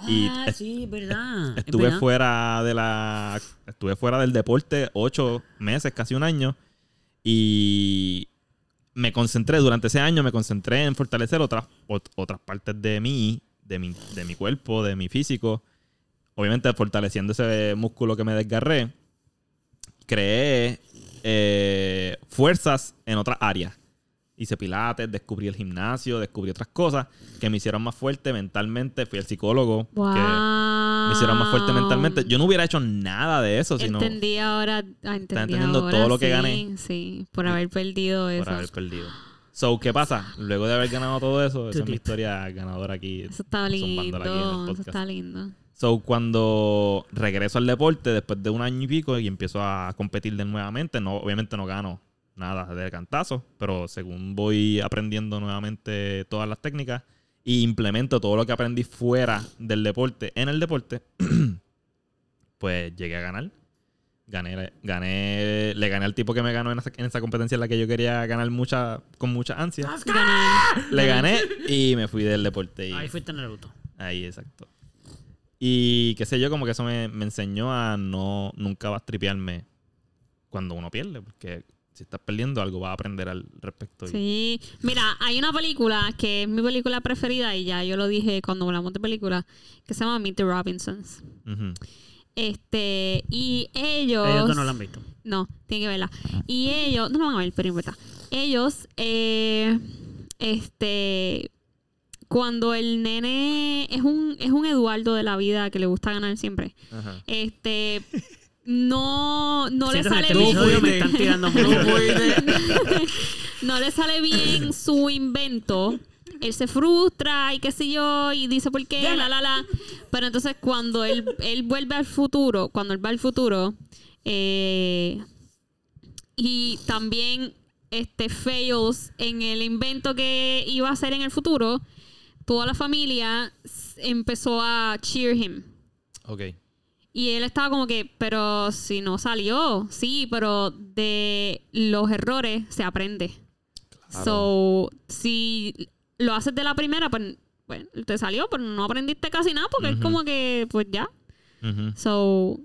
Speaker 4: Y
Speaker 1: ah,
Speaker 4: est-
Speaker 1: sí, verdad. Es
Speaker 4: estuve
Speaker 1: verdad.
Speaker 4: fuera de la estuve fuera del deporte ocho meses, casi un año y me concentré durante ese año me concentré en fortalecer otras ot- otras partes de mí, de mi de mi cuerpo, de mi físico. Obviamente fortaleciendo ese músculo que me desgarré, creé eh, fuerzas en otras áreas. Hice pilates, descubrí el gimnasio, descubrí otras cosas que me hicieron más fuerte mentalmente. Fui al psicólogo. que-
Speaker 3: Wow.
Speaker 4: me hicieron más fuerte mentalmente. Yo no hubiera hecho nada de eso si no por
Speaker 3: Entendí ahora. Ah, entendí
Speaker 4: entendiendo
Speaker 3: ahora,
Speaker 4: todo lo que
Speaker 3: sí,
Speaker 4: gané.
Speaker 3: Sí, por haber perdido eso.
Speaker 4: haber perdido. So, ¿qué pasa? Luego de haber ganado todo eso, esa es mi
Speaker 1: deep.
Speaker 4: historia ganadora aquí.
Speaker 3: Eso está
Speaker 4: zumbándola aquí en el
Speaker 3: lindo. Eso
Speaker 4: podcast.
Speaker 3: está lindo.
Speaker 4: So, cuando regreso al deporte después de un año y pico y empiezo a competir de nuevamente, no, obviamente no gano nada de cantazo, pero según voy aprendiendo nuevamente todas las técnicas y implemento todo lo que aprendí fuera del deporte en el deporte, pues llegué a ganar. Gané, gané, le gané al tipo que me ganó en esa, en esa competencia en la que yo quería ganar mucha, con mucha
Speaker 1: Ah,
Speaker 4: ansia.
Speaker 3: Ah, Ganar.
Speaker 4: Le gané y me fui del deporte. Y
Speaker 1: Ahí fuiste Naruto.
Speaker 4: Ahí, exacto. Y qué sé yo, como que eso me, me enseñó a no nunca bastripearme cuando uno pierde, porque si estás perdiendo algo vas a aprender al respecto. y-
Speaker 3: Sí. Mira, hay una película que es mi película preferida y ya yo lo dije cuando hablamos de película, que se llama Meet the Robinsons.
Speaker 4: Ujú.
Speaker 3: Este, y ellos.
Speaker 1: Ellos no lo han visto.
Speaker 3: No, tiene que verla. Y ellos, no lo van a ver, pero no importa. Ellos, eh, este, cuando el nene es un, es un Eduardo de la vida que le gusta ganar siempre,
Speaker 4: Ajá.
Speaker 3: este, no, no le
Speaker 1: Siento que en
Speaker 3: sale
Speaker 1: este
Speaker 3: bien.
Speaker 1: episodio me están tirando mucho.
Speaker 3: no le sale bien su invento. Él se frustra y qué sé yo, y dice por qué, la, la, la. Pero entonces cuando él, él vuelve al futuro, cuando él va al futuro, eh, y también este fails en el invento que iba a hacer en el futuro, toda la familia s- empezó a cheer him.
Speaker 4: Ok.
Speaker 3: Y él estaba como que, pero si no salió, sí, pero de los errores se aprende. So, si lo haces de la primera, pues, bueno, te salió, pero no aprendiste casi nada porque es
Speaker 4: Ujú.
Speaker 3: como que, pues ya.
Speaker 4: Ujú.
Speaker 3: So,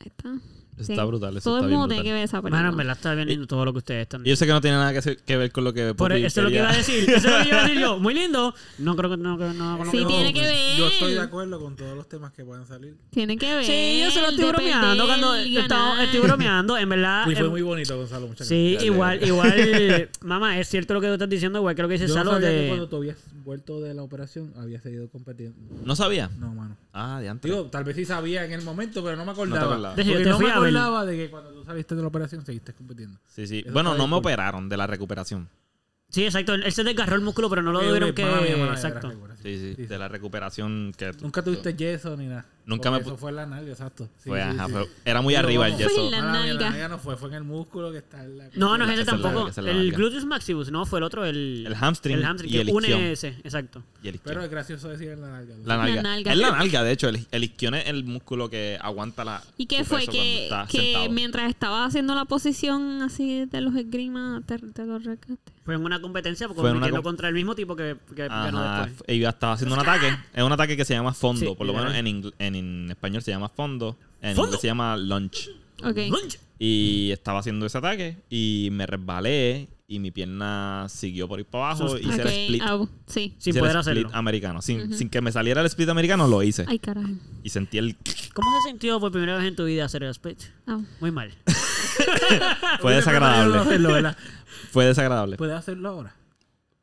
Speaker 3: ahí está.
Speaker 4: Está
Speaker 3: Bien.
Speaker 4: brutal, eso
Speaker 3: Todo
Speaker 4: está
Speaker 3: el
Speaker 4: bien
Speaker 3: mundo tiene
Speaker 4: brutal.
Speaker 3: que ver esa película.
Speaker 1: Mano, en verdad está bien lindo todo lo que ustedes están
Speaker 4: Yo sé que no tiene nada que, hacer- que ver con lo que.
Speaker 1: Por
Speaker 4: Pupi
Speaker 1: eso es lo que
Speaker 4: quería.
Speaker 1: iba a decir. Eso es lo que iba a decir yo. Muy lindo. No creo que no, creo- no, no
Speaker 3: Sí,
Speaker 1: creo-
Speaker 3: tiene que ver.
Speaker 2: Yo estoy de acuerdo con todos los temas que puedan salir.
Speaker 3: Tiene que ver.
Speaker 1: Sí, yo se lo estoy
Speaker 3: de
Speaker 1: bromeando
Speaker 3: perder
Speaker 1: cuando
Speaker 3: y
Speaker 1: estaba-
Speaker 3: ganar.
Speaker 1: estoy bromeando, en verdad.
Speaker 2: Y fue
Speaker 1: em,
Speaker 2: muy bonito, Gonzalo, muchas
Speaker 1: sí,
Speaker 4: Dale,
Speaker 1: igual,
Speaker 4: dale.
Speaker 1: igual, mamá, es cierto lo que tú estás diciendo, igual que lo que dice
Speaker 2: Yo no
Speaker 1: Salo
Speaker 2: sabía que cuando
Speaker 1: de
Speaker 2: tú habías vuelto de la operación, habías seguido competiendo.
Speaker 4: No sabía.
Speaker 2: No, mano.
Speaker 4: Ah, de antes.
Speaker 2: Digo, tal vez sí sabía en el momento, pero no me acordaba.
Speaker 4: acordabas.
Speaker 1: De hecho, yo
Speaker 2: Porque
Speaker 1: te
Speaker 2: no
Speaker 1: fui
Speaker 2: me
Speaker 1: a ver.
Speaker 2: acordaba de que cuando tú saliste de la operación seguiste compitiendo.
Speaker 4: Sí, sí.
Speaker 2: Eso
Speaker 4: Bueno,
Speaker 2: está
Speaker 4: no me
Speaker 2: bien cool.
Speaker 4: operaron de la recuperación.
Speaker 1: Sí, exacto, él se desgarró el músculo, pero no lo tuvieron
Speaker 2: Ok,
Speaker 1: que
Speaker 2: eh, mala mía, mala mía,
Speaker 1: exacto.
Speaker 2: gracias, gracias.
Speaker 4: Sí, sí.
Speaker 2: Sí, sí.
Speaker 4: De la recuperación que. tú-
Speaker 2: Nunca tuviste yeso ni nada.
Speaker 4: Nunca
Speaker 2: Porque
Speaker 4: me
Speaker 2: Eso
Speaker 4: pu-
Speaker 2: fue en la nalga, exacto. Sí,
Speaker 4: Fue,
Speaker 2: sí,
Speaker 4: ajá,
Speaker 2: sí.
Speaker 4: fue- era muy
Speaker 2: Pero
Speaker 4: arriba el
Speaker 2: vamos.
Speaker 4: yeso.
Speaker 3: Fue en la
Speaker 2: Mala mía,
Speaker 3: nalga.
Speaker 2: no fue, fue en el músculo que está en la.
Speaker 1: No, no es ese
Speaker 4: Esa es la
Speaker 1: tampoco.
Speaker 4: larga, esa es la
Speaker 1: el
Speaker 4: larga.
Speaker 1: gluteus maximus, no, fue el otro, el...
Speaker 4: El hamstring
Speaker 1: El hamstring,
Speaker 4: y
Speaker 1: que
Speaker 4: el
Speaker 1: une
Speaker 4: isquion.
Speaker 1: ese, exacto.
Speaker 4: Y el isquion.
Speaker 2: Pero es gracioso decir en la nalga.
Speaker 4: la nalga.
Speaker 3: nalga.
Speaker 4: Es la nalga, de hecho. El, el isquion es el músculo que aguanta la.
Speaker 3: ¿Y qué
Speaker 4: tu
Speaker 3: fue?
Speaker 4: peso
Speaker 3: Que,
Speaker 4: cuando estás
Speaker 3: que
Speaker 4: sentado.
Speaker 3: mientras estaba haciendo la posición así de los esgrimas, te, te lo recaste.
Speaker 1: Fue en una competencia porque
Speaker 4: Fue en una
Speaker 1: compitiendo
Speaker 4: com-
Speaker 1: contra el mismo tipo que, que ganó
Speaker 4: Ajá,
Speaker 1: después.
Speaker 4: ella estaba haciendo un
Speaker 3: Pues,
Speaker 4: ataque.
Speaker 3: ah.
Speaker 4: Es un ataque que se llama fondo.
Speaker 1: Sí,
Speaker 4: por lo menos
Speaker 1: literal.
Speaker 4: en, ingl- en, en español se llama fondo. En
Speaker 1: ¿Fondo?
Speaker 4: inglés se llama lunch.
Speaker 3: Ok.
Speaker 1: Lunch.
Speaker 4: Y estaba haciendo ese ataque y me resbalé y mi pierna siguió por ir para abajo.
Speaker 1: Sus-
Speaker 4: Hice el
Speaker 3: Ok,
Speaker 4: split.
Speaker 3: au, sí.
Speaker 1: Sin
Speaker 4: hice el
Speaker 1: poder
Speaker 4: split
Speaker 1: hacerlo.
Speaker 4: americano. Sin, sin que me saliera el split americano, lo hice.
Speaker 3: Ay, carajo.
Speaker 4: Y sentí el.
Speaker 1: ¿Cómo se sintió por primera vez en tu vida hacer el split?
Speaker 4: Ah,
Speaker 3: Au.
Speaker 1: Muy mal.
Speaker 4: Fue desagradable.
Speaker 2: ¿Puedes
Speaker 4: Fue desagradable.
Speaker 2: ¿Puede hacerlo ahora?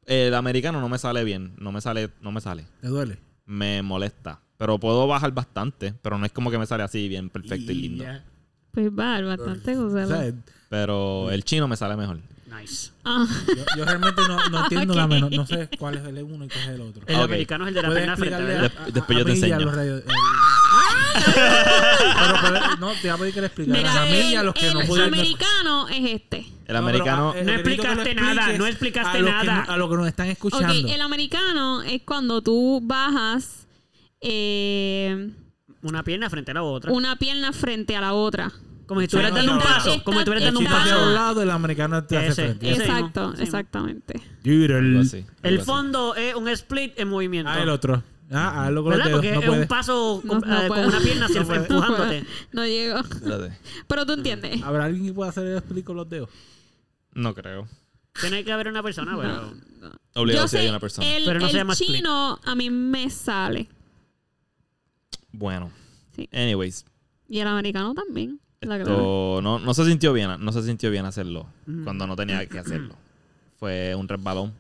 Speaker 4: El americano no me sale bien. No me sale. No me sale.
Speaker 2: ¿Te duele?
Speaker 4: Me molesta. Pero puedo bajar bastante. Pero no es como que me sale así bien perfecto y, lindo.
Speaker 2: ya.
Speaker 3: Pues va, bastante
Speaker 2: O sea,
Speaker 3: gozado.
Speaker 2: yo,
Speaker 4: Pero el chino me sale mejor.
Speaker 1: Nice.
Speaker 3: Ah,
Speaker 2: yo realmente no, no entiendo la
Speaker 3: Ok.
Speaker 2: menor. No sé cuál es el uno y cuál es el otro.
Speaker 1: El
Speaker 4: Ah, Ok.
Speaker 1: americano es el de la
Speaker 2: Puedes
Speaker 1: pierna frente,
Speaker 2: explicarle
Speaker 1: ¿verdad?
Speaker 4: Des- después yo te
Speaker 2: mí y a
Speaker 4: enseño.
Speaker 2: los radio- el- Pero puede- no, te voy a pedir que le expliques.
Speaker 3: mira,
Speaker 2: A mí y a los
Speaker 3: el,
Speaker 2: que no
Speaker 3: el
Speaker 2: pudieron.
Speaker 3: americano es este.
Speaker 4: El
Speaker 2: No, pero,
Speaker 4: americano.
Speaker 2: ah, eh,
Speaker 1: No
Speaker 2: necesito que lo
Speaker 1: explicaste
Speaker 2: expliques
Speaker 1: nada, no explicaste
Speaker 2: a los que
Speaker 1: nada.
Speaker 2: no- a los que nos están escuchando.
Speaker 3: Ok, el americano es cuando tú bajas eh,
Speaker 1: Una pierna frente a la otra.
Speaker 3: una pierna frente a la otra.
Speaker 1: Como si estuvieras dando un
Speaker 3: Está-
Speaker 1: paso.
Speaker 3: está-
Speaker 1: Como si estuvieras dando un
Speaker 2: chino hacia un
Speaker 1: paso.
Speaker 2: lado, el americano te hace
Speaker 1: Ese,
Speaker 2: frente.
Speaker 1: ese.
Speaker 3: Exacto,
Speaker 1: mismo, sí.
Speaker 3: exactamente.
Speaker 4: algo así, algo
Speaker 1: El
Speaker 4: así.
Speaker 1: fondo es un split en movimiento.
Speaker 2: Ah, el otro. Ah, hazlo con los
Speaker 1: ¿Verdad?
Speaker 2: dedos.
Speaker 1: Porque
Speaker 2: no
Speaker 1: es
Speaker 2: puedes.
Speaker 1: un paso
Speaker 3: No-
Speaker 1: con,
Speaker 3: no
Speaker 1: eh, con
Speaker 3: puede.
Speaker 1: una pierna así
Speaker 2: No puede.
Speaker 1: empujándote.
Speaker 3: No llego.
Speaker 4: Espérate.
Speaker 3: Pero tú
Speaker 4: Ah,
Speaker 3: entiendes.
Speaker 2: ¿Habrá alguien que pueda hacer el split con los dedos?
Speaker 4: No creo.
Speaker 1: Tiene que haber una persona, pero.
Speaker 4: Obligado
Speaker 3: Yo
Speaker 4: si hay
Speaker 3: sé,
Speaker 4: una persona.
Speaker 3: El,
Speaker 1: Pero no se
Speaker 3: el
Speaker 1: llama split.
Speaker 3: chino a mí me sale.
Speaker 4: Bueno.
Speaker 3: Sí.
Speaker 4: Anyways,
Speaker 3: Y el americano también. la clave.
Speaker 4: esto no, no se sintió bien, no se sintió bien hacerlo cuando no tenía que hacerlo. Fue un resbalón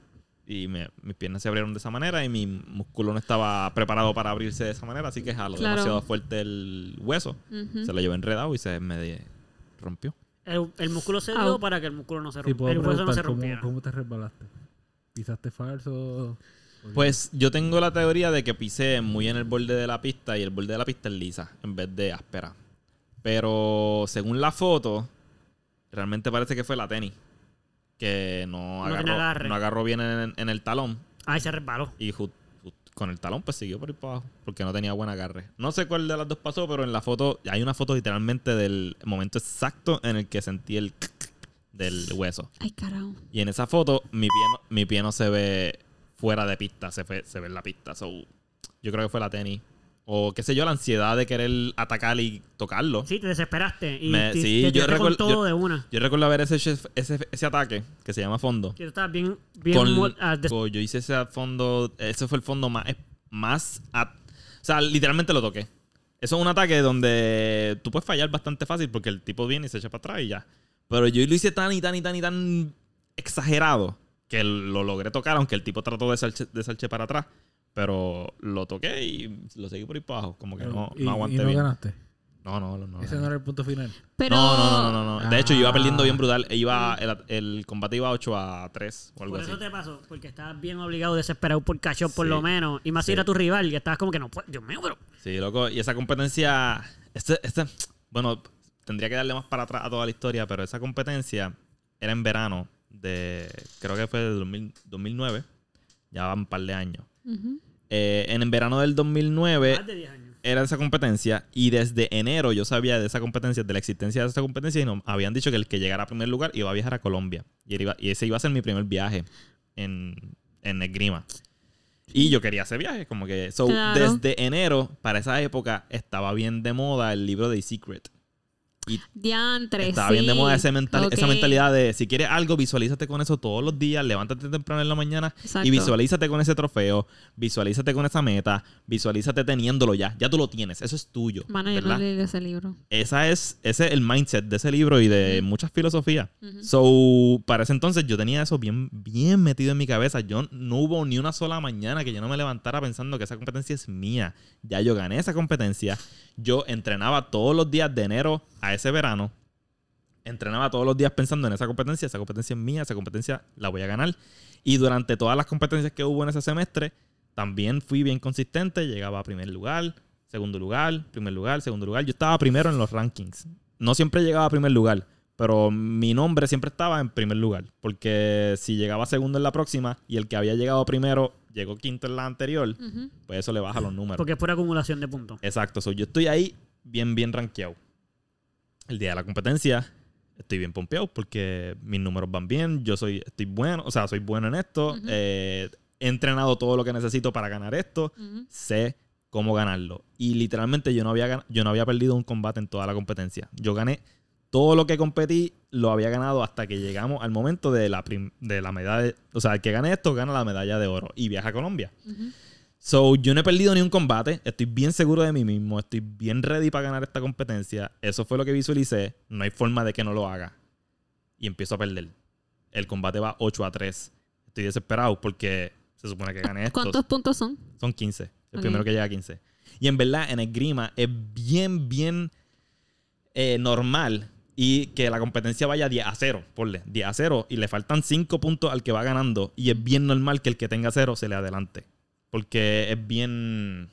Speaker 4: y me- mis piernas se abrieron de esa manera y mi músculo no estaba preparado para abrirse de esa manera, así que jaló
Speaker 3: Claro.
Speaker 4: demasiado fuerte el hueso.
Speaker 3: Ujú.
Speaker 4: Se lo llevé enredado y se me de- rompió.
Speaker 1: El, el músculo se dio
Speaker 3: Au.
Speaker 1: para que el músculo no se
Speaker 2: Si
Speaker 1: rompiera.
Speaker 2: puedo
Speaker 1: el hueso no se
Speaker 2: preguntar,
Speaker 1: rompiera.
Speaker 2: ¿cómo, ¿cómo te resbalaste? ¿Pisaste falso?
Speaker 4: Pues yo tengo la teoría de que pisé muy en el borde de la pista y el borde de la pista es lisa en vez de áspera. Pero según la foto, realmente parece que fue la tenis. Que no
Speaker 1: No tiene
Speaker 4: agarró,
Speaker 1: agarre.
Speaker 4: no agarró bien en, en el talón.
Speaker 1: Ay, se resbaló.
Speaker 4: Y ju- ju- con el talón pues siguió por ahí para abajo. Porque no tenía buen agarre. No sé cuál de las dos pasó, pero en la foto, hay una foto literalmente del momento exacto en el que sentí el del hueso.
Speaker 3: Ay, carajo.
Speaker 4: Y en esa foto, mi pie no, mi pie no se ve fuera de pista, se, fue- se ve en la pista. So, yo creo que fue la tenis. O qué sé yo, la ansiedad de querer atacar y tocarlo.
Speaker 1: Sí, te desesperaste. Y
Speaker 4: Me-
Speaker 1: te,
Speaker 4: sí,
Speaker 1: te
Speaker 4: yo
Speaker 1: tiraste con
Speaker 4: recuerdo-
Speaker 1: todo
Speaker 4: yo-
Speaker 1: de una.
Speaker 4: Yo recuerdo haber ese, chef- ese, ese ataque que se llama fondo.
Speaker 1: Que tú estabas bien. bien
Speaker 4: Con-
Speaker 1: mu- ah, des-
Speaker 4: co- yo hice ese fondo, ese fue el fondo más, más at- o sea, literalmente lo toqué. Eso es un ataque donde tú puedes fallar bastante fácil porque el tipo viene y se echa para atrás y ya. Pero yo lo hice tan y tan y tan y tan exagerado que lo logré tocar, aunque el tipo trató de salche, de salche para atrás. Pero lo toqué y lo seguí por ahí para abajo. Como que no,
Speaker 2: Eh, ¿Y,
Speaker 4: no
Speaker 2: y
Speaker 4: aguanté
Speaker 2: no
Speaker 4: bien.
Speaker 2: ganaste?
Speaker 4: No, no, no. no
Speaker 2: Ese
Speaker 4: gané.
Speaker 2: no era el punto final.
Speaker 3: Pero.
Speaker 4: No, no, no, no, no, no. De hecho, yo iba perdiendo
Speaker 2: Ah.
Speaker 4: bien brutal. e Iba, el, el combate iba 8 a 3 o algo
Speaker 1: Por
Speaker 4: así.
Speaker 1: eso te pasó, porque estabas bien obligado, desesperado por cacho, por
Speaker 4: Sí.
Speaker 1: lo menos. Y más si
Speaker 4: Sí.
Speaker 1: era tu rival, que estabas como que no puedo. Dios mío, pero.
Speaker 4: Sí, loco. Y esa competencia. Este, este, bueno, tendría que darle más para atrás a toda la historia, pero esa competencia era en verano de. Creo que fue de 2000 2009. Ya van un par de años.
Speaker 3: Ujú.
Speaker 4: Eh, en el verano del 2009
Speaker 1: Más de 10 años.
Speaker 4: era esa competencia y desde enero yo sabía de esa competencia, de la existencia de esa competencia y nos habían dicho que el que llegara a primer lugar iba a viajar a Colombia. Y, él iba- y ese iba a ser mi primer viaje en, en esgrima. Y yo quería ese viaje, como que... So,
Speaker 3: Claro.
Speaker 4: desde enero, para esa época, estaba bien de moda el libro de The Secret.
Speaker 3: Diantre,
Speaker 4: Estaba
Speaker 3: sí.
Speaker 4: bien de moda ese mental- esa
Speaker 3: Ok.
Speaker 4: mentalidad de si quieres algo, visualízate con eso todos los días, levántate temprano en la mañana
Speaker 3: Exacto.
Speaker 4: y visualízate con ese trofeo, visualízate con esa meta, visualízate teniéndolo ya, ya tú lo tienes, eso es tuyo.
Speaker 3: Mano, yo no
Speaker 4: ¿verdad?
Speaker 3: leí ese libro.
Speaker 4: Esa es, ese es el mindset de ese libro y de muchas filosofías.
Speaker 3: Ujú.
Speaker 4: So, para ese entonces yo tenía eso bien, bien metido en mi cabeza. Yo no hubo ni una sola mañana que yo no me levantara pensando que esa competencia es mía. Ya yo gané esa competencia. Yo entrenaba todos los días de enero a ese verano. Entrenaba todos los días pensando en esa competencia. Esa competencia es mía, esa competencia la voy a ganar. Y durante todas las competencias que hubo en ese semestre, también fui bien consistente. Llegaba a primer lugar, segundo lugar, primer lugar, segundo lugar. Yo estaba primero en los rankings. No siempre llegaba a primer lugar, pero mi nombre siempre estaba en primer lugar. Porque si llegaba segundo en la próxima y el que había llegado primero llegó quinto en la anterior,
Speaker 3: Ujú.
Speaker 4: pues eso le baja los números.
Speaker 1: Porque es por acumulación de puntos.
Speaker 4: Exacto, so, yo estoy ahí bien, bien rankeado. El día de la competencia estoy bien pompeado porque mis números van bien, yo soy, estoy bueno, o sea, soy bueno en esto,
Speaker 3: Ujú.
Speaker 4: eh, he entrenado todo lo que necesito para ganar esto,
Speaker 3: Ujú.
Speaker 4: sé cómo ganarlo. Y literalmente yo no había, gan- yo no había perdido un combate en toda la competencia. Yo gané todo lo que competí, lo había ganado hasta que llegamos al momento de la, prim- de la medalla, o sea, el que gane esto gana la medalla de oro y viaja a Colombia.
Speaker 3: Ujú.
Speaker 4: So, yo no he perdido ni un combate. Estoy bien seguro de mí mismo. Estoy bien ready para ganar esta competencia. Eso fue lo que visualicé. No hay forma de que no lo haga. Y empiezo a perder. El combate va 8 a 3. Estoy desesperado porque se supone que gané esto.
Speaker 3: ¿Cuántos puntos son?
Speaker 4: Son 15. El
Speaker 3: Ok.
Speaker 4: primero que llega a 15. Y en verdad, en esgrima es bien, bien eh, normal y que la competencia vaya 10 a 0, ponle 10 a 0 y le faltan 5 puntos al que va ganando y es bien normal que el que tenga 0 se le adelante. Porque es bien...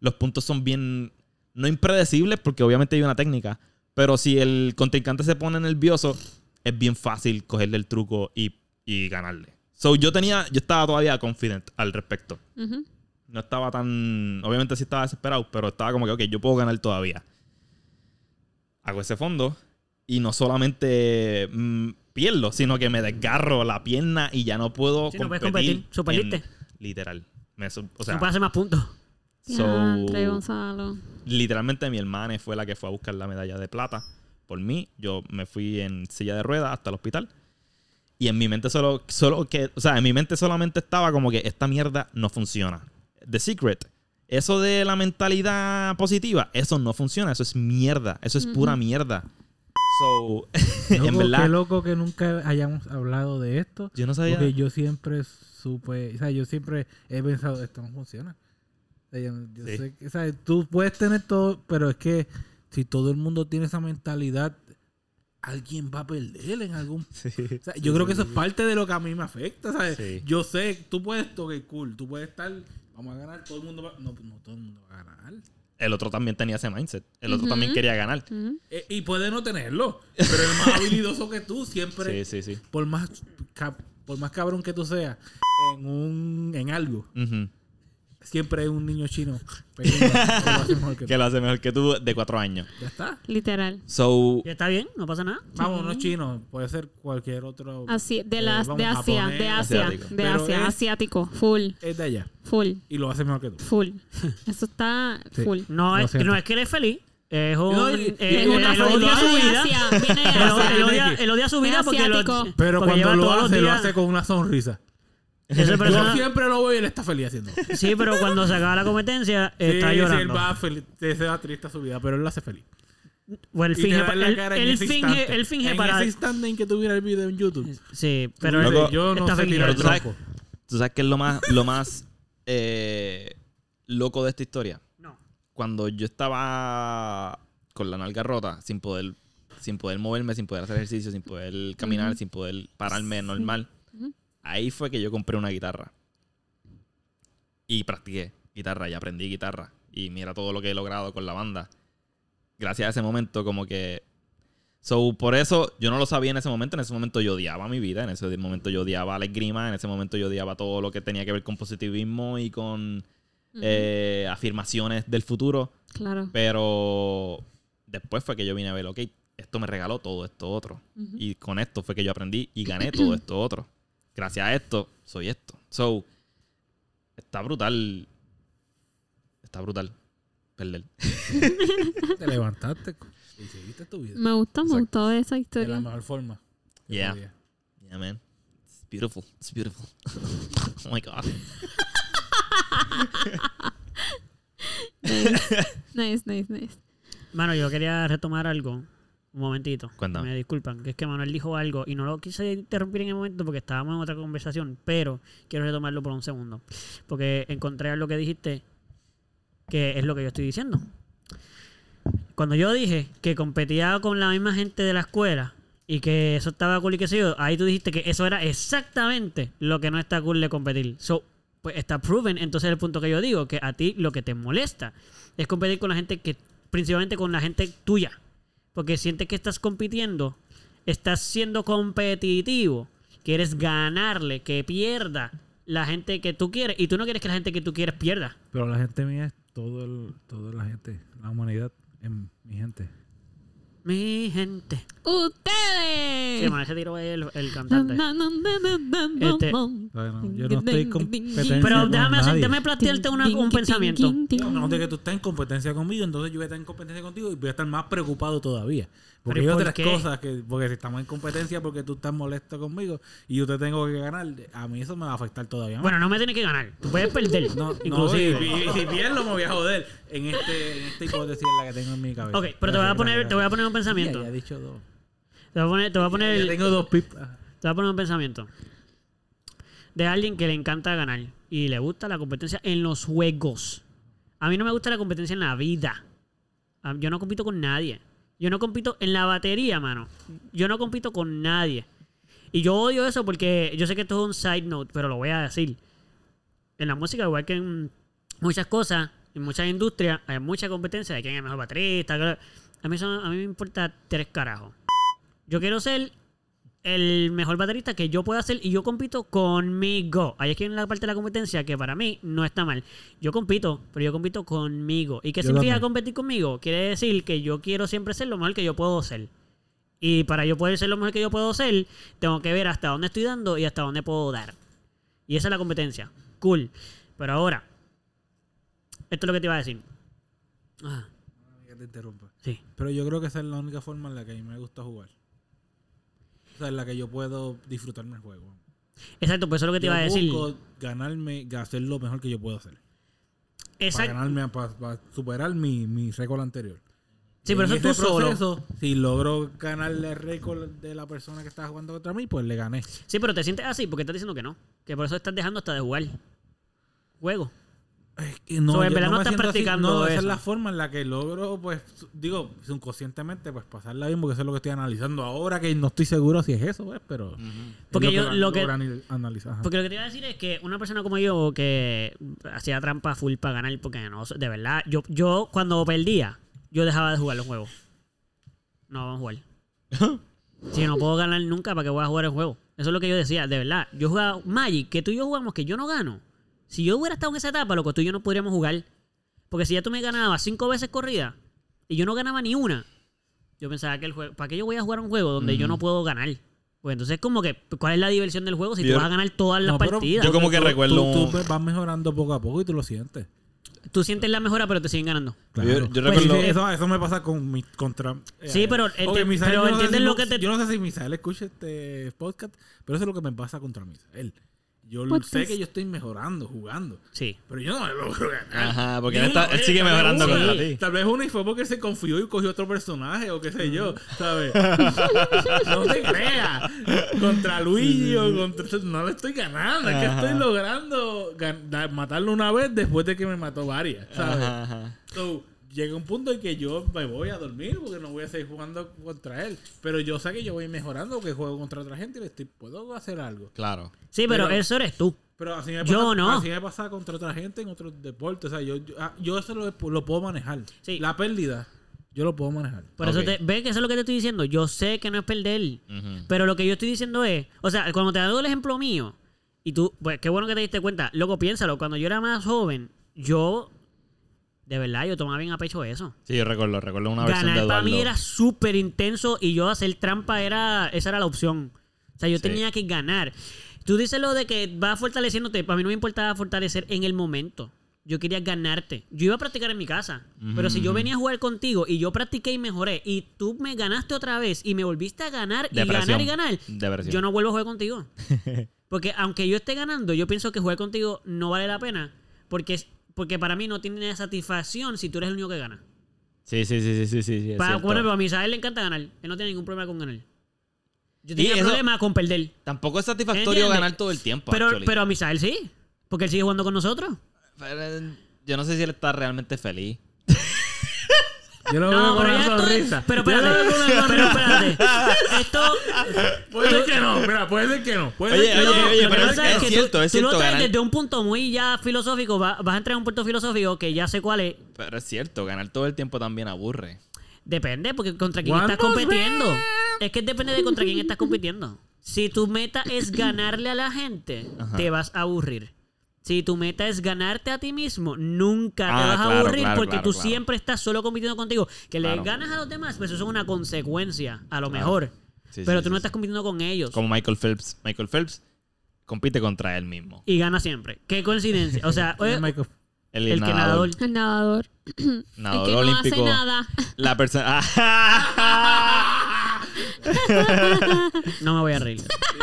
Speaker 4: Los puntos son bien... No impredecibles porque obviamente hay una técnica, pero si el contrincante se pone nervioso, es bien fácil cogerle el truco y, y ganarle. So, yo tenía, yo estaba todavía confident al respecto
Speaker 3: Ujú.
Speaker 4: no estaba tan. Obviamente sí estaba desesperado, pero estaba como que, ok, yo puedo ganar todavía. Hago ese fondo y no solamente mm, pierdo, sino que me desgarro la pierna y ya no puedo.
Speaker 1: Sí, no puedes
Speaker 4: competir
Speaker 1: competir.
Speaker 4: en-
Speaker 1: Superdiste.
Speaker 4: literal. Me su- o sea,
Speaker 1: no puedes hacer más puntos.
Speaker 4: so,
Speaker 3: Diantre, Gonzalo.
Speaker 4: literalmente mi hermana fue la que fue a buscar la medalla de plata por mí. Yo me fui en silla de ruedas hasta el hospital. Y en mi mente solo, solo que, o sea, en mi mente solamente estaba como que esta mierda no funciona. The Secret, eso de la mentalidad positiva, eso no funciona, eso es mierda, eso es pura mierda. So, en
Speaker 2: Loco,
Speaker 4: verdad,
Speaker 2: Qué loco que nunca hayamos hablado de esto.
Speaker 4: yo no sabía.
Speaker 2: Porque yo siempre supe, o sea, yo siempre he pensado, esto no funciona. O sea, yo, yo
Speaker 4: Sí.
Speaker 2: sé que, o sea, tú puedes tener todo, pero es que si todo el mundo tiene esa mentalidad, alguien va a perder en algún... O sea, yo creo que eso es parte de lo que a mí me afecta, ¿sabes?
Speaker 4: Sí.
Speaker 2: Yo sé, tú puedes tocar cool, tú puedes estar, vamos a ganar, todo el mundo va... No, no todo el mundo va a ganar.
Speaker 4: El otro también tenía ese mindset, el otro
Speaker 3: Ujú.
Speaker 4: también quería ganar.
Speaker 3: Ujú.
Speaker 2: Eh, y puede no tenerlo, pero es más habilidoso que tú siempre...
Speaker 4: Sí, sí, sí.
Speaker 2: por más ca- por más cabrón que tú seas en un en algo
Speaker 4: Ujú.
Speaker 2: siempre hay un niño chino pequeño que lo hace mejor que tú.
Speaker 4: Que lo hace mejor que tú de cuatro años.
Speaker 2: ya está
Speaker 3: Literal.
Speaker 4: So,
Speaker 1: Y está bien, no pasa nada.
Speaker 2: vamos no es chino puede ser cualquier otro
Speaker 3: Así, de,
Speaker 2: Eh,
Speaker 3: las,
Speaker 2: vamos,
Speaker 3: de Asia,
Speaker 2: japonés,
Speaker 3: de Asia,
Speaker 4: asiático.
Speaker 3: de
Speaker 2: Pero
Speaker 3: Asia,
Speaker 2: es-
Speaker 3: asiático, full,
Speaker 2: es de allá
Speaker 3: full,
Speaker 2: y lo hace mejor que tú
Speaker 3: full. Eso está
Speaker 2: Sí.
Speaker 3: full.
Speaker 1: No,
Speaker 2: Lo
Speaker 1: es,
Speaker 2: siento.
Speaker 1: no es que eres feliz. Es un.
Speaker 2: No, y-
Speaker 1: eh,
Speaker 2: y-
Speaker 1: él
Speaker 3: Es una
Speaker 2: el
Speaker 1: odia
Speaker 3: full,
Speaker 2: odio
Speaker 1: su
Speaker 2: a
Speaker 3: viene
Speaker 1: vida.
Speaker 3: de Asia, viene de
Speaker 1: Él odia-
Speaker 3: Asia.
Speaker 1: él odia- Él odia su vida
Speaker 3: Es
Speaker 1: porque lo.
Speaker 3: asiático.
Speaker 2: pero
Speaker 1: porque
Speaker 2: cuando
Speaker 1: lleva
Speaker 2: lo
Speaker 1: todos los
Speaker 2: hace lo
Speaker 1: días-
Speaker 2: hace con una sonrisa
Speaker 1: Esa
Speaker 2: yo
Speaker 1: persona-
Speaker 2: siempre lo veo y él está feliz haciendo
Speaker 1: Sí, pero cuando se acaba la competencia, está
Speaker 2: Sí, sí,
Speaker 1: llorando.
Speaker 2: él va feliz se va triste a su vida pero él lo hace feliz
Speaker 1: O él
Speaker 2: y te
Speaker 1: finge,
Speaker 2: da en
Speaker 1: pa-
Speaker 2: la
Speaker 1: él,
Speaker 2: cara en
Speaker 1: él
Speaker 2: ese
Speaker 1: finge,
Speaker 2: instante.
Speaker 1: él finge
Speaker 2: en
Speaker 1: para.
Speaker 2: ese instante en que tuviera el video en YouTube
Speaker 1: Sí, pero
Speaker 2: Tú
Speaker 1: él-
Speaker 2: dices, yo no
Speaker 1: está
Speaker 2: sé
Speaker 1: feliz.
Speaker 2: tirar el
Speaker 4: Pero tú sabes-
Speaker 2: tronco
Speaker 4: ¿Tú sabes qué es lo más, lo más eh, loco de esta historia?
Speaker 1: No.
Speaker 4: Cuando yo estaba con la nalga rota, sin poder, sin poder moverme, sin poder hacer ejercicio, sin poder caminar, sin poder pararme normal,
Speaker 3: Ujú.
Speaker 4: ahí fue que yo compré una guitarra. Y practiqué guitarra y aprendí guitarra. Y mira todo lo que he logrado con la banda. Gracias a ese momento, como que So, por eso yo no lo sabía en ese momento. En ese momento yo odiaba mi vida. En ese momento yo odiaba la esgrima. En ese momento yo odiaba todo lo que tenía que ver con positivismo y con eh, afirmaciones del futuro.
Speaker 3: Claro.
Speaker 4: Pero después fue que yo vine a ver, ok, esto me regaló todo esto otro. Y con esto fue que yo aprendí y gané todo esto otro. Gracias a esto, soy esto. So, está brutal. Está brutal. Perder.
Speaker 2: Te levantaste y seguiste tu vida.
Speaker 3: Me gustó, me
Speaker 4: Exacto.
Speaker 3: gustó esa
Speaker 2: De la
Speaker 3: historia.
Speaker 2: mejor forma. que
Speaker 4: Yeah.
Speaker 2: podía.
Speaker 4: Yeah, man. It's beautiful. It's beautiful. oh my God.
Speaker 3: Nice, nice, nice.
Speaker 1: Mano, yo quería retomar algo. Un momentito.
Speaker 4: Cuéntame.
Speaker 1: Me disculpan, que es que Manuel dijo algo y no lo quise interrumpir en el momento porque estábamos en otra conversación, pero quiero retomarlo por un segundo. Porque encontré algo que dijiste que es lo que yo estoy diciendo. Cuando yo dije que competía con la misma gente de la escuela y que eso estaba cool y qué sé yo, ahí tú dijiste que eso era exactamente lo que no está cool de competir. So, pues está proven, entonces el punto que yo digo, que a ti lo que te molesta es competir con la gente que, principalmente con la gente tuya, porque sientes que estás compitiendo, estás siendo competitivo, quieres ganarle, que pierda la gente que tú quieres y tú no quieres que la gente que tú quieres pierda.
Speaker 2: Pero la gente mía es todo el- toda la gente, la humanidad, en mi gente.
Speaker 1: Mi gente. Sí,
Speaker 3: ¡Ustedes!
Speaker 1: bueno, ese tiro es el, el
Speaker 3: Na,
Speaker 1: cantante.
Speaker 3: na, na, na, na, na, na,
Speaker 1: Este-
Speaker 3: na.
Speaker 2: O sea, no, yo no estoy en competencia
Speaker 1: Pero
Speaker 2: con
Speaker 1: déjame, hacer-
Speaker 2: nadie.
Speaker 1: déjame plantearte una-
Speaker 3: Ting,
Speaker 1: un
Speaker 3: ting,
Speaker 1: pensamiento.
Speaker 3: ting, ting.
Speaker 2: No, no de que tú estás en competencia conmigo, entonces yo voy a estar en competencia contigo y voy a estar más preocupado todavía. Porque
Speaker 1: ¿Pero y
Speaker 2: hay
Speaker 1: por
Speaker 2: otras
Speaker 1: qué?
Speaker 2: cosas que, porque si estamos en competencia porque tú estás molesto conmigo y yo te tengo que ganar, a mí eso me va a afectar todavía más.
Speaker 1: Bueno, no me tienes que ganar. Tú puedes perder.
Speaker 2: no, no, y,
Speaker 1: inclusive.
Speaker 2: y- y si pierdo me voy a joder en, este, en esta hipótesis en la que tengo en mi cabeza.
Speaker 1: ok, pero te voy a
Speaker 2: Gracias,
Speaker 1: poner,
Speaker 2: gracias,
Speaker 1: te voy a poner un
Speaker 2: gracias.
Speaker 1: pensamiento.
Speaker 2: Ya, ya he dicho dos.
Speaker 1: Te voy a poner, te voy a poner,
Speaker 2: Ya
Speaker 1: el-
Speaker 2: tengo dos Ah, pipas.
Speaker 1: te voy a poner un pensamiento. De alguien que le encanta ganar y le gusta la competencia en los juegos. A mí no me gusta la competencia en la vida. A- Yo no compito con nadie. Yo no compito en la batería, mano. Yo no compito con nadie. Y yo odio eso porque yo sé que esto es un side note, pero lo voy a decir. En la música, igual que en muchas cosas, en muchas industrias, hay mucha competencia de quién es el mejor baterista. que- A mí, eso- a mí me importa tres carajos. Yo quiero ser el mejor baterista que yo pueda hacer y yo compito conmigo. Ahí es que en la parte de la competencia que para mí no está mal. Yo compito, pero yo compito conmigo. ¿Y qué
Speaker 2: Yo
Speaker 1: significa
Speaker 2: también.
Speaker 1: competir conmigo? Quiere decir que yo quiero siempre ser lo mejor que yo puedo ser. Y para yo poder ser lo mejor que yo puedo ser, tengo que ver hasta dónde estoy dando y hasta dónde puedo dar. Y esa es la competencia. Cool. Pero ahora, esto es lo que te iba a decir. Ah,
Speaker 2: Que te interrumpa.
Speaker 1: sí.
Speaker 2: Pero yo creo que esa es la única forma en la que a mí me gusta jugar. O sea, en la que yo puedo disfrutarme el juego.
Speaker 1: Exacto, pues eso es lo que te
Speaker 2: yo
Speaker 1: iba a decir.
Speaker 2: busco ganarme, hacer lo mejor que yo puedo hacer. Para
Speaker 1: Exacto.
Speaker 2: ganarme, para, superar mi, mi récord anterior.
Speaker 1: Sí,
Speaker 2: Y
Speaker 1: pero
Speaker 2: en
Speaker 1: eso es tú
Speaker 2: ese
Speaker 1: solo.
Speaker 2: proceso, Si logro ganarle el récord de la persona que estaba jugando contra mí, pues le gané.
Speaker 1: Sí, pero te sientes así porque estás diciendo que no. Que por eso estás dejando hasta de jugar. Juego.
Speaker 2: Es que no,
Speaker 1: So, en
Speaker 2: yo
Speaker 1: verdad no
Speaker 2: me
Speaker 1: estás
Speaker 2: siento así.
Speaker 1: practicando
Speaker 2: No, esa
Speaker 1: eso.
Speaker 2: es la forma en la que logro, pues, su- digo, subconscientemente, pues pasarla bien, porque eso es lo que estoy analizando ahora, que no estoy seguro si es eso, pues, pero. es
Speaker 1: Porque yo-
Speaker 2: ga-
Speaker 1: lo que-
Speaker 2: logro anal- analizar. Ajá.
Speaker 1: Porque lo que te iba a decir es que una persona como yo que hacía trampa full para ganar, porque no, de verdad, yo, yo cuando perdía, yo dejaba de jugar los juegos. No, vamos a jugar. Si no puedo ganar nunca, ¿para qué voy a jugar el juego? Eso es lo que yo decía, de verdad. Yo jugaba Magic, que tú y yo jugamos, que yo no gano. Si yo hubiera estado en esa etapa, loco, tú y yo no podríamos jugar. Porque si ya tú me ganabas cinco veces corrida y yo no ganaba ni una, yo pensaba que el juego, ¿para qué yo voy a jugar un juego donde yo no puedo ganar? Pues entonces como que, ¿cuál es la diversión del juego si tú
Speaker 4: Yo-
Speaker 1: vas a ganar todas las
Speaker 2: No, pero
Speaker 1: partidas?
Speaker 4: Yo como que
Speaker 2: tú-
Speaker 4: recuerdo
Speaker 2: Tú,
Speaker 4: un-
Speaker 2: tú vas mejorando poco a poco y tú lo sientes.
Speaker 1: Tú sientes la mejora, pero te siguen ganando.
Speaker 2: Claro.
Speaker 4: Yo, yo
Speaker 1: Pues,
Speaker 4: recuerdo.
Speaker 1: sí,
Speaker 2: Eso, eso me pasa con mi contra. eh,
Speaker 1: Sí, pero
Speaker 2: ok,
Speaker 1: enti- pero
Speaker 2: Misael, yo no sé
Speaker 1: entiendes
Speaker 2: si
Speaker 1: lo
Speaker 2: Mo-
Speaker 1: que te-
Speaker 2: Yo no sé si Misael escucha este podcast, pero eso es lo que me pasa contra Misael. Yo
Speaker 3: Podcast.
Speaker 2: sé que yo estoy mejorando, jugando,
Speaker 1: Sí.
Speaker 2: pero yo no me logro ganar.
Speaker 4: Ajá, porque
Speaker 2: Yo
Speaker 4: él, está-
Speaker 2: no-
Speaker 4: él
Speaker 2: eh,
Speaker 4: sigue
Speaker 2: tal vez
Speaker 4: mejorando
Speaker 2: uno-
Speaker 4: contra
Speaker 1: sí.
Speaker 4: ti.
Speaker 2: Tal vez uno y fue porque se confió y cogió otro personaje o qué sé yo, ¿sabes? no te creas. Contra Luigi o contra... No le estoy ganando. Es que estoy logrando gan- da- matarlo una vez después de que me mató varias, ¿sabes?
Speaker 4: Ajá, ajá.
Speaker 2: So, llega un punto en que yo me voy a dormir porque no voy a seguir jugando contra él. Pero yo sé que yo voy mejorando porque juego contra otra gente y le estoy, puedo hacer algo.
Speaker 4: Claro.
Speaker 1: Sí, pero,
Speaker 2: Pero-
Speaker 1: eso eres tú.
Speaker 2: Pero así me pasa,
Speaker 1: Yo no.
Speaker 2: así me pasa contra otra gente en otros deportes. O sea, yo, yo, ah, yo eso lo, lo puedo manejar.
Speaker 1: Sí.
Speaker 2: La pérdida, yo lo puedo manejar.
Speaker 1: Por
Speaker 4: Ok.
Speaker 1: eso te, ves que eso es lo que te estoy diciendo. Yo sé que no es perder.
Speaker 4: Ujú.
Speaker 1: Pero lo que yo estoy diciendo es, o sea, cuando te doy el ejemplo mío, y tú, pues qué bueno que te diste cuenta, loco, piénsalo, cuando yo era más joven, yo, de verdad, yo tomaba bien a pecho eso.
Speaker 4: Sí, yo recuerdo, recuerdo una versión de
Speaker 1: Ganar para
Speaker 4: Eduardo.
Speaker 1: mí era súper intenso y yo hacer trampa era, esa era la opción. O sea, yo
Speaker 4: Sí.
Speaker 1: tenía que ganar. Tú dices lo de que vas fortaleciéndote. Para mí no me importaba fortalecer en el momento. Yo quería ganarte. Yo iba a practicar en mi casa. Pero si yo
Speaker 4: Ujú.
Speaker 1: venía a jugar contigo y yo practiqué y mejoré y tú me ganaste otra vez y me volviste a ganar y
Speaker 4: Depresión.
Speaker 1: ganar y ganar,
Speaker 4: Depresión.
Speaker 1: yo no vuelvo a jugar contigo. Porque aunque yo esté ganando, yo pienso que jugar contigo no vale la pena porque, es- porque para mí no tiene satisfacción si tú eres el único que gana.
Speaker 4: Sí, sí, sí, sí, sí, sí. sí, es
Speaker 1: Para,
Speaker 4: cierto.
Speaker 1: bueno, pero a Misael le encanta ganar. Él no tiene ningún problema con ganar. Yo tenía
Speaker 4: Y eso-
Speaker 1: problema con perder.
Speaker 4: Tampoco es satisfactorio
Speaker 1: ¿Entiendes?
Speaker 4: ganar todo el tiempo.
Speaker 1: Pero,
Speaker 4: actually.
Speaker 1: pero a Misael sí. Porque él sigue jugando con nosotros.
Speaker 4: Pero, Yo no sé si él está realmente feliz.
Speaker 2: Yo lo veo
Speaker 1: No,
Speaker 2: con
Speaker 1: pero
Speaker 2: una
Speaker 1: ya todo-
Speaker 2: sonrisa.
Speaker 1: Pero
Speaker 2: Yo lo veo
Speaker 1: espérate. Pero espérate. Esto.
Speaker 2: Puede ser que no, mira, puede ser que no. Puede
Speaker 4: Oye,
Speaker 2: ser que
Speaker 1: lo-
Speaker 2: no.
Speaker 1: lo que
Speaker 4: pero
Speaker 1: pasa
Speaker 4: es- es
Speaker 1: que tú-
Speaker 4: cierto, es
Speaker 1: tú
Speaker 4: cierto,
Speaker 1: lo traes
Speaker 4: ganar-
Speaker 1: desde un punto muy ya filosófico. va- vas a entrar en un punto filosófico que ya sé cuál es.
Speaker 4: Pero es cierto, ganar todo el tiempo también aburre.
Speaker 1: Depende, porque contra quién
Speaker 2: ¿Cuántos
Speaker 1: estás compitiendo. Es que depende de contra quién estás compitiendo. Si tu meta es ganarle a la gente,
Speaker 4: Ajá.
Speaker 1: te vas a aburrir. Si tu meta es ganarte a ti mismo, nunca te
Speaker 4: Ah,
Speaker 1: vas
Speaker 4: claro,
Speaker 1: a aburrir
Speaker 4: claro,
Speaker 1: porque
Speaker 4: claro,
Speaker 1: tú
Speaker 4: claro.
Speaker 1: siempre estás solo compitiendo contigo. Que
Speaker 4: Claro.
Speaker 1: le ganas a los demás, pues eso es una consecuencia, a lo
Speaker 4: Claro.
Speaker 1: mejor.
Speaker 4: Sí,
Speaker 1: pero
Speaker 4: sí,
Speaker 1: tú
Speaker 4: sí,
Speaker 1: no
Speaker 4: sí.
Speaker 1: estás compitiendo con ellos.
Speaker 4: Como Michael Phelps. Michael Phelps compite contra él mismo.
Speaker 1: Y gana siempre. Qué coincidencia. O sea, oye,
Speaker 2: Michael,
Speaker 4: El,
Speaker 1: el que nadador.
Speaker 3: El nadador.
Speaker 4: nadador
Speaker 3: el que
Speaker 4: olímpico.
Speaker 3: no hace nada.
Speaker 4: La ¡Ah! persona.
Speaker 1: No me voy a reír.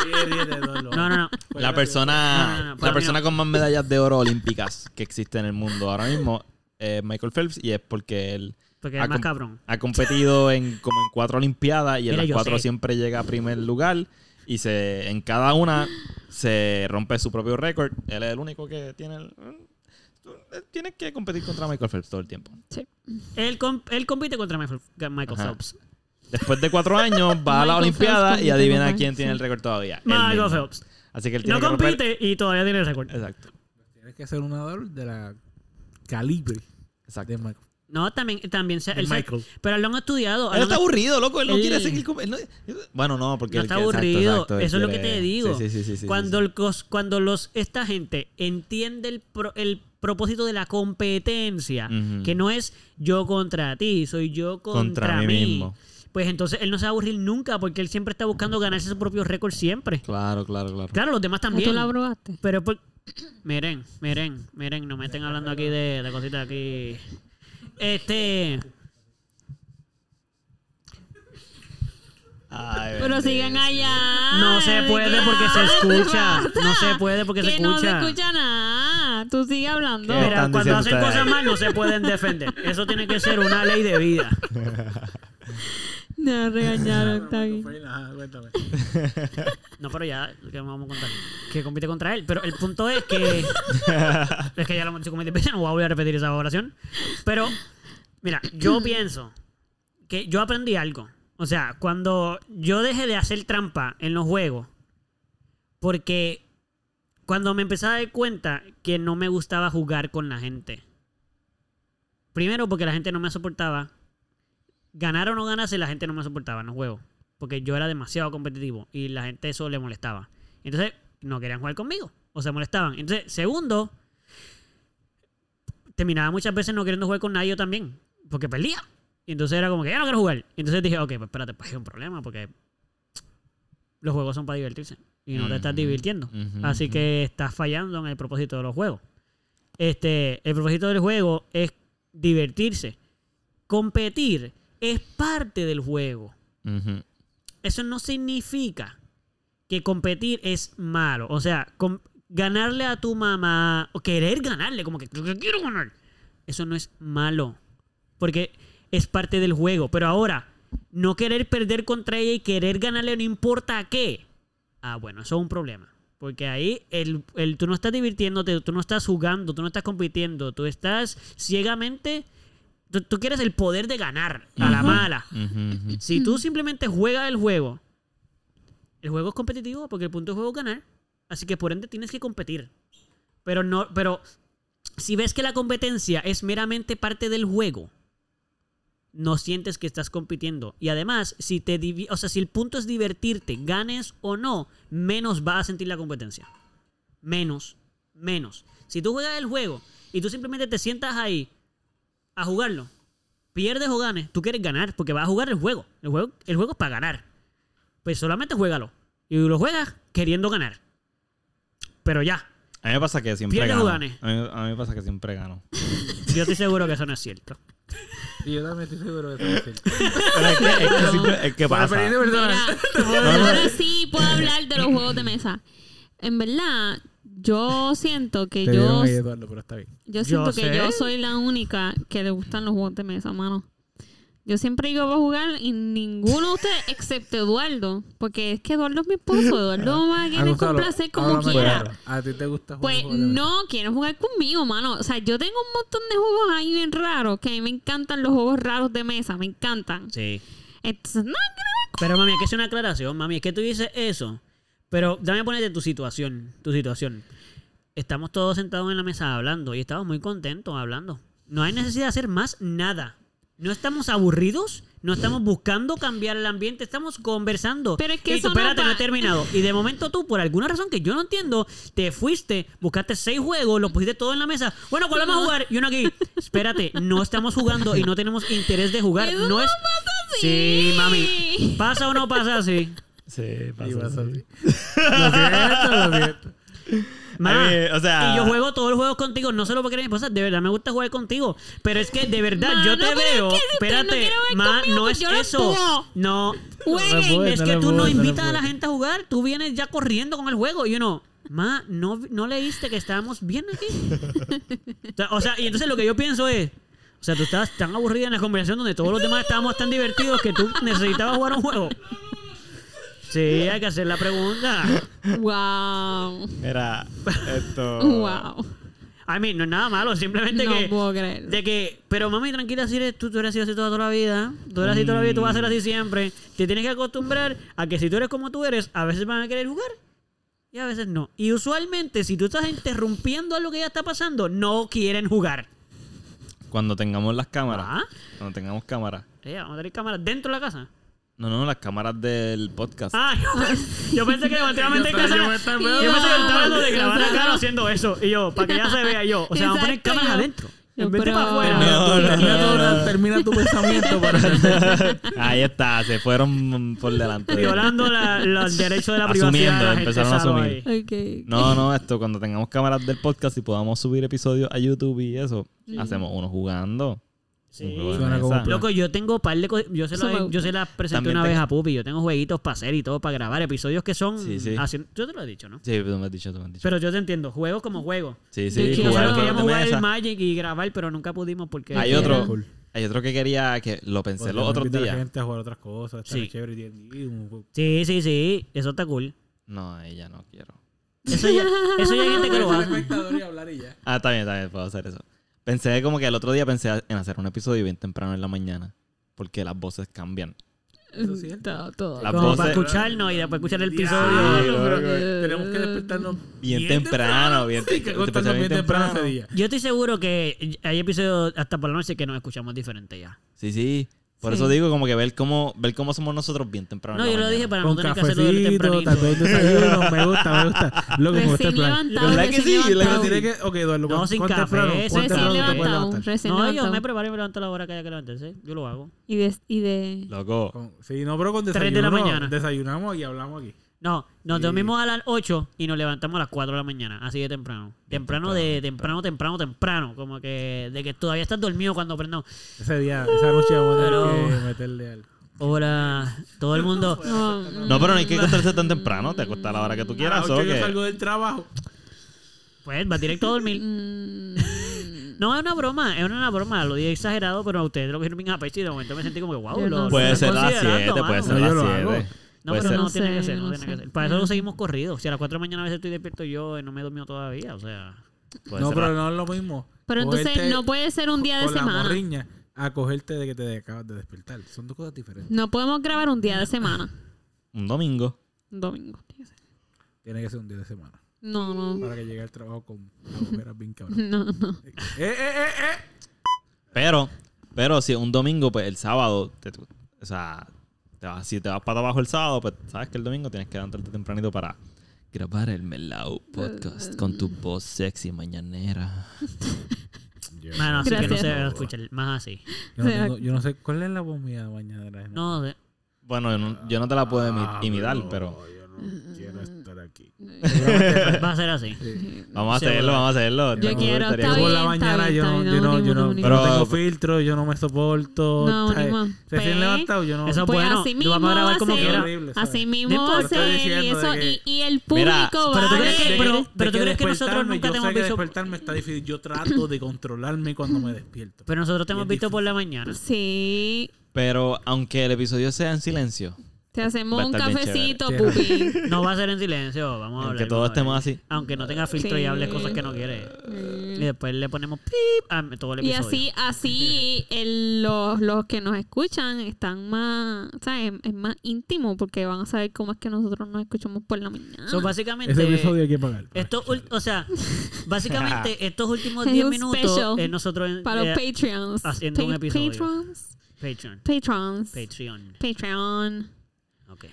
Speaker 1: No, no, no.
Speaker 2: Pues,
Speaker 4: la
Speaker 1: No, no, no,
Speaker 4: persona.
Speaker 1: para
Speaker 4: La
Speaker 1: mí
Speaker 4: persona
Speaker 1: no.
Speaker 4: con más medallas de oro olímpicas que existe en el mundo ahora mismo es Michael Phelps y es porque él.
Speaker 1: Porque es
Speaker 4: ha
Speaker 1: más
Speaker 4: com-
Speaker 1: cabrón.
Speaker 4: Ha competido en como en cuatro olimpiadas y en
Speaker 1: Mira,
Speaker 4: las
Speaker 1: yo
Speaker 4: cuatro
Speaker 1: sé.
Speaker 4: siempre llega a primer lugar y se en cada una se rompe su propio récord. Él es el único que tiene el- tú, eh, tienes que competir contra Michael Phelps todo el tiempo.
Speaker 3: Sí.
Speaker 1: Él, com- él compite contra Michael, Michael
Speaker 4: Ajá.
Speaker 1: Phelps.
Speaker 4: Después de cuatro años va a la
Speaker 3: Michael Phelps
Speaker 4: olimpiada y
Speaker 3: compite
Speaker 4: adivina
Speaker 3: con
Speaker 4: quién
Speaker 3: Michael,
Speaker 4: tiene
Speaker 3: sí.
Speaker 4: el récord todavía. Él
Speaker 1: Michael
Speaker 4: mismo.
Speaker 1: Phelps.
Speaker 4: Así que él
Speaker 1: No
Speaker 4: tiene que romper-
Speaker 1: compite y todavía tiene el récord.
Speaker 4: Exacto.
Speaker 2: Tienes que ser un nadador de la calibre
Speaker 4: Exacto.
Speaker 2: de Michael.
Speaker 1: No, también, también se,
Speaker 2: De
Speaker 1: él se-
Speaker 2: Michael.
Speaker 1: Pero lo han estudiado.
Speaker 4: Él
Speaker 1: lo
Speaker 4: está
Speaker 1: han-
Speaker 4: aburrido, loco. Él no
Speaker 1: Él-
Speaker 4: quiere seguir. com- él no- Bueno, no, porque.
Speaker 1: No
Speaker 4: él
Speaker 1: está
Speaker 4: quiere- exacto,
Speaker 1: aburrido.
Speaker 4: exacto, él
Speaker 1: Eso es lo que
Speaker 4: quiere-
Speaker 1: te digo.
Speaker 4: Sí, sí, sí. sí, sí,
Speaker 1: cuando
Speaker 4: sí.
Speaker 1: los- cuando los esta gente entiende el, pro- el propósito de la competencia,
Speaker 4: Ujú.
Speaker 1: que no es yo contra ti, soy yo contra,
Speaker 4: Contra mí
Speaker 1: mí.
Speaker 4: mismo.
Speaker 1: Pues entonces él no se va a aburrir nunca porque él siempre está buscando ganarse su propio récord siempre.
Speaker 4: Claro, claro, claro.
Speaker 1: Claro, los demás
Speaker 3: Ah,
Speaker 1: también.
Speaker 3: ¿Tú la probaste?
Speaker 1: Pero por... miren, miren, miren, no me estén hablando aquí de, de cositas aquí. Este,
Speaker 4: Ay,
Speaker 3: Pero
Speaker 4: bendito.
Speaker 3: sigan allá.
Speaker 1: No se puede porque se escucha. No se puede porque se
Speaker 3: Que no se
Speaker 1: escucha.
Speaker 3: escucha nada. Tú sigue hablando.
Speaker 4: ¿Qué?
Speaker 1: mira,
Speaker 4: están
Speaker 1: cuando
Speaker 4: diciendo
Speaker 1: hacen
Speaker 4: ustedes
Speaker 1: cosas
Speaker 4: ahí?
Speaker 1: mal no se pueden defender. Eso tiene que ser una ley de vida.
Speaker 3: No, regañaron, está bien.
Speaker 1: Pues,
Speaker 2: Ajá, cuéntame.
Speaker 1: No, pero ya, ¿qué vamos a contar? Que compite contra él. Pero el punto es que. es que ya lo hemos dicho como 10 veces, no voy a volver a repetir esa oración. Pero, mira, yo pienso que yo aprendí algo. O sea, cuando yo dejé de hacer trampa en los juegos, porque cuando me empecé a dar cuenta que no me gustaba jugar con la gente. Primero, porque la gente no me soportaba. Ganar o no ganase, la gente no me soportaba en los juegos. Porque yo era demasiado competitivo y la gente eso le molestaba. Entonces, no querían jugar conmigo. O se molestaban. Entonces, segundo, terminaba muchas veces no queriendo jugar con nadie yo también. Porque perdía. Y entonces era como que ya no quiero jugar. Y entonces dije, ok, pues espérate, pues hay un problema porque los juegos son para divertirse. Y no te estás
Speaker 4: Ujú.
Speaker 1: divirtiendo.
Speaker 4: Ujú,
Speaker 1: Así
Speaker 4: ujú.
Speaker 1: que estás fallando en el propósito de los juegos. Este, el propósito del juego es divertirse. Competir es parte del juego.
Speaker 4: Ujú.
Speaker 1: Eso no significa que competir es malo. O sea, com- ganarle a tu mamá o querer ganarle, como que "Yo quiero ganar. Eso no es malo. Porque es parte del juego. Pero ahora, no querer perder contra ella y querer ganarle no importa qué. Ah, bueno, eso es un problema. Porque ahí el, el- tú no estás divirtiéndote, tú no estás jugando, tú no estás compitiendo, tú estás ciegamente. Tú, tú quieres el poder de ganar a la
Speaker 4: Ujú.
Speaker 1: mala.
Speaker 4: Ujú, ujú.
Speaker 1: Si tú simplemente juegas el juego, el juego es competitivo porque el punto del juego es ganar. Así que por ende tienes que competir. Pero no, pero si ves que la competencia es meramente parte del juego, no sientes que estás compitiendo. Y además, si te divi- o sea, si el punto es divertirte, ganes o no, menos vas a sentir la competencia. Menos, menos. Si tú juegas el juego y tú simplemente te sientas ahí a jugarlo, pierdes o ganes, tú quieres ganar porque vas a jugar el juego. El juego, el juego es para ganar. Pues solamente juégalo. Y lo juegas queriendo ganar. Pero ya,
Speaker 4: A mí me pasa que siempre
Speaker 1: Pierdes o
Speaker 4: gano.
Speaker 1: ganes.
Speaker 4: A mí, a mí me pasa que siempre gano.
Speaker 1: yo estoy seguro que eso no es cierto.
Speaker 2: Y yo también estoy seguro de eso.
Speaker 4: Pero es que, es que, simple- es que pasa.
Speaker 3: Mira, ahora sí puedo hablar de los juegos de mesa. En verdad, yo siento que
Speaker 2: Te dieron
Speaker 3: yo,
Speaker 2: ahí, Eduardo, pero está bien.
Speaker 3: yo siento
Speaker 1: Yo
Speaker 3: que
Speaker 1: sé.
Speaker 3: yo soy la única que le gustan los juegos de mesa, mano. Yo siempre iba a jugar y ninguno de ustedes, excepto Eduardo, porque es que Eduardo es mi esposo, Eduardo me va a querer
Speaker 2: Ah, Gonzalo,
Speaker 3: complacer como
Speaker 2: háblame
Speaker 3: quiera.
Speaker 2: claro. A ti te gusta jugar.
Speaker 3: Pues
Speaker 2: juegos de mesa?
Speaker 3: no, quieren jugar conmigo, mano. O sea, yo tengo un montón de juegos ahí bien raros, que a mí me encantan los juegos raros de mesa, me encantan.
Speaker 1: Sí.
Speaker 3: Entonces, no, quiero
Speaker 1: Pero mami, aquí es una aclaración, mami, es que tú dices eso. Pero dame ponerte tu situación, tu situación. Estamos todos sentados en la mesa hablando y estamos muy contentos hablando. No hay necesidad de hacer más nada. No estamos aburridos, no estamos buscando cambiar el ambiente, estamos conversando.
Speaker 3: Pero es que
Speaker 1: y
Speaker 3: eso
Speaker 1: tú,
Speaker 3: no
Speaker 1: espérate,
Speaker 3: va-
Speaker 1: no, he terminado. Y de momento tú, por alguna razón que yo no entiendo, te fuiste, buscaste seis juegos, los pusiste todos en la mesa. Bueno, ¿cuál vamos a jugar? Y uno aquí. Espérate, no estamos jugando y no tenemos interés de jugar.
Speaker 3: Eso
Speaker 1: No
Speaker 3: no
Speaker 1: es.
Speaker 3: pasa así.
Speaker 1: Sí, mami. ¿Pasa o no pasa así?
Speaker 4: Sí,
Speaker 2: Y vas así. Lo siento, lo siento.
Speaker 1: Ma,
Speaker 4: A mí, o sea-
Speaker 1: y yo juego todos los juegos contigo, no solo porque eres mi esposa, de verdad me gusta jugar contigo, pero es que de verdad
Speaker 3: Ma,
Speaker 1: yo
Speaker 3: no,
Speaker 1: te
Speaker 3: pero es
Speaker 1: veo,
Speaker 3: que si usted no
Speaker 1: espérate,
Speaker 3: quiere jugar
Speaker 1: ma,
Speaker 3: conmigo,
Speaker 1: no
Speaker 3: pues
Speaker 1: es
Speaker 3: yo no
Speaker 1: eso,
Speaker 3: puedo.
Speaker 1: no,
Speaker 3: Jueguen.
Speaker 2: No puedes,
Speaker 1: es
Speaker 2: no
Speaker 1: que
Speaker 2: le
Speaker 1: tú no
Speaker 2: puedes, no le
Speaker 1: invitas a la
Speaker 2: puedes.
Speaker 1: gente a jugar, tú vienes ya corriendo con el juego y uno, ma, no, no leíste que estábamos bien aquí, o sea, o sea, y entonces lo que yo pienso es, o sea, tú estabas tan aburrida en la conversación donde todos los demás estábamos tan divertidos que tú necesitabas jugar un juego. Sí, hay que hacer la pregunta. Ah.
Speaker 3: Wow.
Speaker 4: Mira, esto.
Speaker 3: Wow.
Speaker 1: I mean, no es nada malo, simplemente
Speaker 3: No
Speaker 1: que
Speaker 3: puedo creer.
Speaker 1: De que, pero mami, tranquila, si eres tú, tú eres así, así toda, toda la vida. Tú eres así toda la vida, tú vas a ser así siempre. Te tienes que acostumbrar a que si tú eres como tú eres, a veces van a querer jugar y a veces no. Y usualmente, si tú estás interrumpiendo a lo que ya está pasando, no quieren jugar.
Speaker 4: Cuando tengamos las cámaras.
Speaker 1: Ah.
Speaker 4: Cuando tengamos cámaras.
Speaker 1: Eh, vamos a tener cámaras dentro de la casa.
Speaker 4: No, no, las cámaras del podcast.
Speaker 1: Ah, yo, yo pensé que definitivamente en casa. Yo pensé que
Speaker 3: esperando.
Speaker 1: estaba hablando de grabar
Speaker 3: Exacto.
Speaker 1: acá no haciendo eso. Y yo, para que ya se vea y yo. O sea, vamos a poner
Speaker 3: Exacto,
Speaker 1: cámaras
Speaker 3: yo.
Speaker 1: adentro.
Speaker 3: Yo,
Speaker 1: En vez de
Speaker 3: pero-
Speaker 1: para afuera.
Speaker 4: No, no,
Speaker 2: Termina
Speaker 4: no,
Speaker 2: tu-
Speaker 4: no.
Speaker 2: Termina tu pensamiento para
Speaker 4: Ahí está, se fueron por delante.
Speaker 1: violando la- los derechos de la
Speaker 4: Asumiendo,
Speaker 1: privacidad. de la gente,
Speaker 4: empezaron a
Speaker 1: ¿sabes?
Speaker 4: asumir.
Speaker 3: Ok.
Speaker 4: No, no, esto, cuando tengamos cámaras del podcast y podamos subir episodios a YouTube y eso, hacemos uno jugando.
Speaker 1: Sí.
Speaker 4: Un juego de
Speaker 2: Suena como
Speaker 4: mesa.
Speaker 2: plan.
Speaker 1: Loco, yo tengo par de cosas. Yo se
Speaker 3: Eso me
Speaker 1: las
Speaker 3: gusta.
Speaker 1: yo se las presenté
Speaker 4: También
Speaker 1: una
Speaker 4: te-
Speaker 1: vez a Pupi. Yo tengo jueguitos para hacer y todo para grabar. Episodios que son.
Speaker 4: Sí, sí.
Speaker 1: haci- yo te lo he dicho, ¿no?
Speaker 4: Sí, tú me has dicho, tú me has dicho.
Speaker 1: Pero yo te entiendo. Juegos como juego.
Speaker 4: sí,
Speaker 3: Yo
Speaker 4: sí,
Speaker 3: quiero-
Speaker 4: jugar
Speaker 1: Nosotros
Speaker 3: Claro,
Speaker 4: juegos
Speaker 1: queríamos
Speaker 4: de
Speaker 1: jugar el
Speaker 4: mesa.
Speaker 1: Magic y grabar, pero nunca pudimos porque.
Speaker 4: Hay
Speaker 3: Qué
Speaker 4: otro,
Speaker 2: cool.
Speaker 4: hay otro que quería que lo pensé los otros
Speaker 2: Invitar a la
Speaker 4: días.
Speaker 2: gente a jugar otras cosas. Está
Speaker 1: Sí.
Speaker 2: chévere. D&D, un-
Speaker 1: Sí, sí, sí. Eso está cool.
Speaker 4: No, ella no quiero.
Speaker 1: Eso ya, eso ya hay gente que lo
Speaker 2: Ser
Speaker 1: hace.
Speaker 2: espectador y hablar y ya.
Speaker 4: Ah, está bien, está bien, puedo hacer eso. Pensé como que el otro día pensé en hacer un episodio bien temprano en la mañana. Porque las voces cambian.
Speaker 2: Eso es cierto.
Speaker 3: Todo, todo.
Speaker 4: La-
Speaker 1: Como para
Speaker 4: voces-
Speaker 1: escucharnos y después escuchar el
Speaker 2: Diablo,
Speaker 1: episodio.
Speaker 2: pero
Speaker 4: loco.
Speaker 2: que tenemos que despertarnos
Speaker 4: Bien temprano, bien
Speaker 2: Sí, que
Speaker 4: temprano.
Speaker 2: acostarnos bien temprano ese día.
Speaker 1: Yo estoy seguro que hay episodios hasta por la noche que nos escuchamos diferente ya.
Speaker 4: Sí, sí. Por
Speaker 3: Sí.
Speaker 4: eso digo como que ver cómo, ver cómo somos nosotros bien temprano.
Speaker 1: No,
Speaker 4: en la
Speaker 1: yo lo
Speaker 4: mañana.
Speaker 1: dije para no
Speaker 2: Con
Speaker 1: tener que hacerlo del
Speaker 2: cafecito,
Speaker 1: tempranito.
Speaker 2: tal vez desayuno. Me gusta, me gusta. Loco, me gusta el
Speaker 3: Recién
Speaker 2: este plan.
Speaker 3: levantado,
Speaker 4: ¿Verdad que
Speaker 3: recién
Speaker 4: sí? Yo la-
Speaker 2: Pero
Speaker 3: levantado.
Speaker 2: tiene que... Ok, Eduardo,
Speaker 1: No,
Speaker 2: ¿cuán-
Speaker 1: sin
Speaker 2: ¿cuánto
Speaker 1: café,
Speaker 2: temprano?
Speaker 1: eso
Speaker 2: ¿Cuánto
Speaker 1: es
Speaker 2: temprano
Speaker 3: Recién
Speaker 2: te puedes
Speaker 3: levantado,
Speaker 2: levantar?
Speaker 3: recién
Speaker 1: No, yo
Speaker 3: levantado.
Speaker 1: me preparo y me levanto a la hora que haya que levantarse. Yo lo hago.
Speaker 3: Y de... Y de...
Speaker 4: Loco.
Speaker 2: Con- Sí, no, pero con desayuno.
Speaker 1: Tres de la mañana.
Speaker 2: Desayunamos y hablamos aquí.
Speaker 1: No, nos
Speaker 2: Sí.
Speaker 1: dormimos a las 8 y nos levantamos a las 4 de la mañana, así de temprano. Temprano, de temprano, temprano, temprano. Como que de que todavía estás dormido cuando prendamos.
Speaker 2: Ese día, esa noche vamos a tener
Speaker 1: Pero-
Speaker 2: que meterle algo.
Speaker 1: Ahora, todo el mundo.
Speaker 3: No,
Speaker 4: No, pero no hay que acostarse tan temprano. Te acuestas a la hora que tú
Speaker 2: A
Speaker 4: quieras.
Speaker 2: las
Speaker 4: solo
Speaker 2: ocho Ah, yo
Speaker 4: que-
Speaker 2: salgo del trabajo.
Speaker 1: Pues va directo a dormir.
Speaker 3: mm,
Speaker 1: No, es una broma, es una broma. Lo dije exagerado, pero ustedes lo cogieron bien a pecho y de momento me sentí como que wow. lo-
Speaker 3: Yo no
Speaker 1: lo
Speaker 4: Puede ser
Speaker 1: están
Speaker 4: a las
Speaker 1: considerando,
Speaker 4: 7, puede
Speaker 1: mano.
Speaker 4: ser
Speaker 2: No,
Speaker 4: a
Speaker 2: yo
Speaker 4: las
Speaker 2: lo hago.
Speaker 4: 7.
Speaker 1: No,
Speaker 4: puede
Speaker 1: pero
Speaker 4: ser.
Speaker 1: no tiene que
Speaker 3: sé,
Speaker 1: ser, no,
Speaker 3: no
Speaker 1: tiene que
Speaker 3: sé.
Speaker 1: ser. Para eso lo seguimos corrido. Si a las 4 de la mañana a veces estoy despierto yo y no me he dormido todavía, o sea.
Speaker 4: Puede
Speaker 2: No,
Speaker 4: ser
Speaker 2: pero
Speaker 4: a-
Speaker 2: no es lo mismo.
Speaker 3: Pero entonces
Speaker 2: Cogerte
Speaker 3: no puede ser un día de
Speaker 2: este con la
Speaker 3: semana.
Speaker 2: morriña a cogerte de que te acabas de despertar. Son dos cosas diferentes.
Speaker 3: No podemos grabar un día de semana.
Speaker 4: Un domingo.
Speaker 3: Un domingo. tiene que ser.
Speaker 2: Tiene que ser un día de semana.
Speaker 3: No, no.
Speaker 2: Para que llegue al trabajo con agujeras bien cabrón.
Speaker 3: No, no.
Speaker 2: ¡Eh, eh, eh, eh!
Speaker 4: Pero, pero si es un domingo, pues el sábado, te- tú- o sea, te vas- si te vas para abajo el sábado, pues sabes que el domingo tienes que levantarte tempranito para
Speaker 6: Grabar el Melao Podcast con tu voz sexy mañanera.
Speaker 1: Mano, así que no
Speaker 3: Gracias.
Speaker 1: se debe escuchar. Más así.
Speaker 2: Yo no,
Speaker 3: O sea,
Speaker 2: tengo- yo no sé cuál es la voz mía de bañadera.
Speaker 1: No, de-
Speaker 4: Bueno, yo no, yo no te la puedo imi- imitar, pero
Speaker 5: Yo no quiero
Speaker 3: Mm.
Speaker 5: estar aquí.
Speaker 1: va a ser así.
Speaker 4: vamos a
Speaker 1: Sí,
Speaker 4: hacerlo,
Speaker 1: bueno.
Speaker 4: vamos a hacerlo.
Speaker 3: Yo quiero,
Speaker 4: estaría
Speaker 3: está
Speaker 2: Yo por
Speaker 4: cool.
Speaker 2: la
Speaker 3: bien, está
Speaker 2: mañana
Speaker 3: bien,
Speaker 2: yo
Speaker 3: está
Speaker 2: no, yo
Speaker 3: bien, no,
Speaker 2: no,
Speaker 3: ni
Speaker 2: yo
Speaker 3: modo,
Speaker 2: no,
Speaker 3: ni
Speaker 2: yo no
Speaker 4: modo.
Speaker 2: tengo
Speaker 4: Pero-
Speaker 2: filtro, yo no me soporto.
Speaker 3: No,
Speaker 2: ¿sabes?
Speaker 3: ni modo.
Speaker 2: Recién
Speaker 3: Pe-
Speaker 2: levantado, yo no.
Speaker 1: Eso
Speaker 3: Pues
Speaker 1: bueno,
Speaker 3: así
Speaker 1: lo
Speaker 3: mismo
Speaker 1: vamos a grabar
Speaker 3: va a
Speaker 1: como
Speaker 3: ser.
Speaker 1: quiera.
Speaker 2: Horrible, ¿sabes?
Speaker 3: Así
Speaker 1: No
Speaker 3: mismo va
Speaker 1: importa.
Speaker 3: a
Speaker 2: Estoy
Speaker 3: ser. Y,
Speaker 2: diciendo
Speaker 3: eso,
Speaker 2: de que-
Speaker 3: y, y el
Speaker 4: Mira,
Speaker 3: público
Speaker 1: pero tú
Speaker 3: va a
Speaker 1: crees que-
Speaker 3: ver.
Speaker 1: pero-
Speaker 2: de
Speaker 1: pero tú
Speaker 2: que
Speaker 1: crees que nosotros
Speaker 2: despertarme,
Speaker 1: nunca
Speaker 2: yo
Speaker 1: te
Speaker 2: sé
Speaker 1: hemos
Speaker 2: que
Speaker 1: visto-
Speaker 2: despertarme está difícil. Yo trato de controlarme cuando me despierto.
Speaker 3: Pues,
Speaker 1: Pero nosotros te
Speaker 2: Bien
Speaker 1: hemos visto por la mañana.
Speaker 3: Sí.
Speaker 6: Pero aunque el episodio sea en silencio,
Speaker 3: Te
Speaker 6: Va
Speaker 3: hacemos
Speaker 6: a
Speaker 3: un
Speaker 6: estar bien
Speaker 3: cafecito,
Speaker 2: chévere.
Speaker 3: pupi.
Speaker 1: No va a ser en silencio, vamos a hablar.
Speaker 6: aunque todos
Speaker 1: vamos a
Speaker 6: estemos
Speaker 1: hablar.
Speaker 6: así.
Speaker 1: Aunque no tenga filtro y
Speaker 3: Sí.
Speaker 1: hables cosas que no quiere.
Speaker 3: Mm.
Speaker 1: Y después le ponemos pip a todo el
Speaker 3: Y
Speaker 1: episodio.
Speaker 3: así, así el- los, los que nos escuchan están más, ¿sabes? Es más íntimo porque van a saber cómo es que nosotros nos escuchamos por la mañana.
Speaker 1: So,
Speaker 2: Ese episodio
Speaker 1: básicamente,
Speaker 2: hay que pagar. pues.
Speaker 1: estos, ul- o sea, básicamente estos últimos
Speaker 3: Es
Speaker 1: 10
Speaker 3: un
Speaker 1: minutos
Speaker 3: special
Speaker 1: eh, nosotros en
Speaker 3: Para los
Speaker 1: eh,
Speaker 3: Patreons.
Speaker 1: haciendo un episodio.
Speaker 3: Patrons.
Speaker 1: Patreon.
Speaker 3: Patrons.
Speaker 1: Patreon.
Speaker 3: Patreon.
Speaker 1: Ok.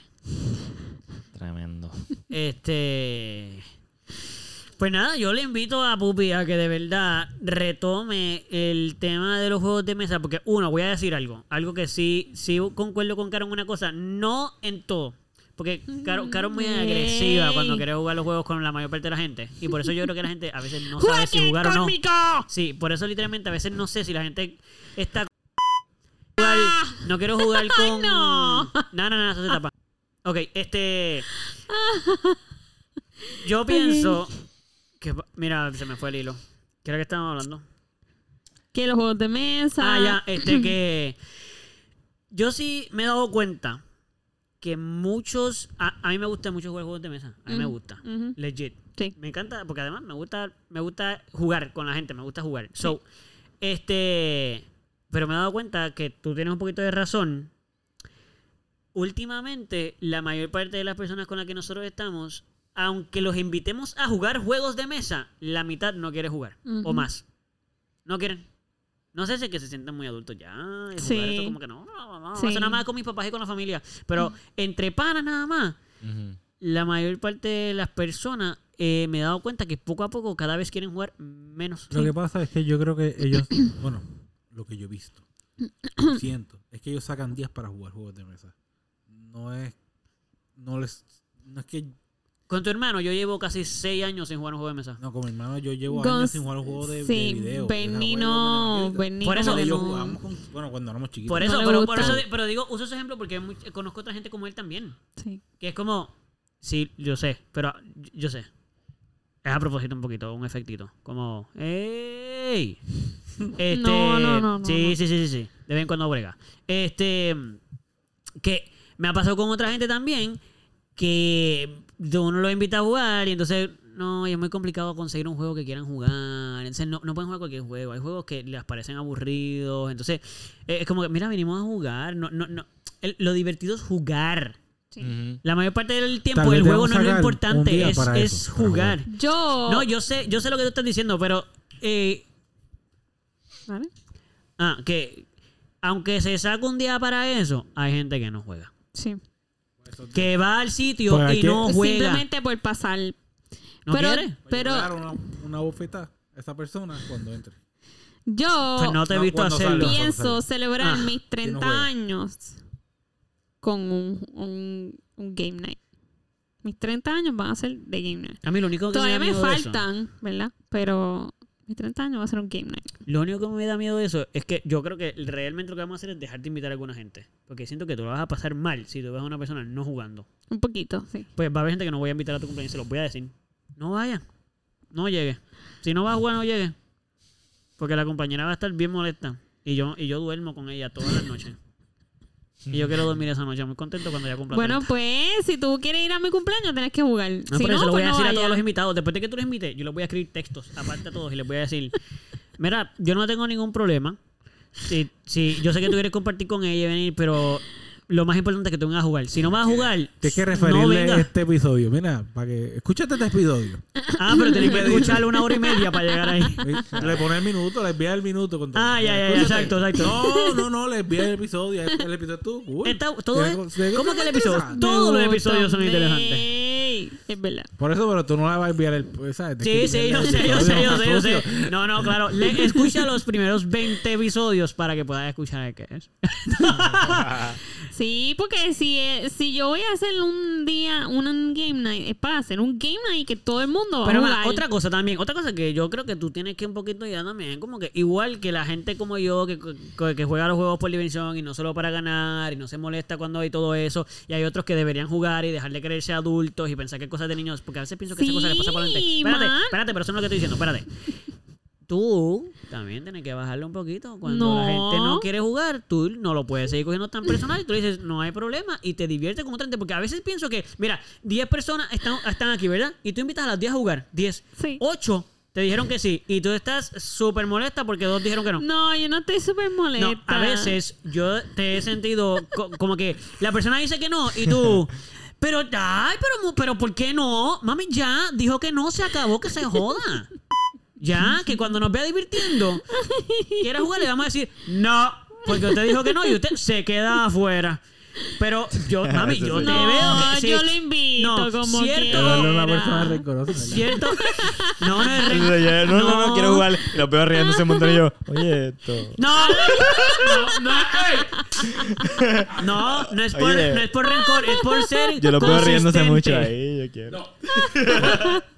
Speaker 6: Tremendo.
Speaker 1: Este. Pues nada, yo le invito a Pupi a que de verdad retome el tema de los juegos de mesa. Porque, uno, voy a decir algo. Algo que sí, sí concuerdo con Caro en una cosa. No en todo. Porque Caro, Caro es muy
Speaker 3: Yay.
Speaker 1: agresiva cuando quiere jugar los juegos con la mayor parte de la gente. Y por eso yo creo que la gente a veces no sabe
Speaker 3: ¡Jueguen
Speaker 1: si jugar o no.
Speaker 3: conmigo!
Speaker 1: Sí, por eso literalmente a veces no sé si la gente está. con- jugar- no quiero jugar con.
Speaker 3: Ah. no.
Speaker 1: no, no, no, eso se tapa. Ok, este. Yo pienso. Que, mira, se me fue el hilo. ¿Qué era que estábamos hablando?
Speaker 3: Que los juegos de mesa.
Speaker 1: Ah, ya, este que. Yo sí me he dado cuenta que muchos. A, a mí me gusta mucho jugar juegos de mesa. A mí me
Speaker 3: Ujú,
Speaker 1: gusta.
Speaker 3: ujú.
Speaker 1: Legit.
Speaker 3: Sí.
Speaker 1: Me encanta, porque además me gusta, me gusta jugar con la gente, me gusta jugar. So, este. Pero me he dado cuenta que tú tienes un poquito de razón. Últimamente, la mayor parte de las personas con las que nosotros estamos, aunque los invitemos a jugar juegos de mesa, la mitad no quiere jugar. O
Speaker 3: Ujú.
Speaker 1: más. No quieren. No sé si es que se sienten muy adultos ya. Y jugar
Speaker 3: Sí.
Speaker 1: esto como que no, no, no, no,
Speaker 3: Sí.
Speaker 1: eso nada más con mis papás y con la familia. Pero entre panas nada más,
Speaker 6: Ujú.
Speaker 1: la mayor parte de las personas eh, me he dado cuenta que poco a poco cada vez quieren jugar menos.
Speaker 2: Lo que pasa es que yo creo que ellos, bueno, lo que yo he visto, lo siento, es que ellos sacan días para jugar juegos de mesa. No es, no les, no es que,
Speaker 1: Con tu hermano yo llevo casi seis años sin jugar un juego de mesa.
Speaker 2: no, con mi hermano yo llevo
Speaker 3: Gonz-
Speaker 2: años sin jugar un juego de, de
Speaker 3: sí,
Speaker 2: video.
Speaker 3: Benny
Speaker 2: O sea, juego
Speaker 3: no,
Speaker 2: de-
Speaker 3: Benny
Speaker 1: Por eso
Speaker 3: como
Speaker 2: Nosotros
Speaker 3: que
Speaker 1: yo
Speaker 3: no.
Speaker 2: jugábamos con- bueno, cuando éramos chiquitos.
Speaker 1: Por eso,
Speaker 3: le
Speaker 1: pero,
Speaker 3: gusta.
Speaker 1: por eso di- pero digo, uso ese ejemplo porque hay much- conozco otra gente como él también.
Speaker 3: Sí.
Speaker 1: Que es como, sí, yo sé, pero ah, yo- yo sé. Es a propósito un poquito, un efectito. Como, ¡ey! Este,
Speaker 3: No, no, no, no,
Speaker 1: sí,
Speaker 3: no.
Speaker 1: sí, sí, sí, sí. De vez en cuando brega. Este, que me ha pasado con otra gente también que de uno lo invita a jugar y entonces, no, y es muy complicado conseguir un juego que quieran jugar. Entonces, no, no pueden jugar cualquier juego. Hay juegos que les parecen aburridos. Entonces, eh, es como que, mira, vinimos a jugar. No, no, no. El- lo divertido es jugar.
Speaker 3: Sí.
Speaker 6: Ujú.
Speaker 1: La mayor parte del
Speaker 2: Tal
Speaker 1: tiempo
Speaker 2: vez
Speaker 1: el juego
Speaker 2: debemos
Speaker 1: no es lo
Speaker 2: sacar un
Speaker 1: importante,
Speaker 2: día
Speaker 1: es,
Speaker 2: para
Speaker 1: es
Speaker 2: eso, para
Speaker 1: jugar.
Speaker 3: Yo.
Speaker 1: No, yo sé, yo sé lo que tú estás diciendo, pero eh,
Speaker 3: ¿Vale?
Speaker 1: ah, que aunque se saca un día para eso, hay gente que no juega.
Speaker 3: Sí.
Speaker 1: Que va al sitio
Speaker 2: Pues hay
Speaker 1: y
Speaker 2: que-
Speaker 1: no juega.
Speaker 3: Simplemente por pasar.
Speaker 1: ¿No
Speaker 3: pero,
Speaker 1: quiere?
Speaker 3: pero
Speaker 2: Dar una, una bofetada a esa persona cuando entre.
Speaker 3: yo.
Speaker 1: Pues no te he
Speaker 2: No,
Speaker 1: visto
Speaker 2: cuando sale.
Speaker 1: hacerlo.
Speaker 2: Bien.
Speaker 3: pienso
Speaker 2: Gonzalo.
Speaker 3: celebrar
Speaker 1: Ah,
Speaker 3: mis
Speaker 2: no
Speaker 3: 30
Speaker 2: juega.
Speaker 3: años con un, un, un game night. Mis 30 años van a ser de game night.
Speaker 1: A mí lo único que
Speaker 3: Todavía
Speaker 1: me,
Speaker 3: me
Speaker 1: da miedo de eso-
Speaker 3: faltan, ¿verdad? Pero mis 30 años va a ser un game night.
Speaker 1: lo único que me da miedo de eso es que yo creo que realmente lo que vamos a hacer es dejar de invitar a alguna gente. Porque siento que tú lo vas a pasar mal si tú ves a una persona no jugando.
Speaker 3: Un poquito, sí.
Speaker 1: Pues va a haber gente que no voy a invitar a tu cumpleaños, se los voy a decir. No vaya, no llegue. Si no va a jugar, no llegue. Porque la compañera va a estar bien molesta. Y yo, y yo duermo con ella todas las noches. Y yo quiero dormir esa noche, muy contento cuando ya cumpla.
Speaker 3: Bueno,
Speaker 1: 30.
Speaker 3: pues, si tú quieres ir a mi cumpleaños, tenés que jugar.
Speaker 1: No,
Speaker 3: si
Speaker 1: Ah, por
Speaker 3: no,
Speaker 1: eso lo voy
Speaker 3: pues
Speaker 1: a
Speaker 3: no
Speaker 1: decir a todos
Speaker 3: vayas.
Speaker 1: los invitados. Después de que tú los invites, yo les voy a escribir textos aparte a todos y les voy a decir: Mira, yo no tengo ningún problema. Si, si, yo sé que tú quieres compartir con ella y venir, pero lo más importante es que tú vengas a jugar. Si no vas a jugar,
Speaker 2: Tienes que
Speaker 1: no
Speaker 2: referirle
Speaker 1: vengas.
Speaker 2: este episodio. Mira, para que. Escúchate este episodio.
Speaker 1: Ah, pero tenés que escucharlo una hora y media para llegar ahí.
Speaker 2: Le pone el minuto, le envía el minuto. Con todo.
Speaker 1: Ah, ya, ya, ya,
Speaker 2: Escúchate.
Speaker 1: exacto, exacto.
Speaker 2: No, no, no, le envía el episodio. El episodio tú. cool.
Speaker 1: Está- todo es-
Speaker 2: Tiene- tiene
Speaker 1: ¿Cómo que el episodio?
Speaker 2: interesante.
Speaker 1: Todos los
Speaker 3: Me
Speaker 1: episodios son
Speaker 3: gustan,
Speaker 1: interesantes.
Speaker 3: ey. sí, es verdad.
Speaker 2: Por eso, pero tú no la vas a enviar el. pues, ¿sabes? Te
Speaker 1: Sí,
Speaker 2: escribí
Speaker 1: sí,
Speaker 2: el-
Speaker 1: yo sé, yo
Speaker 2: el
Speaker 1: sé, yo
Speaker 2: audio
Speaker 1: sé, yo
Speaker 2: más
Speaker 1: sé.
Speaker 2: sucio.
Speaker 1: No, no, claro. Le- escucha los primeros 20 episodios para que puedas escuchar el que es.
Speaker 3: Sí, porque si, eh, si yo voy a hacer un día un game night, es para hacer un game night que todo el mundo va
Speaker 1: Pero
Speaker 3: a
Speaker 1: mira,
Speaker 3: jugar.
Speaker 1: otra cosa también, otra cosa que yo creo que tú tienes que un poquito ayudar también, como que igual que la gente como yo que, que- que juega los juegos por diversión y no solo para ganar y no se molesta cuando hay todo eso, y hay otros que deberían jugar y dejar de creerse adultos y pensar que es cosas de niños, porque a veces pienso que esa cosa le pasa por la mente.
Speaker 3: Sí,
Speaker 1: Espérate,
Speaker 3: man.
Speaker 1: espérate, pero eso no es lo que estoy diciendo, espérate. Tú también tienes que bajarle un poquito. Cuando la
Speaker 3: No.
Speaker 1: gente no quiere jugar, tú no lo puedes seguir cogiendo tan personal. Y tú le dices, no hay problema. Y te diviertes con otra gente. Porque a veces pienso que, mira, 10 personas están, están aquí, ¿verdad? Y tú invitas a las 10 a jugar. 10.
Speaker 3: Sí.
Speaker 1: 8 te dijeron que sí. Y tú estás súper molesta porque dos dijeron que no.
Speaker 3: No, yo no estoy súper molesta.
Speaker 1: No, a veces yo te he sentido co- como que la persona dice que no y tú, pero ay, pero, mu- pero ¿por qué no? Mami, ya dijo que no, se acabó, que se joda. Ya, que cuando nos vea divirtiendo, quiera jugar, le vamos a decir, no, porque usted dijo que no y usted se queda afuera. Pero yo,
Speaker 4: Ah,
Speaker 1: mami, yo te
Speaker 3: No,
Speaker 1: veo que sí.
Speaker 3: yo lo invito
Speaker 1: No,
Speaker 3: como
Speaker 1: cierto.
Speaker 2: Pero darle a una
Speaker 3: quiera.
Speaker 2: persona rencorosa. ¿verdad?
Speaker 1: ¿Cierto? No, no es re-
Speaker 4: No, no, no, quiero jugar. Y los veo riéndose un montón y yo, oye, esto.
Speaker 1: No, no, no, ey. no, no es por,
Speaker 4: Oye.
Speaker 1: no es por rencor, es por ser.
Speaker 4: Yo los veo riéndose
Speaker 1: consistente.
Speaker 4: mucho ahí, yo quiero.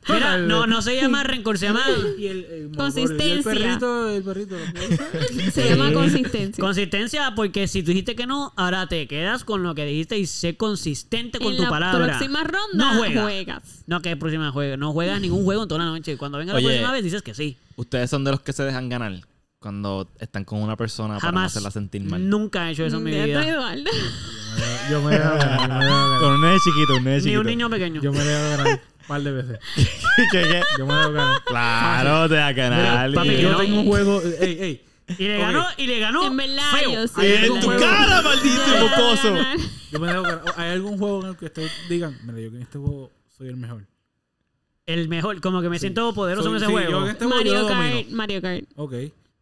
Speaker 1: Mira, no, no se llama rencor, se llama
Speaker 2: Y el, eh, el-
Speaker 3: Consistencia.
Speaker 2: y El perrito, el perrito. ¿lo puedo usar?
Speaker 3: Se llama consistencia.
Speaker 1: consistencia, porque si tú dijiste que no, ahora te quedas con lo que dijiste y sé consistente con
Speaker 3: en
Speaker 1: tu
Speaker 3: la
Speaker 1: palabra.
Speaker 3: próxima ronda
Speaker 1: no juegas.
Speaker 3: juegas.
Speaker 1: No, que próxima juega. No juegas ningún juego en toda la noche. Cuando venga la
Speaker 6: Oye.
Speaker 1: próxima vez dices que sí.
Speaker 6: Ustedes son de los que se dejan ganar cuando están con una persona para no
Speaker 1: Jamás.
Speaker 6: hacerla sentir mal.
Speaker 1: Nunca he hecho eso en mi
Speaker 3: Ya estoy
Speaker 1: vida.
Speaker 3: igual.
Speaker 2: Yo me dejo ganar, yo me dejo ganar.
Speaker 4: Con un nene chiquito, un nene
Speaker 1: Ni
Speaker 4: chiquito.
Speaker 1: un niño pequeño.
Speaker 2: Yo me dejo ganar un par de veces.
Speaker 4: ¿Qué, qué?
Speaker 2: Yo me dejo ganar.
Speaker 4: Claro, te da canal.
Speaker 1: Mira, papi,
Speaker 4: y-
Speaker 1: yo
Speaker 2: Yo
Speaker 1: no.
Speaker 2: tengo un juego. Ey, ey.
Speaker 1: Y le ganó, y le ganó.
Speaker 3: En verdad,
Speaker 1: feo.
Speaker 3: yo sí.
Speaker 4: Y en
Speaker 2: un
Speaker 4: tu
Speaker 2: juego-
Speaker 4: cara, maldito
Speaker 2: este
Speaker 3: Ya,
Speaker 4: mocoso.
Speaker 3: ganar.
Speaker 2: Yo me dejo ganar. ¿Hay algún juego en el que ustedes digan, mira, yo que en este juego soy el mejor?
Speaker 1: El mejor, como que me siento poderoso
Speaker 2: Soy-
Speaker 1: en ese
Speaker 2: sí,
Speaker 1: juego.
Speaker 2: Yo en este juego yo
Speaker 3: Mario
Speaker 2: lo domino.
Speaker 3: Kart, Mario Kart.
Speaker 2: Ok.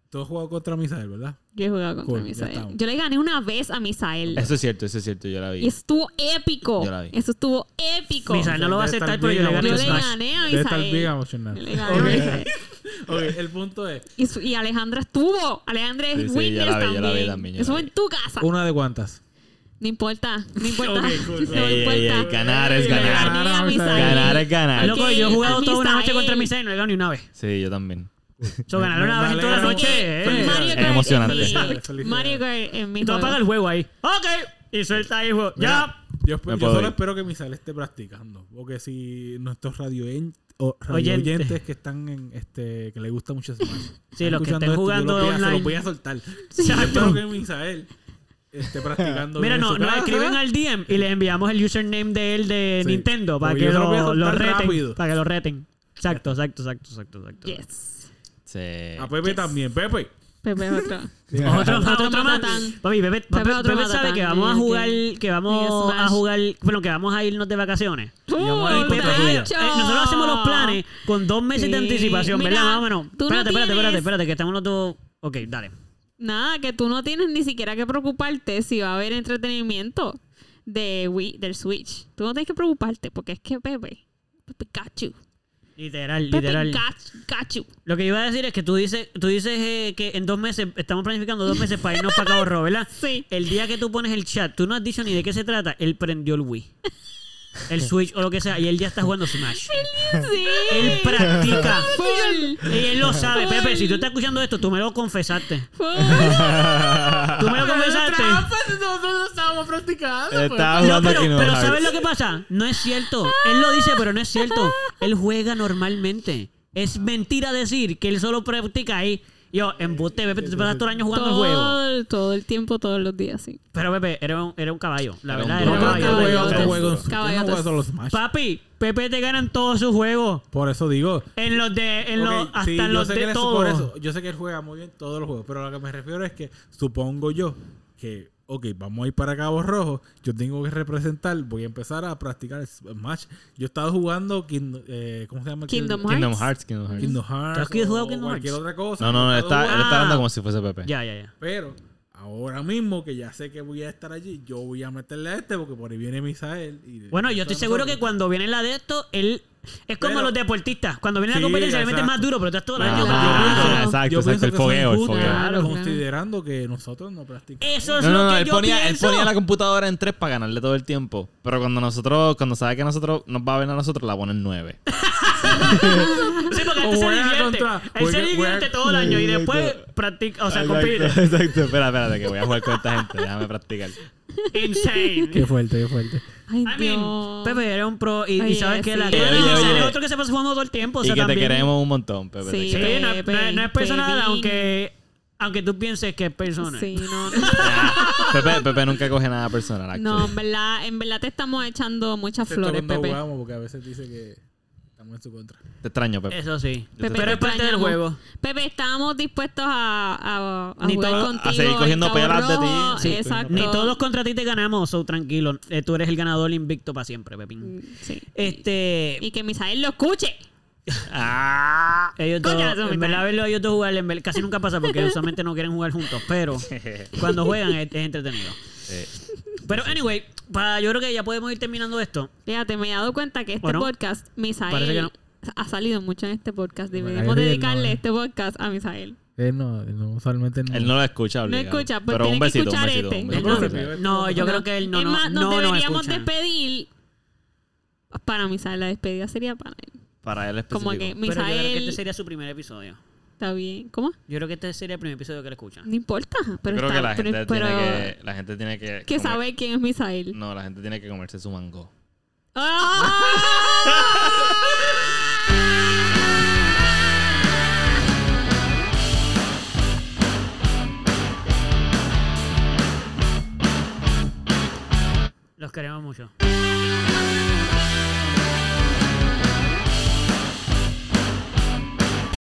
Speaker 2: Tú has jugado contra Misael, ¿verdad?
Speaker 3: Yo he jugado contra
Speaker 2: Cool, ya
Speaker 3: Misael.
Speaker 2: estamos.
Speaker 3: Yo le gané una vez a Misael.
Speaker 6: Eso es cierto, eso es cierto, yo la
Speaker 3: Y
Speaker 6: vi.
Speaker 3: estuvo épico.
Speaker 6: Yo la vi.
Speaker 3: Eso estuvo épico.
Speaker 1: Misael no lo va a
Speaker 2: Debe estar
Speaker 1: aceptar, pero yo le gané
Speaker 2: bien
Speaker 3: Yo
Speaker 1: el
Speaker 3: le
Speaker 2: emocionado.
Speaker 1: Smash.
Speaker 3: gané a
Speaker 2: Debe estar
Speaker 3: Misael.
Speaker 2: bien
Speaker 3: Yo
Speaker 2: emocionado.
Speaker 3: le gané a Misael.
Speaker 2: Ok, el punto es.
Speaker 3: Y, su- y Alejandra estuvo. Alejandra es
Speaker 6: Sí, sí, ya la
Speaker 3: witness
Speaker 6: vi, ya la vi
Speaker 3: también.
Speaker 6: también, ya la
Speaker 3: Eso
Speaker 6: vi.
Speaker 3: en tu casa.
Speaker 2: ¿Una de cuántas?
Speaker 3: No importa. No importa.
Speaker 2: cool.
Speaker 3: No
Speaker 4: Ey, ey, ey,
Speaker 3: importa.
Speaker 4: ganar es
Speaker 3: Le
Speaker 4: ganar.
Speaker 3: gané a
Speaker 2: Ganar a
Speaker 3: Misael.
Speaker 4: Ganar es ganar.
Speaker 1: Loco, yo he jugado
Speaker 3: al
Speaker 1: toda una noche
Speaker 3: Misael.
Speaker 1: contra Misael y no he ganado ni una vez.
Speaker 6: Sí, yo también.
Speaker 1: So, ganar una
Speaker 2: Me
Speaker 1: vez en toda la
Speaker 2: alegro.
Speaker 1: noche.
Speaker 2: Feliz-
Speaker 1: eh.
Speaker 3: Mario
Speaker 6: Es
Speaker 3: Kart
Speaker 6: emocionante.
Speaker 3: es mi-
Speaker 2: Felicidades.
Speaker 3: Mario Kart es mi
Speaker 1: Y tú
Speaker 3: juego.
Speaker 1: apagas el juego ahí. Ok. Y suelta ahí el juego. Ya.
Speaker 2: Mira, Yo,
Speaker 6: Me
Speaker 2: yo
Speaker 6: puedo
Speaker 2: solo
Speaker 6: ir.
Speaker 2: espero que Misael esté practicando. Porque si nuestros radio, en- o radio
Speaker 1: Oyente.
Speaker 2: oyentes que están en este. que le gusta mucho Smash. están
Speaker 1: los que
Speaker 2: escuchando
Speaker 1: estén
Speaker 2: yo
Speaker 1: jugando
Speaker 2: los voy a- Se
Speaker 1: online.
Speaker 2: los voy a soltar. Yo
Speaker 1: Exacto.
Speaker 2: espero que Misael esté practicando.
Speaker 1: Mira,
Speaker 2: bien en
Speaker 1: no,
Speaker 2: su
Speaker 1: nos
Speaker 2: casa.
Speaker 1: escriben al DM y le enviamos el username de él de
Speaker 2: Sí.
Speaker 1: Nintendo para
Speaker 2: Porque
Speaker 1: que
Speaker 2: yo se lo voy a
Speaker 1: lo, lo
Speaker 2: soltar
Speaker 1: reten.
Speaker 2: rápido.
Speaker 1: Para que lo reten. Exacto, exacto, exacto, exacto, exacto.
Speaker 3: Yes.
Speaker 6: Sí.
Speaker 2: A
Speaker 6: pues,
Speaker 2: Pepe también. Pepe.
Speaker 3: Pepe es otro.
Speaker 1: Otro,
Speaker 3: Otro
Speaker 1: otro, otro más.
Speaker 3: matatán.
Speaker 1: Papi, Bebé,
Speaker 3: Pepe,
Speaker 1: Pepe-
Speaker 3: otro
Speaker 1: Pepe sabe
Speaker 3: matatán.
Speaker 1: que vamos a
Speaker 3: Sí,
Speaker 1: jugar,
Speaker 3: sí.
Speaker 1: que vamos
Speaker 3: Sí,
Speaker 1: a
Speaker 3: Smash.
Speaker 1: jugar, bueno, que vamos a irnos de vacaciones.
Speaker 2: vamos a ir
Speaker 3: Uh,
Speaker 2: contra
Speaker 1: Pepe,
Speaker 2: tuya.
Speaker 1: eh, nosotros hacemos los planes con dos meses de
Speaker 3: Sí.
Speaker 1: anticipación,
Speaker 3: Mira,
Speaker 1: ¿verdad? Más o menos.
Speaker 3: tú no
Speaker 1: Espérate, espérate, espérate,
Speaker 3: tienes-
Speaker 1: espérate, que estamos los dos. Ok, dale.
Speaker 3: Nada, que tú no tienes ni siquiera que preocuparte si va a haber entretenimiento de Wii, del Switch. Tú no tienes que preocuparte porque es que Pepe, Pepe got you.
Speaker 1: Literal,
Speaker 3: Pepe
Speaker 1: literal.
Speaker 3: got, got you.
Speaker 1: Lo que iba a decir es que tú dices, tú dices eh, que en dos meses, estamos planificando dos meses para irnos para Cabo Rojo, ¿verdad?
Speaker 3: Sí.
Speaker 1: El día que tú pones el chat, tú no has dicho ni de qué se trata, él prendió el Wii. El Switch o lo que sea, y él ya está jugando Smash.
Speaker 3: Sí.
Speaker 1: Él practica.
Speaker 3: Full.
Speaker 1: Y él lo sabe, Pepe. Si tú estás escuchando esto, tú me lo confesaste.
Speaker 3: Full.
Speaker 1: Tú me lo confesaste.
Speaker 2: Nosotros estábamos practicando.
Speaker 4: Estaba
Speaker 1: pues. No,
Speaker 4: jugando
Speaker 1: pero,
Speaker 4: Kingdom
Speaker 1: pero
Speaker 4: Hearts.
Speaker 1: ¿sabes lo que pasa? No es cierto. Él lo dice, pero no es cierto. Él juega normalmente. Es mentira decir que él solo practica ahí. Yo, embuste, Pepe, tú te pasas todo el año jugando el juego.
Speaker 3: Todo, el- todo el tiempo, todos los días, sí.
Speaker 1: Pero Pepe, era un, era un caballo. La
Speaker 6: Era un
Speaker 1: verdad,
Speaker 6: duro.
Speaker 1: era un
Speaker 2: Yo
Speaker 1: caballo.
Speaker 2: no juego otro
Speaker 3: Caballotes.
Speaker 2: juego en su- yo no juego
Speaker 3: Caballotes.
Speaker 2: solo Smash.
Speaker 1: Papi, Pepe te ganan todos sus juegos.
Speaker 2: Por eso digo.
Speaker 1: En los de. En los,
Speaker 2: Ok,
Speaker 1: hasta
Speaker 2: sí,
Speaker 1: en
Speaker 2: yo
Speaker 1: los
Speaker 2: sé que él
Speaker 1: de
Speaker 2: es-
Speaker 1: todo.
Speaker 2: por eso, yo sé que él juega muy bien todos los juegos, pero a lo que me refiero es que supongo yo que, ok, vamos a ir para Cabo Rojo, yo tengo que representar, voy a empezar a practicar el Smash. Yo he estado jugando, Kingdom, eh, ¿cómo se llama?
Speaker 3: Kingdom Hearts.
Speaker 6: Kingdom Hearts, Kingdom Hearts.
Speaker 2: Kingdom Hearts
Speaker 1: ¿Tú has jugado
Speaker 2: o
Speaker 1: Kingdom
Speaker 2: cualquier
Speaker 1: Hearts?
Speaker 2: otra cosa.
Speaker 6: No, no, no,
Speaker 2: He
Speaker 6: él
Speaker 2: estado
Speaker 6: está, él está
Speaker 1: Ah.
Speaker 4: eh,
Speaker 6: hablando como si fuese Pepe.
Speaker 1: Ya, ya, ya.
Speaker 2: Pero
Speaker 5: Ahora mismo que ya sé que voy a estar allí, yo voy a meterle a este porque por ahí viene Misael. y-
Speaker 1: Bueno, yo estoy seguro que cuando viene la de esto, él. Es como
Speaker 5: Pero-
Speaker 1: los deportistas. Cuando viene la
Speaker 5: Sí,
Speaker 1: competencia, le meten
Speaker 5: exacto.
Speaker 1: más duro, pero estás todo el
Speaker 4: Ah,
Speaker 1: año.
Speaker 3: claro.
Speaker 4: exacto,
Speaker 5: Yo
Speaker 4: exacto.
Speaker 5: pienso
Speaker 4: El
Speaker 5: que son
Speaker 4: fogueo, el
Speaker 5: justos,
Speaker 4: fogueo.
Speaker 3: Claro, claro.
Speaker 5: Considerando que nosotros no practicamos.
Speaker 1: Eso es
Speaker 4: No,
Speaker 1: lo
Speaker 4: no, no,
Speaker 1: que
Speaker 4: él
Speaker 1: yo
Speaker 4: ponía, él
Speaker 1: pienso.
Speaker 4: ponía la computadora en 3 para ganarle todo el tiempo. Pero cuando nosotros, cuando sabe que nosotros nos va a ver a nosotros, la pone en 9.
Speaker 1: Sí, porque
Speaker 5: O
Speaker 1: él se
Speaker 5: juega
Speaker 1: divierte.
Speaker 5: contra-
Speaker 1: él se
Speaker 5: juega-
Speaker 1: divierte
Speaker 5: juega-
Speaker 1: todo el año y después
Speaker 4: Exacto.
Speaker 1: practica, o sea, compite.
Speaker 4: Exacto, exacto. Espera, espérate, que voy a jugar con esta gente. Déjame practicar.
Speaker 1: Insane.
Speaker 2: Qué fuerte, qué fuerte.
Speaker 5: Este
Speaker 3: Ay,
Speaker 1: I mean,
Speaker 3: Dios.
Speaker 1: Pepe era un pro y, y
Speaker 3: Oye,
Speaker 1: sabes que la
Speaker 3: sí.
Speaker 1: cara de
Speaker 4: Oye,
Speaker 1: Misael
Speaker 4: oye.
Speaker 1: es otro que se pasa jugando todo el tiempo. O
Speaker 4: y
Speaker 1: sea,
Speaker 4: que te
Speaker 1: también-
Speaker 4: queremos un montón, Pepe. te
Speaker 3: Sí.
Speaker 1: Sí,
Speaker 4: queremos.
Speaker 1: no, es- no es- no es personal, aunque, aunque tú pienses que es personal.
Speaker 3: Sí, no,
Speaker 4: Ah, Pepe, Pepe nunca coge nada personal.
Speaker 3: no,
Speaker 4: actually.
Speaker 3: en verdad, en verdad te estamos echando muchas
Speaker 5: Excepto
Speaker 3: flores,
Speaker 5: cuando
Speaker 3: Pepe.
Speaker 5: jugamos, porque a veces dice que estamos en su contra.
Speaker 4: Te extraño, Pepe.
Speaker 1: Eso sí.
Speaker 4: Pepe,
Speaker 1: pero es
Speaker 3: te
Speaker 1: parte del
Speaker 3: extrañamos.
Speaker 1: juego.
Speaker 3: Pepe, estábamos dispuestos a, a, a
Speaker 1: Ni
Speaker 3: jugar
Speaker 1: todo- a
Speaker 3: contigo.
Speaker 4: seguir
Speaker 3: el
Speaker 4: cogiendo
Speaker 3: Cabo
Speaker 4: pelas de ti.
Speaker 3: Rojo,
Speaker 4: Sí,
Speaker 3: exacto.
Speaker 1: Ni todos contra ti te ganamos, so tranquilo. Eh, tú eres el ganador invicto para siempre,
Speaker 4: Mm.
Speaker 1: Pepín.
Speaker 3: Mm, Sí.
Speaker 1: Este.
Speaker 3: Y que Misael lo escuche.
Speaker 4: Eh,
Speaker 1: Ah, ellos dos,
Speaker 3: Coñazo,
Speaker 1: en
Speaker 3: Misael.
Speaker 1: verdad, verlo a ellos dos jugar en verdad, casi nunca pasa porque usualmente no quieren jugar juntos, pero cuando juegan es, es entretenido.
Speaker 4: Eh,
Speaker 1: Pero, anyway, para, yo creo que ya podemos ir terminando esto.
Speaker 3: Fíjate, me he dado cuenta que este
Speaker 1: Bueno,
Speaker 3: podcast,
Speaker 1: parece que no.
Speaker 3: Misael, ha salido mucho en este podcast.
Speaker 2: Bueno,
Speaker 3: Debemos
Speaker 2: Gabriel,
Speaker 3: dedicarle
Speaker 2: no, eh.
Speaker 3: este podcast a Misael.
Speaker 2: Él Eh, no, él no usualmente no.
Speaker 4: él no lo escucha, obligado.
Speaker 3: escucha, pues
Speaker 4: Pero
Speaker 3: tiene
Speaker 4: un
Speaker 3: que
Speaker 4: besito, un
Speaker 3: escuchar
Speaker 4: besito. un
Speaker 3: este.
Speaker 5: Yo
Speaker 4: besito.
Speaker 5: creo que pidió esto.
Speaker 1: Eh, No, yo creo que él no,
Speaker 3: es
Speaker 1: no,
Speaker 3: más,
Speaker 1: no,
Speaker 3: nos
Speaker 1: no
Speaker 3: deberíamos
Speaker 1: escucha.
Speaker 3: despedir. Para Misael, la despedida sería para él.
Speaker 4: Para él específico.
Speaker 3: Como que
Speaker 1: Pero yo creo que este
Speaker 3: Misael
Speaker 1: sería su primer episodio.
Speaker 3: está bien. ¿Cómo?
Speaker 1: Yo creo que este sería el primer episodio que le escuchan.
Speaker 3: No importa. Pero
Speaker 4: Yo creo
Speaker 3: está,
Speaker 4: que la gente
Speaker 3: pero, pero
Speaker 4: tiene que... La gente tiene que...
Speaker 3: que
Speaker 4: comer- Mm.
Speaker 3: sabe quién es Misael.
Speaker 4: No, la gente tiene que comerse su mango.
Speaker 3: ¡Ah!
Speaker 1: Los queremos mucho.